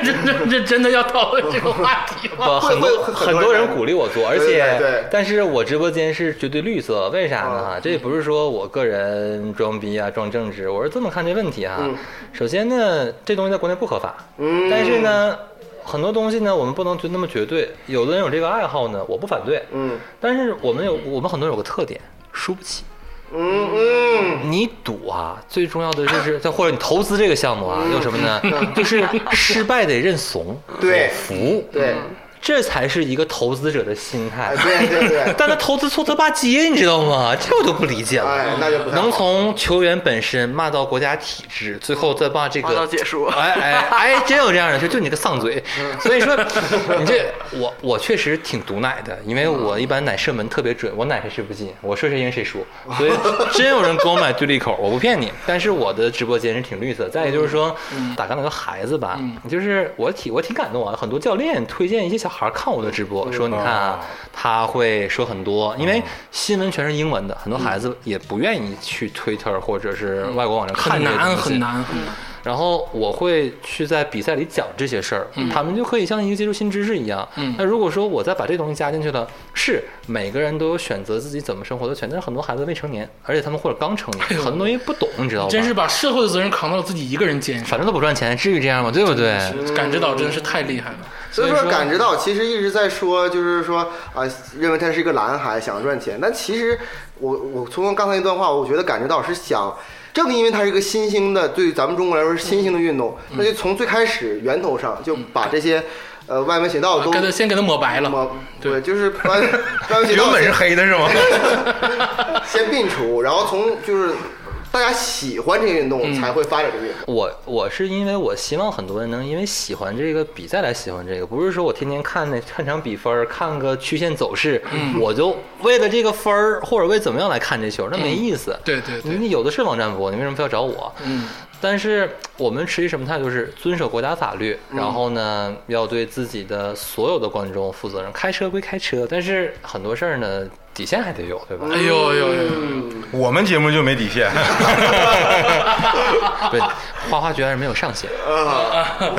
这这这这真的要讨论这个话题吗？不，会很多会很很多多人人鼓励我做，而对对对且对，但是我直播间是绝对绿色，为啥呢啊？这也不是说我个人装逼啊，装政治，我是这么看这问题啊嗯。首先呢，这东西在国内不合法，嗯但是呢，很多东西呢，我们不能就那么绝对。有的人有这个爱好呢，我不反对，嗯但是我们有我们很多人有个特点，输不起。嗯嗯，你赌啊，最重要的就是，再或者你投资这个项目啊，嗯有什么 *laughs* 呢？就是失败得认怂，对哦服，对，这才是一个投资者的心态哎。对 *laughs* 对对， *laughs* 但他投资错他爸街，你知道吗？这我就不理解了。哎那就不太好能从球员本身骂到国家体制，最后再骂这骂到个解说 *laughs* 哎哎哎，真有这样的，就就你个丧嘴。嗯所以说，你这我我确实挺毒奶的，因为我一般奶射门特别准，我奶谁谁不进，我说谁赢 *laughs* 谁输。所以真有人给我买对立口，我不骗你。但是我的直播间是挺绿色。嗯再一个就是说，打刚那个孩子吧，就是我挺我挺感动啊，很多教练推荐一些小孩儿看我的直播，说你哦看啊，他会说很多，因为新闻全是英文的，很多嗯孩子也不愿意去 Twitter 或者是外国网站 *laughs* 看很这些难东西嗯很。难很难。然后我会去在比赛里讲这些事儿，他们就可以像一个接触新知识一样。嗯那如果说我再把这东西加进去了，是每个人都有选择自己怎么生活的权，但是很多孩子未成年，而且他们或者刚成年，哎呦很多东西不懂，你知道吧？真是把社会的责任扛到了自己一个人肩上，反正都不赚钱，至于这样吗？对不对？感知到真的是太厉害了。所以所以说，说感知到其实一直在说，就是说啊、认为他是一个蓝海，想赚钱。但其实我我从刚才那段话，我觉得感知到是想，正因为它是一个新兴的，对于咱们中国来说是新兴的运动，那就从最开始源头上就把这些呃歪门邪道都给他先给他抹白了，抹对，就是歪歪门邪道原本是黑的是吗？ *laughs* 先并除，然后从就是大家喜欢这个运动才会发展这个运动。我我是因为我希望很多人能因为喜欢这个比赛来喜欢这个，不是说我天天看那看场比分儿，看个曲线走势，嗯我就为了这个分儿或者为怎么样来看这球，那没意思。对对嗯对你有的是网站播，你为什么非要找我？嗯，但是我们持一什么态度？就是遵守国家法律，然后呢，要对自己的所有的观众负责任。开车归开车，但是很多事儿呢，底线还得有，对吧？哎呦哎呦哎呦，我们节目就没底线，对，花花居然没有上限。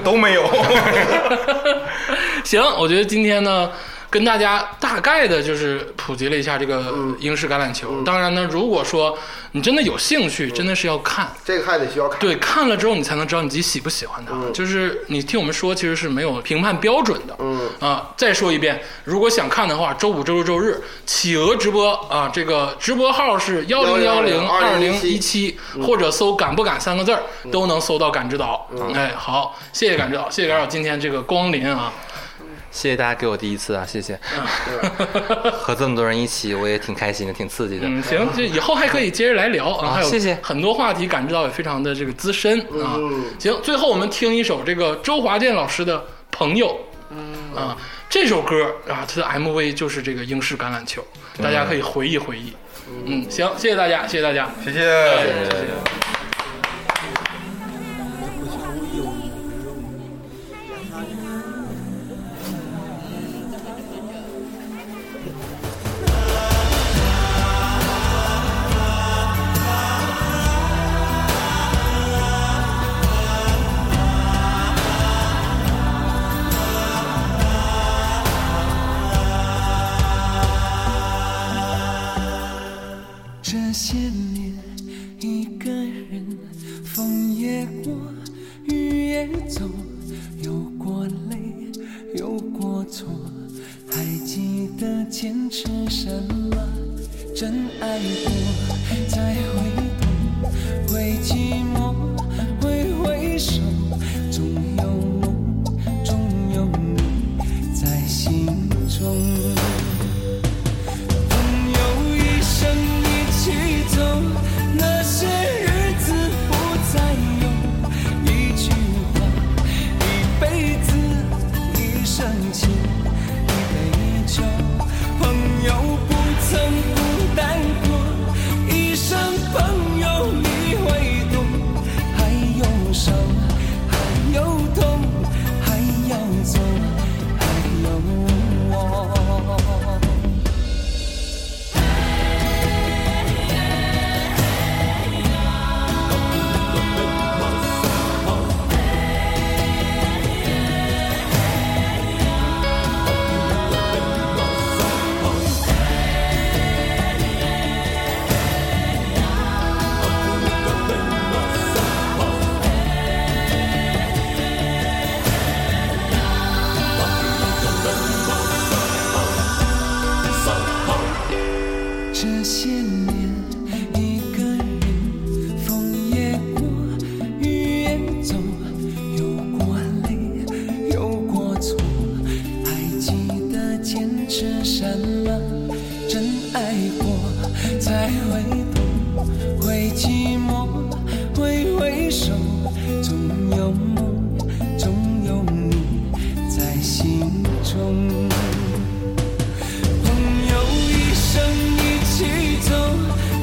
都没有。 *laughs* 行，我觉得今天呢，跟大家大概的就是普及了一下这个英式橄榄球。当然呢，如果说你真的有兴趣，真的是要看。这个还得需要看。对，看了之后你才能知道你自己喜不喜欢它。就是你听我们说，其实是没有评判标准的。嗯啊，再说一遍，如果想看的话，周五、周六、周日企鹅直播啊，这个直播号是幺零幺零二零一七，嗯或者搜“敢不敢”三个字儿，都能搜到感知岛。哎，好，谢谢感知岛，谢谢感知岛今天这个光临啊。谢谢大家给我第一次啊，谢谢。和这么多人一起，我也挺开心的，挺刺激的。嗯，行，这以后还可以接着来聊啊，啊还有谢谢嗯很多话题感知到也非常的这个资深啊。行，最后我们听一首这个周华健老师的《朋友》，嗯啊，这首歌啊，它的 MV 就是这个英式橄榄球，大嗯家可以回忆回忆。嗯，行，谢谢大家，谢谢大家。谢谢。这些年，一个人风也过，雨也走，有过泪，有过错，还记得坚持什么？真爱过，才会懂，会寂寞，会回首，总有梦，总有你在心中。朋友一生一起走，那些日子不再有。一句话，一辈子，一生情，一杯酒。朋友不曾孤单过，一生朋友你会懂。还有伤，还有痛，还要走，还有我。这些年，一个人，风也过，雨也走，有过泪，有过错，还记得坚持什么？真爱过才会懂，会寂寞，会回首，总有梦，总有你在心中。朋友一生一起走，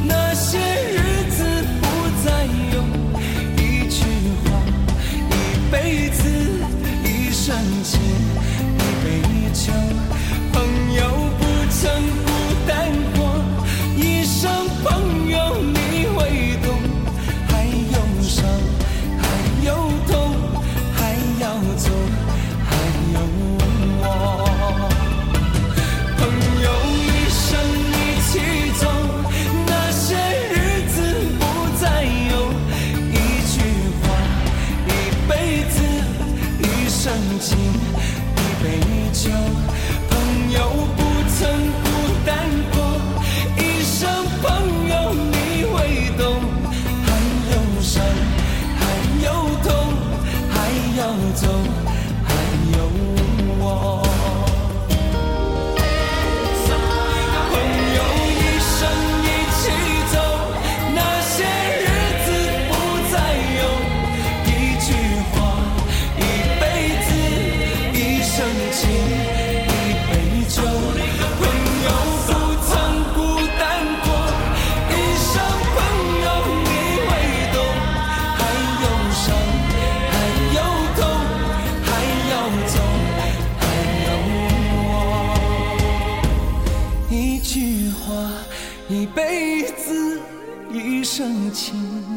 那些日子不再有。一句话，一辈子，一生情，一杯酒。久，朋友不曾孤单过，一生朋友你会懂，还有伤，还有痛，还要走，还有我。朋友一生一起走，那些日子不再有。一句话，一辈子，一生情，一杯酒。朋友不曾孤单过，一生朋友你会懂。还有伤，还有痛，还要走，还有我。一句话，一辈子，一生情，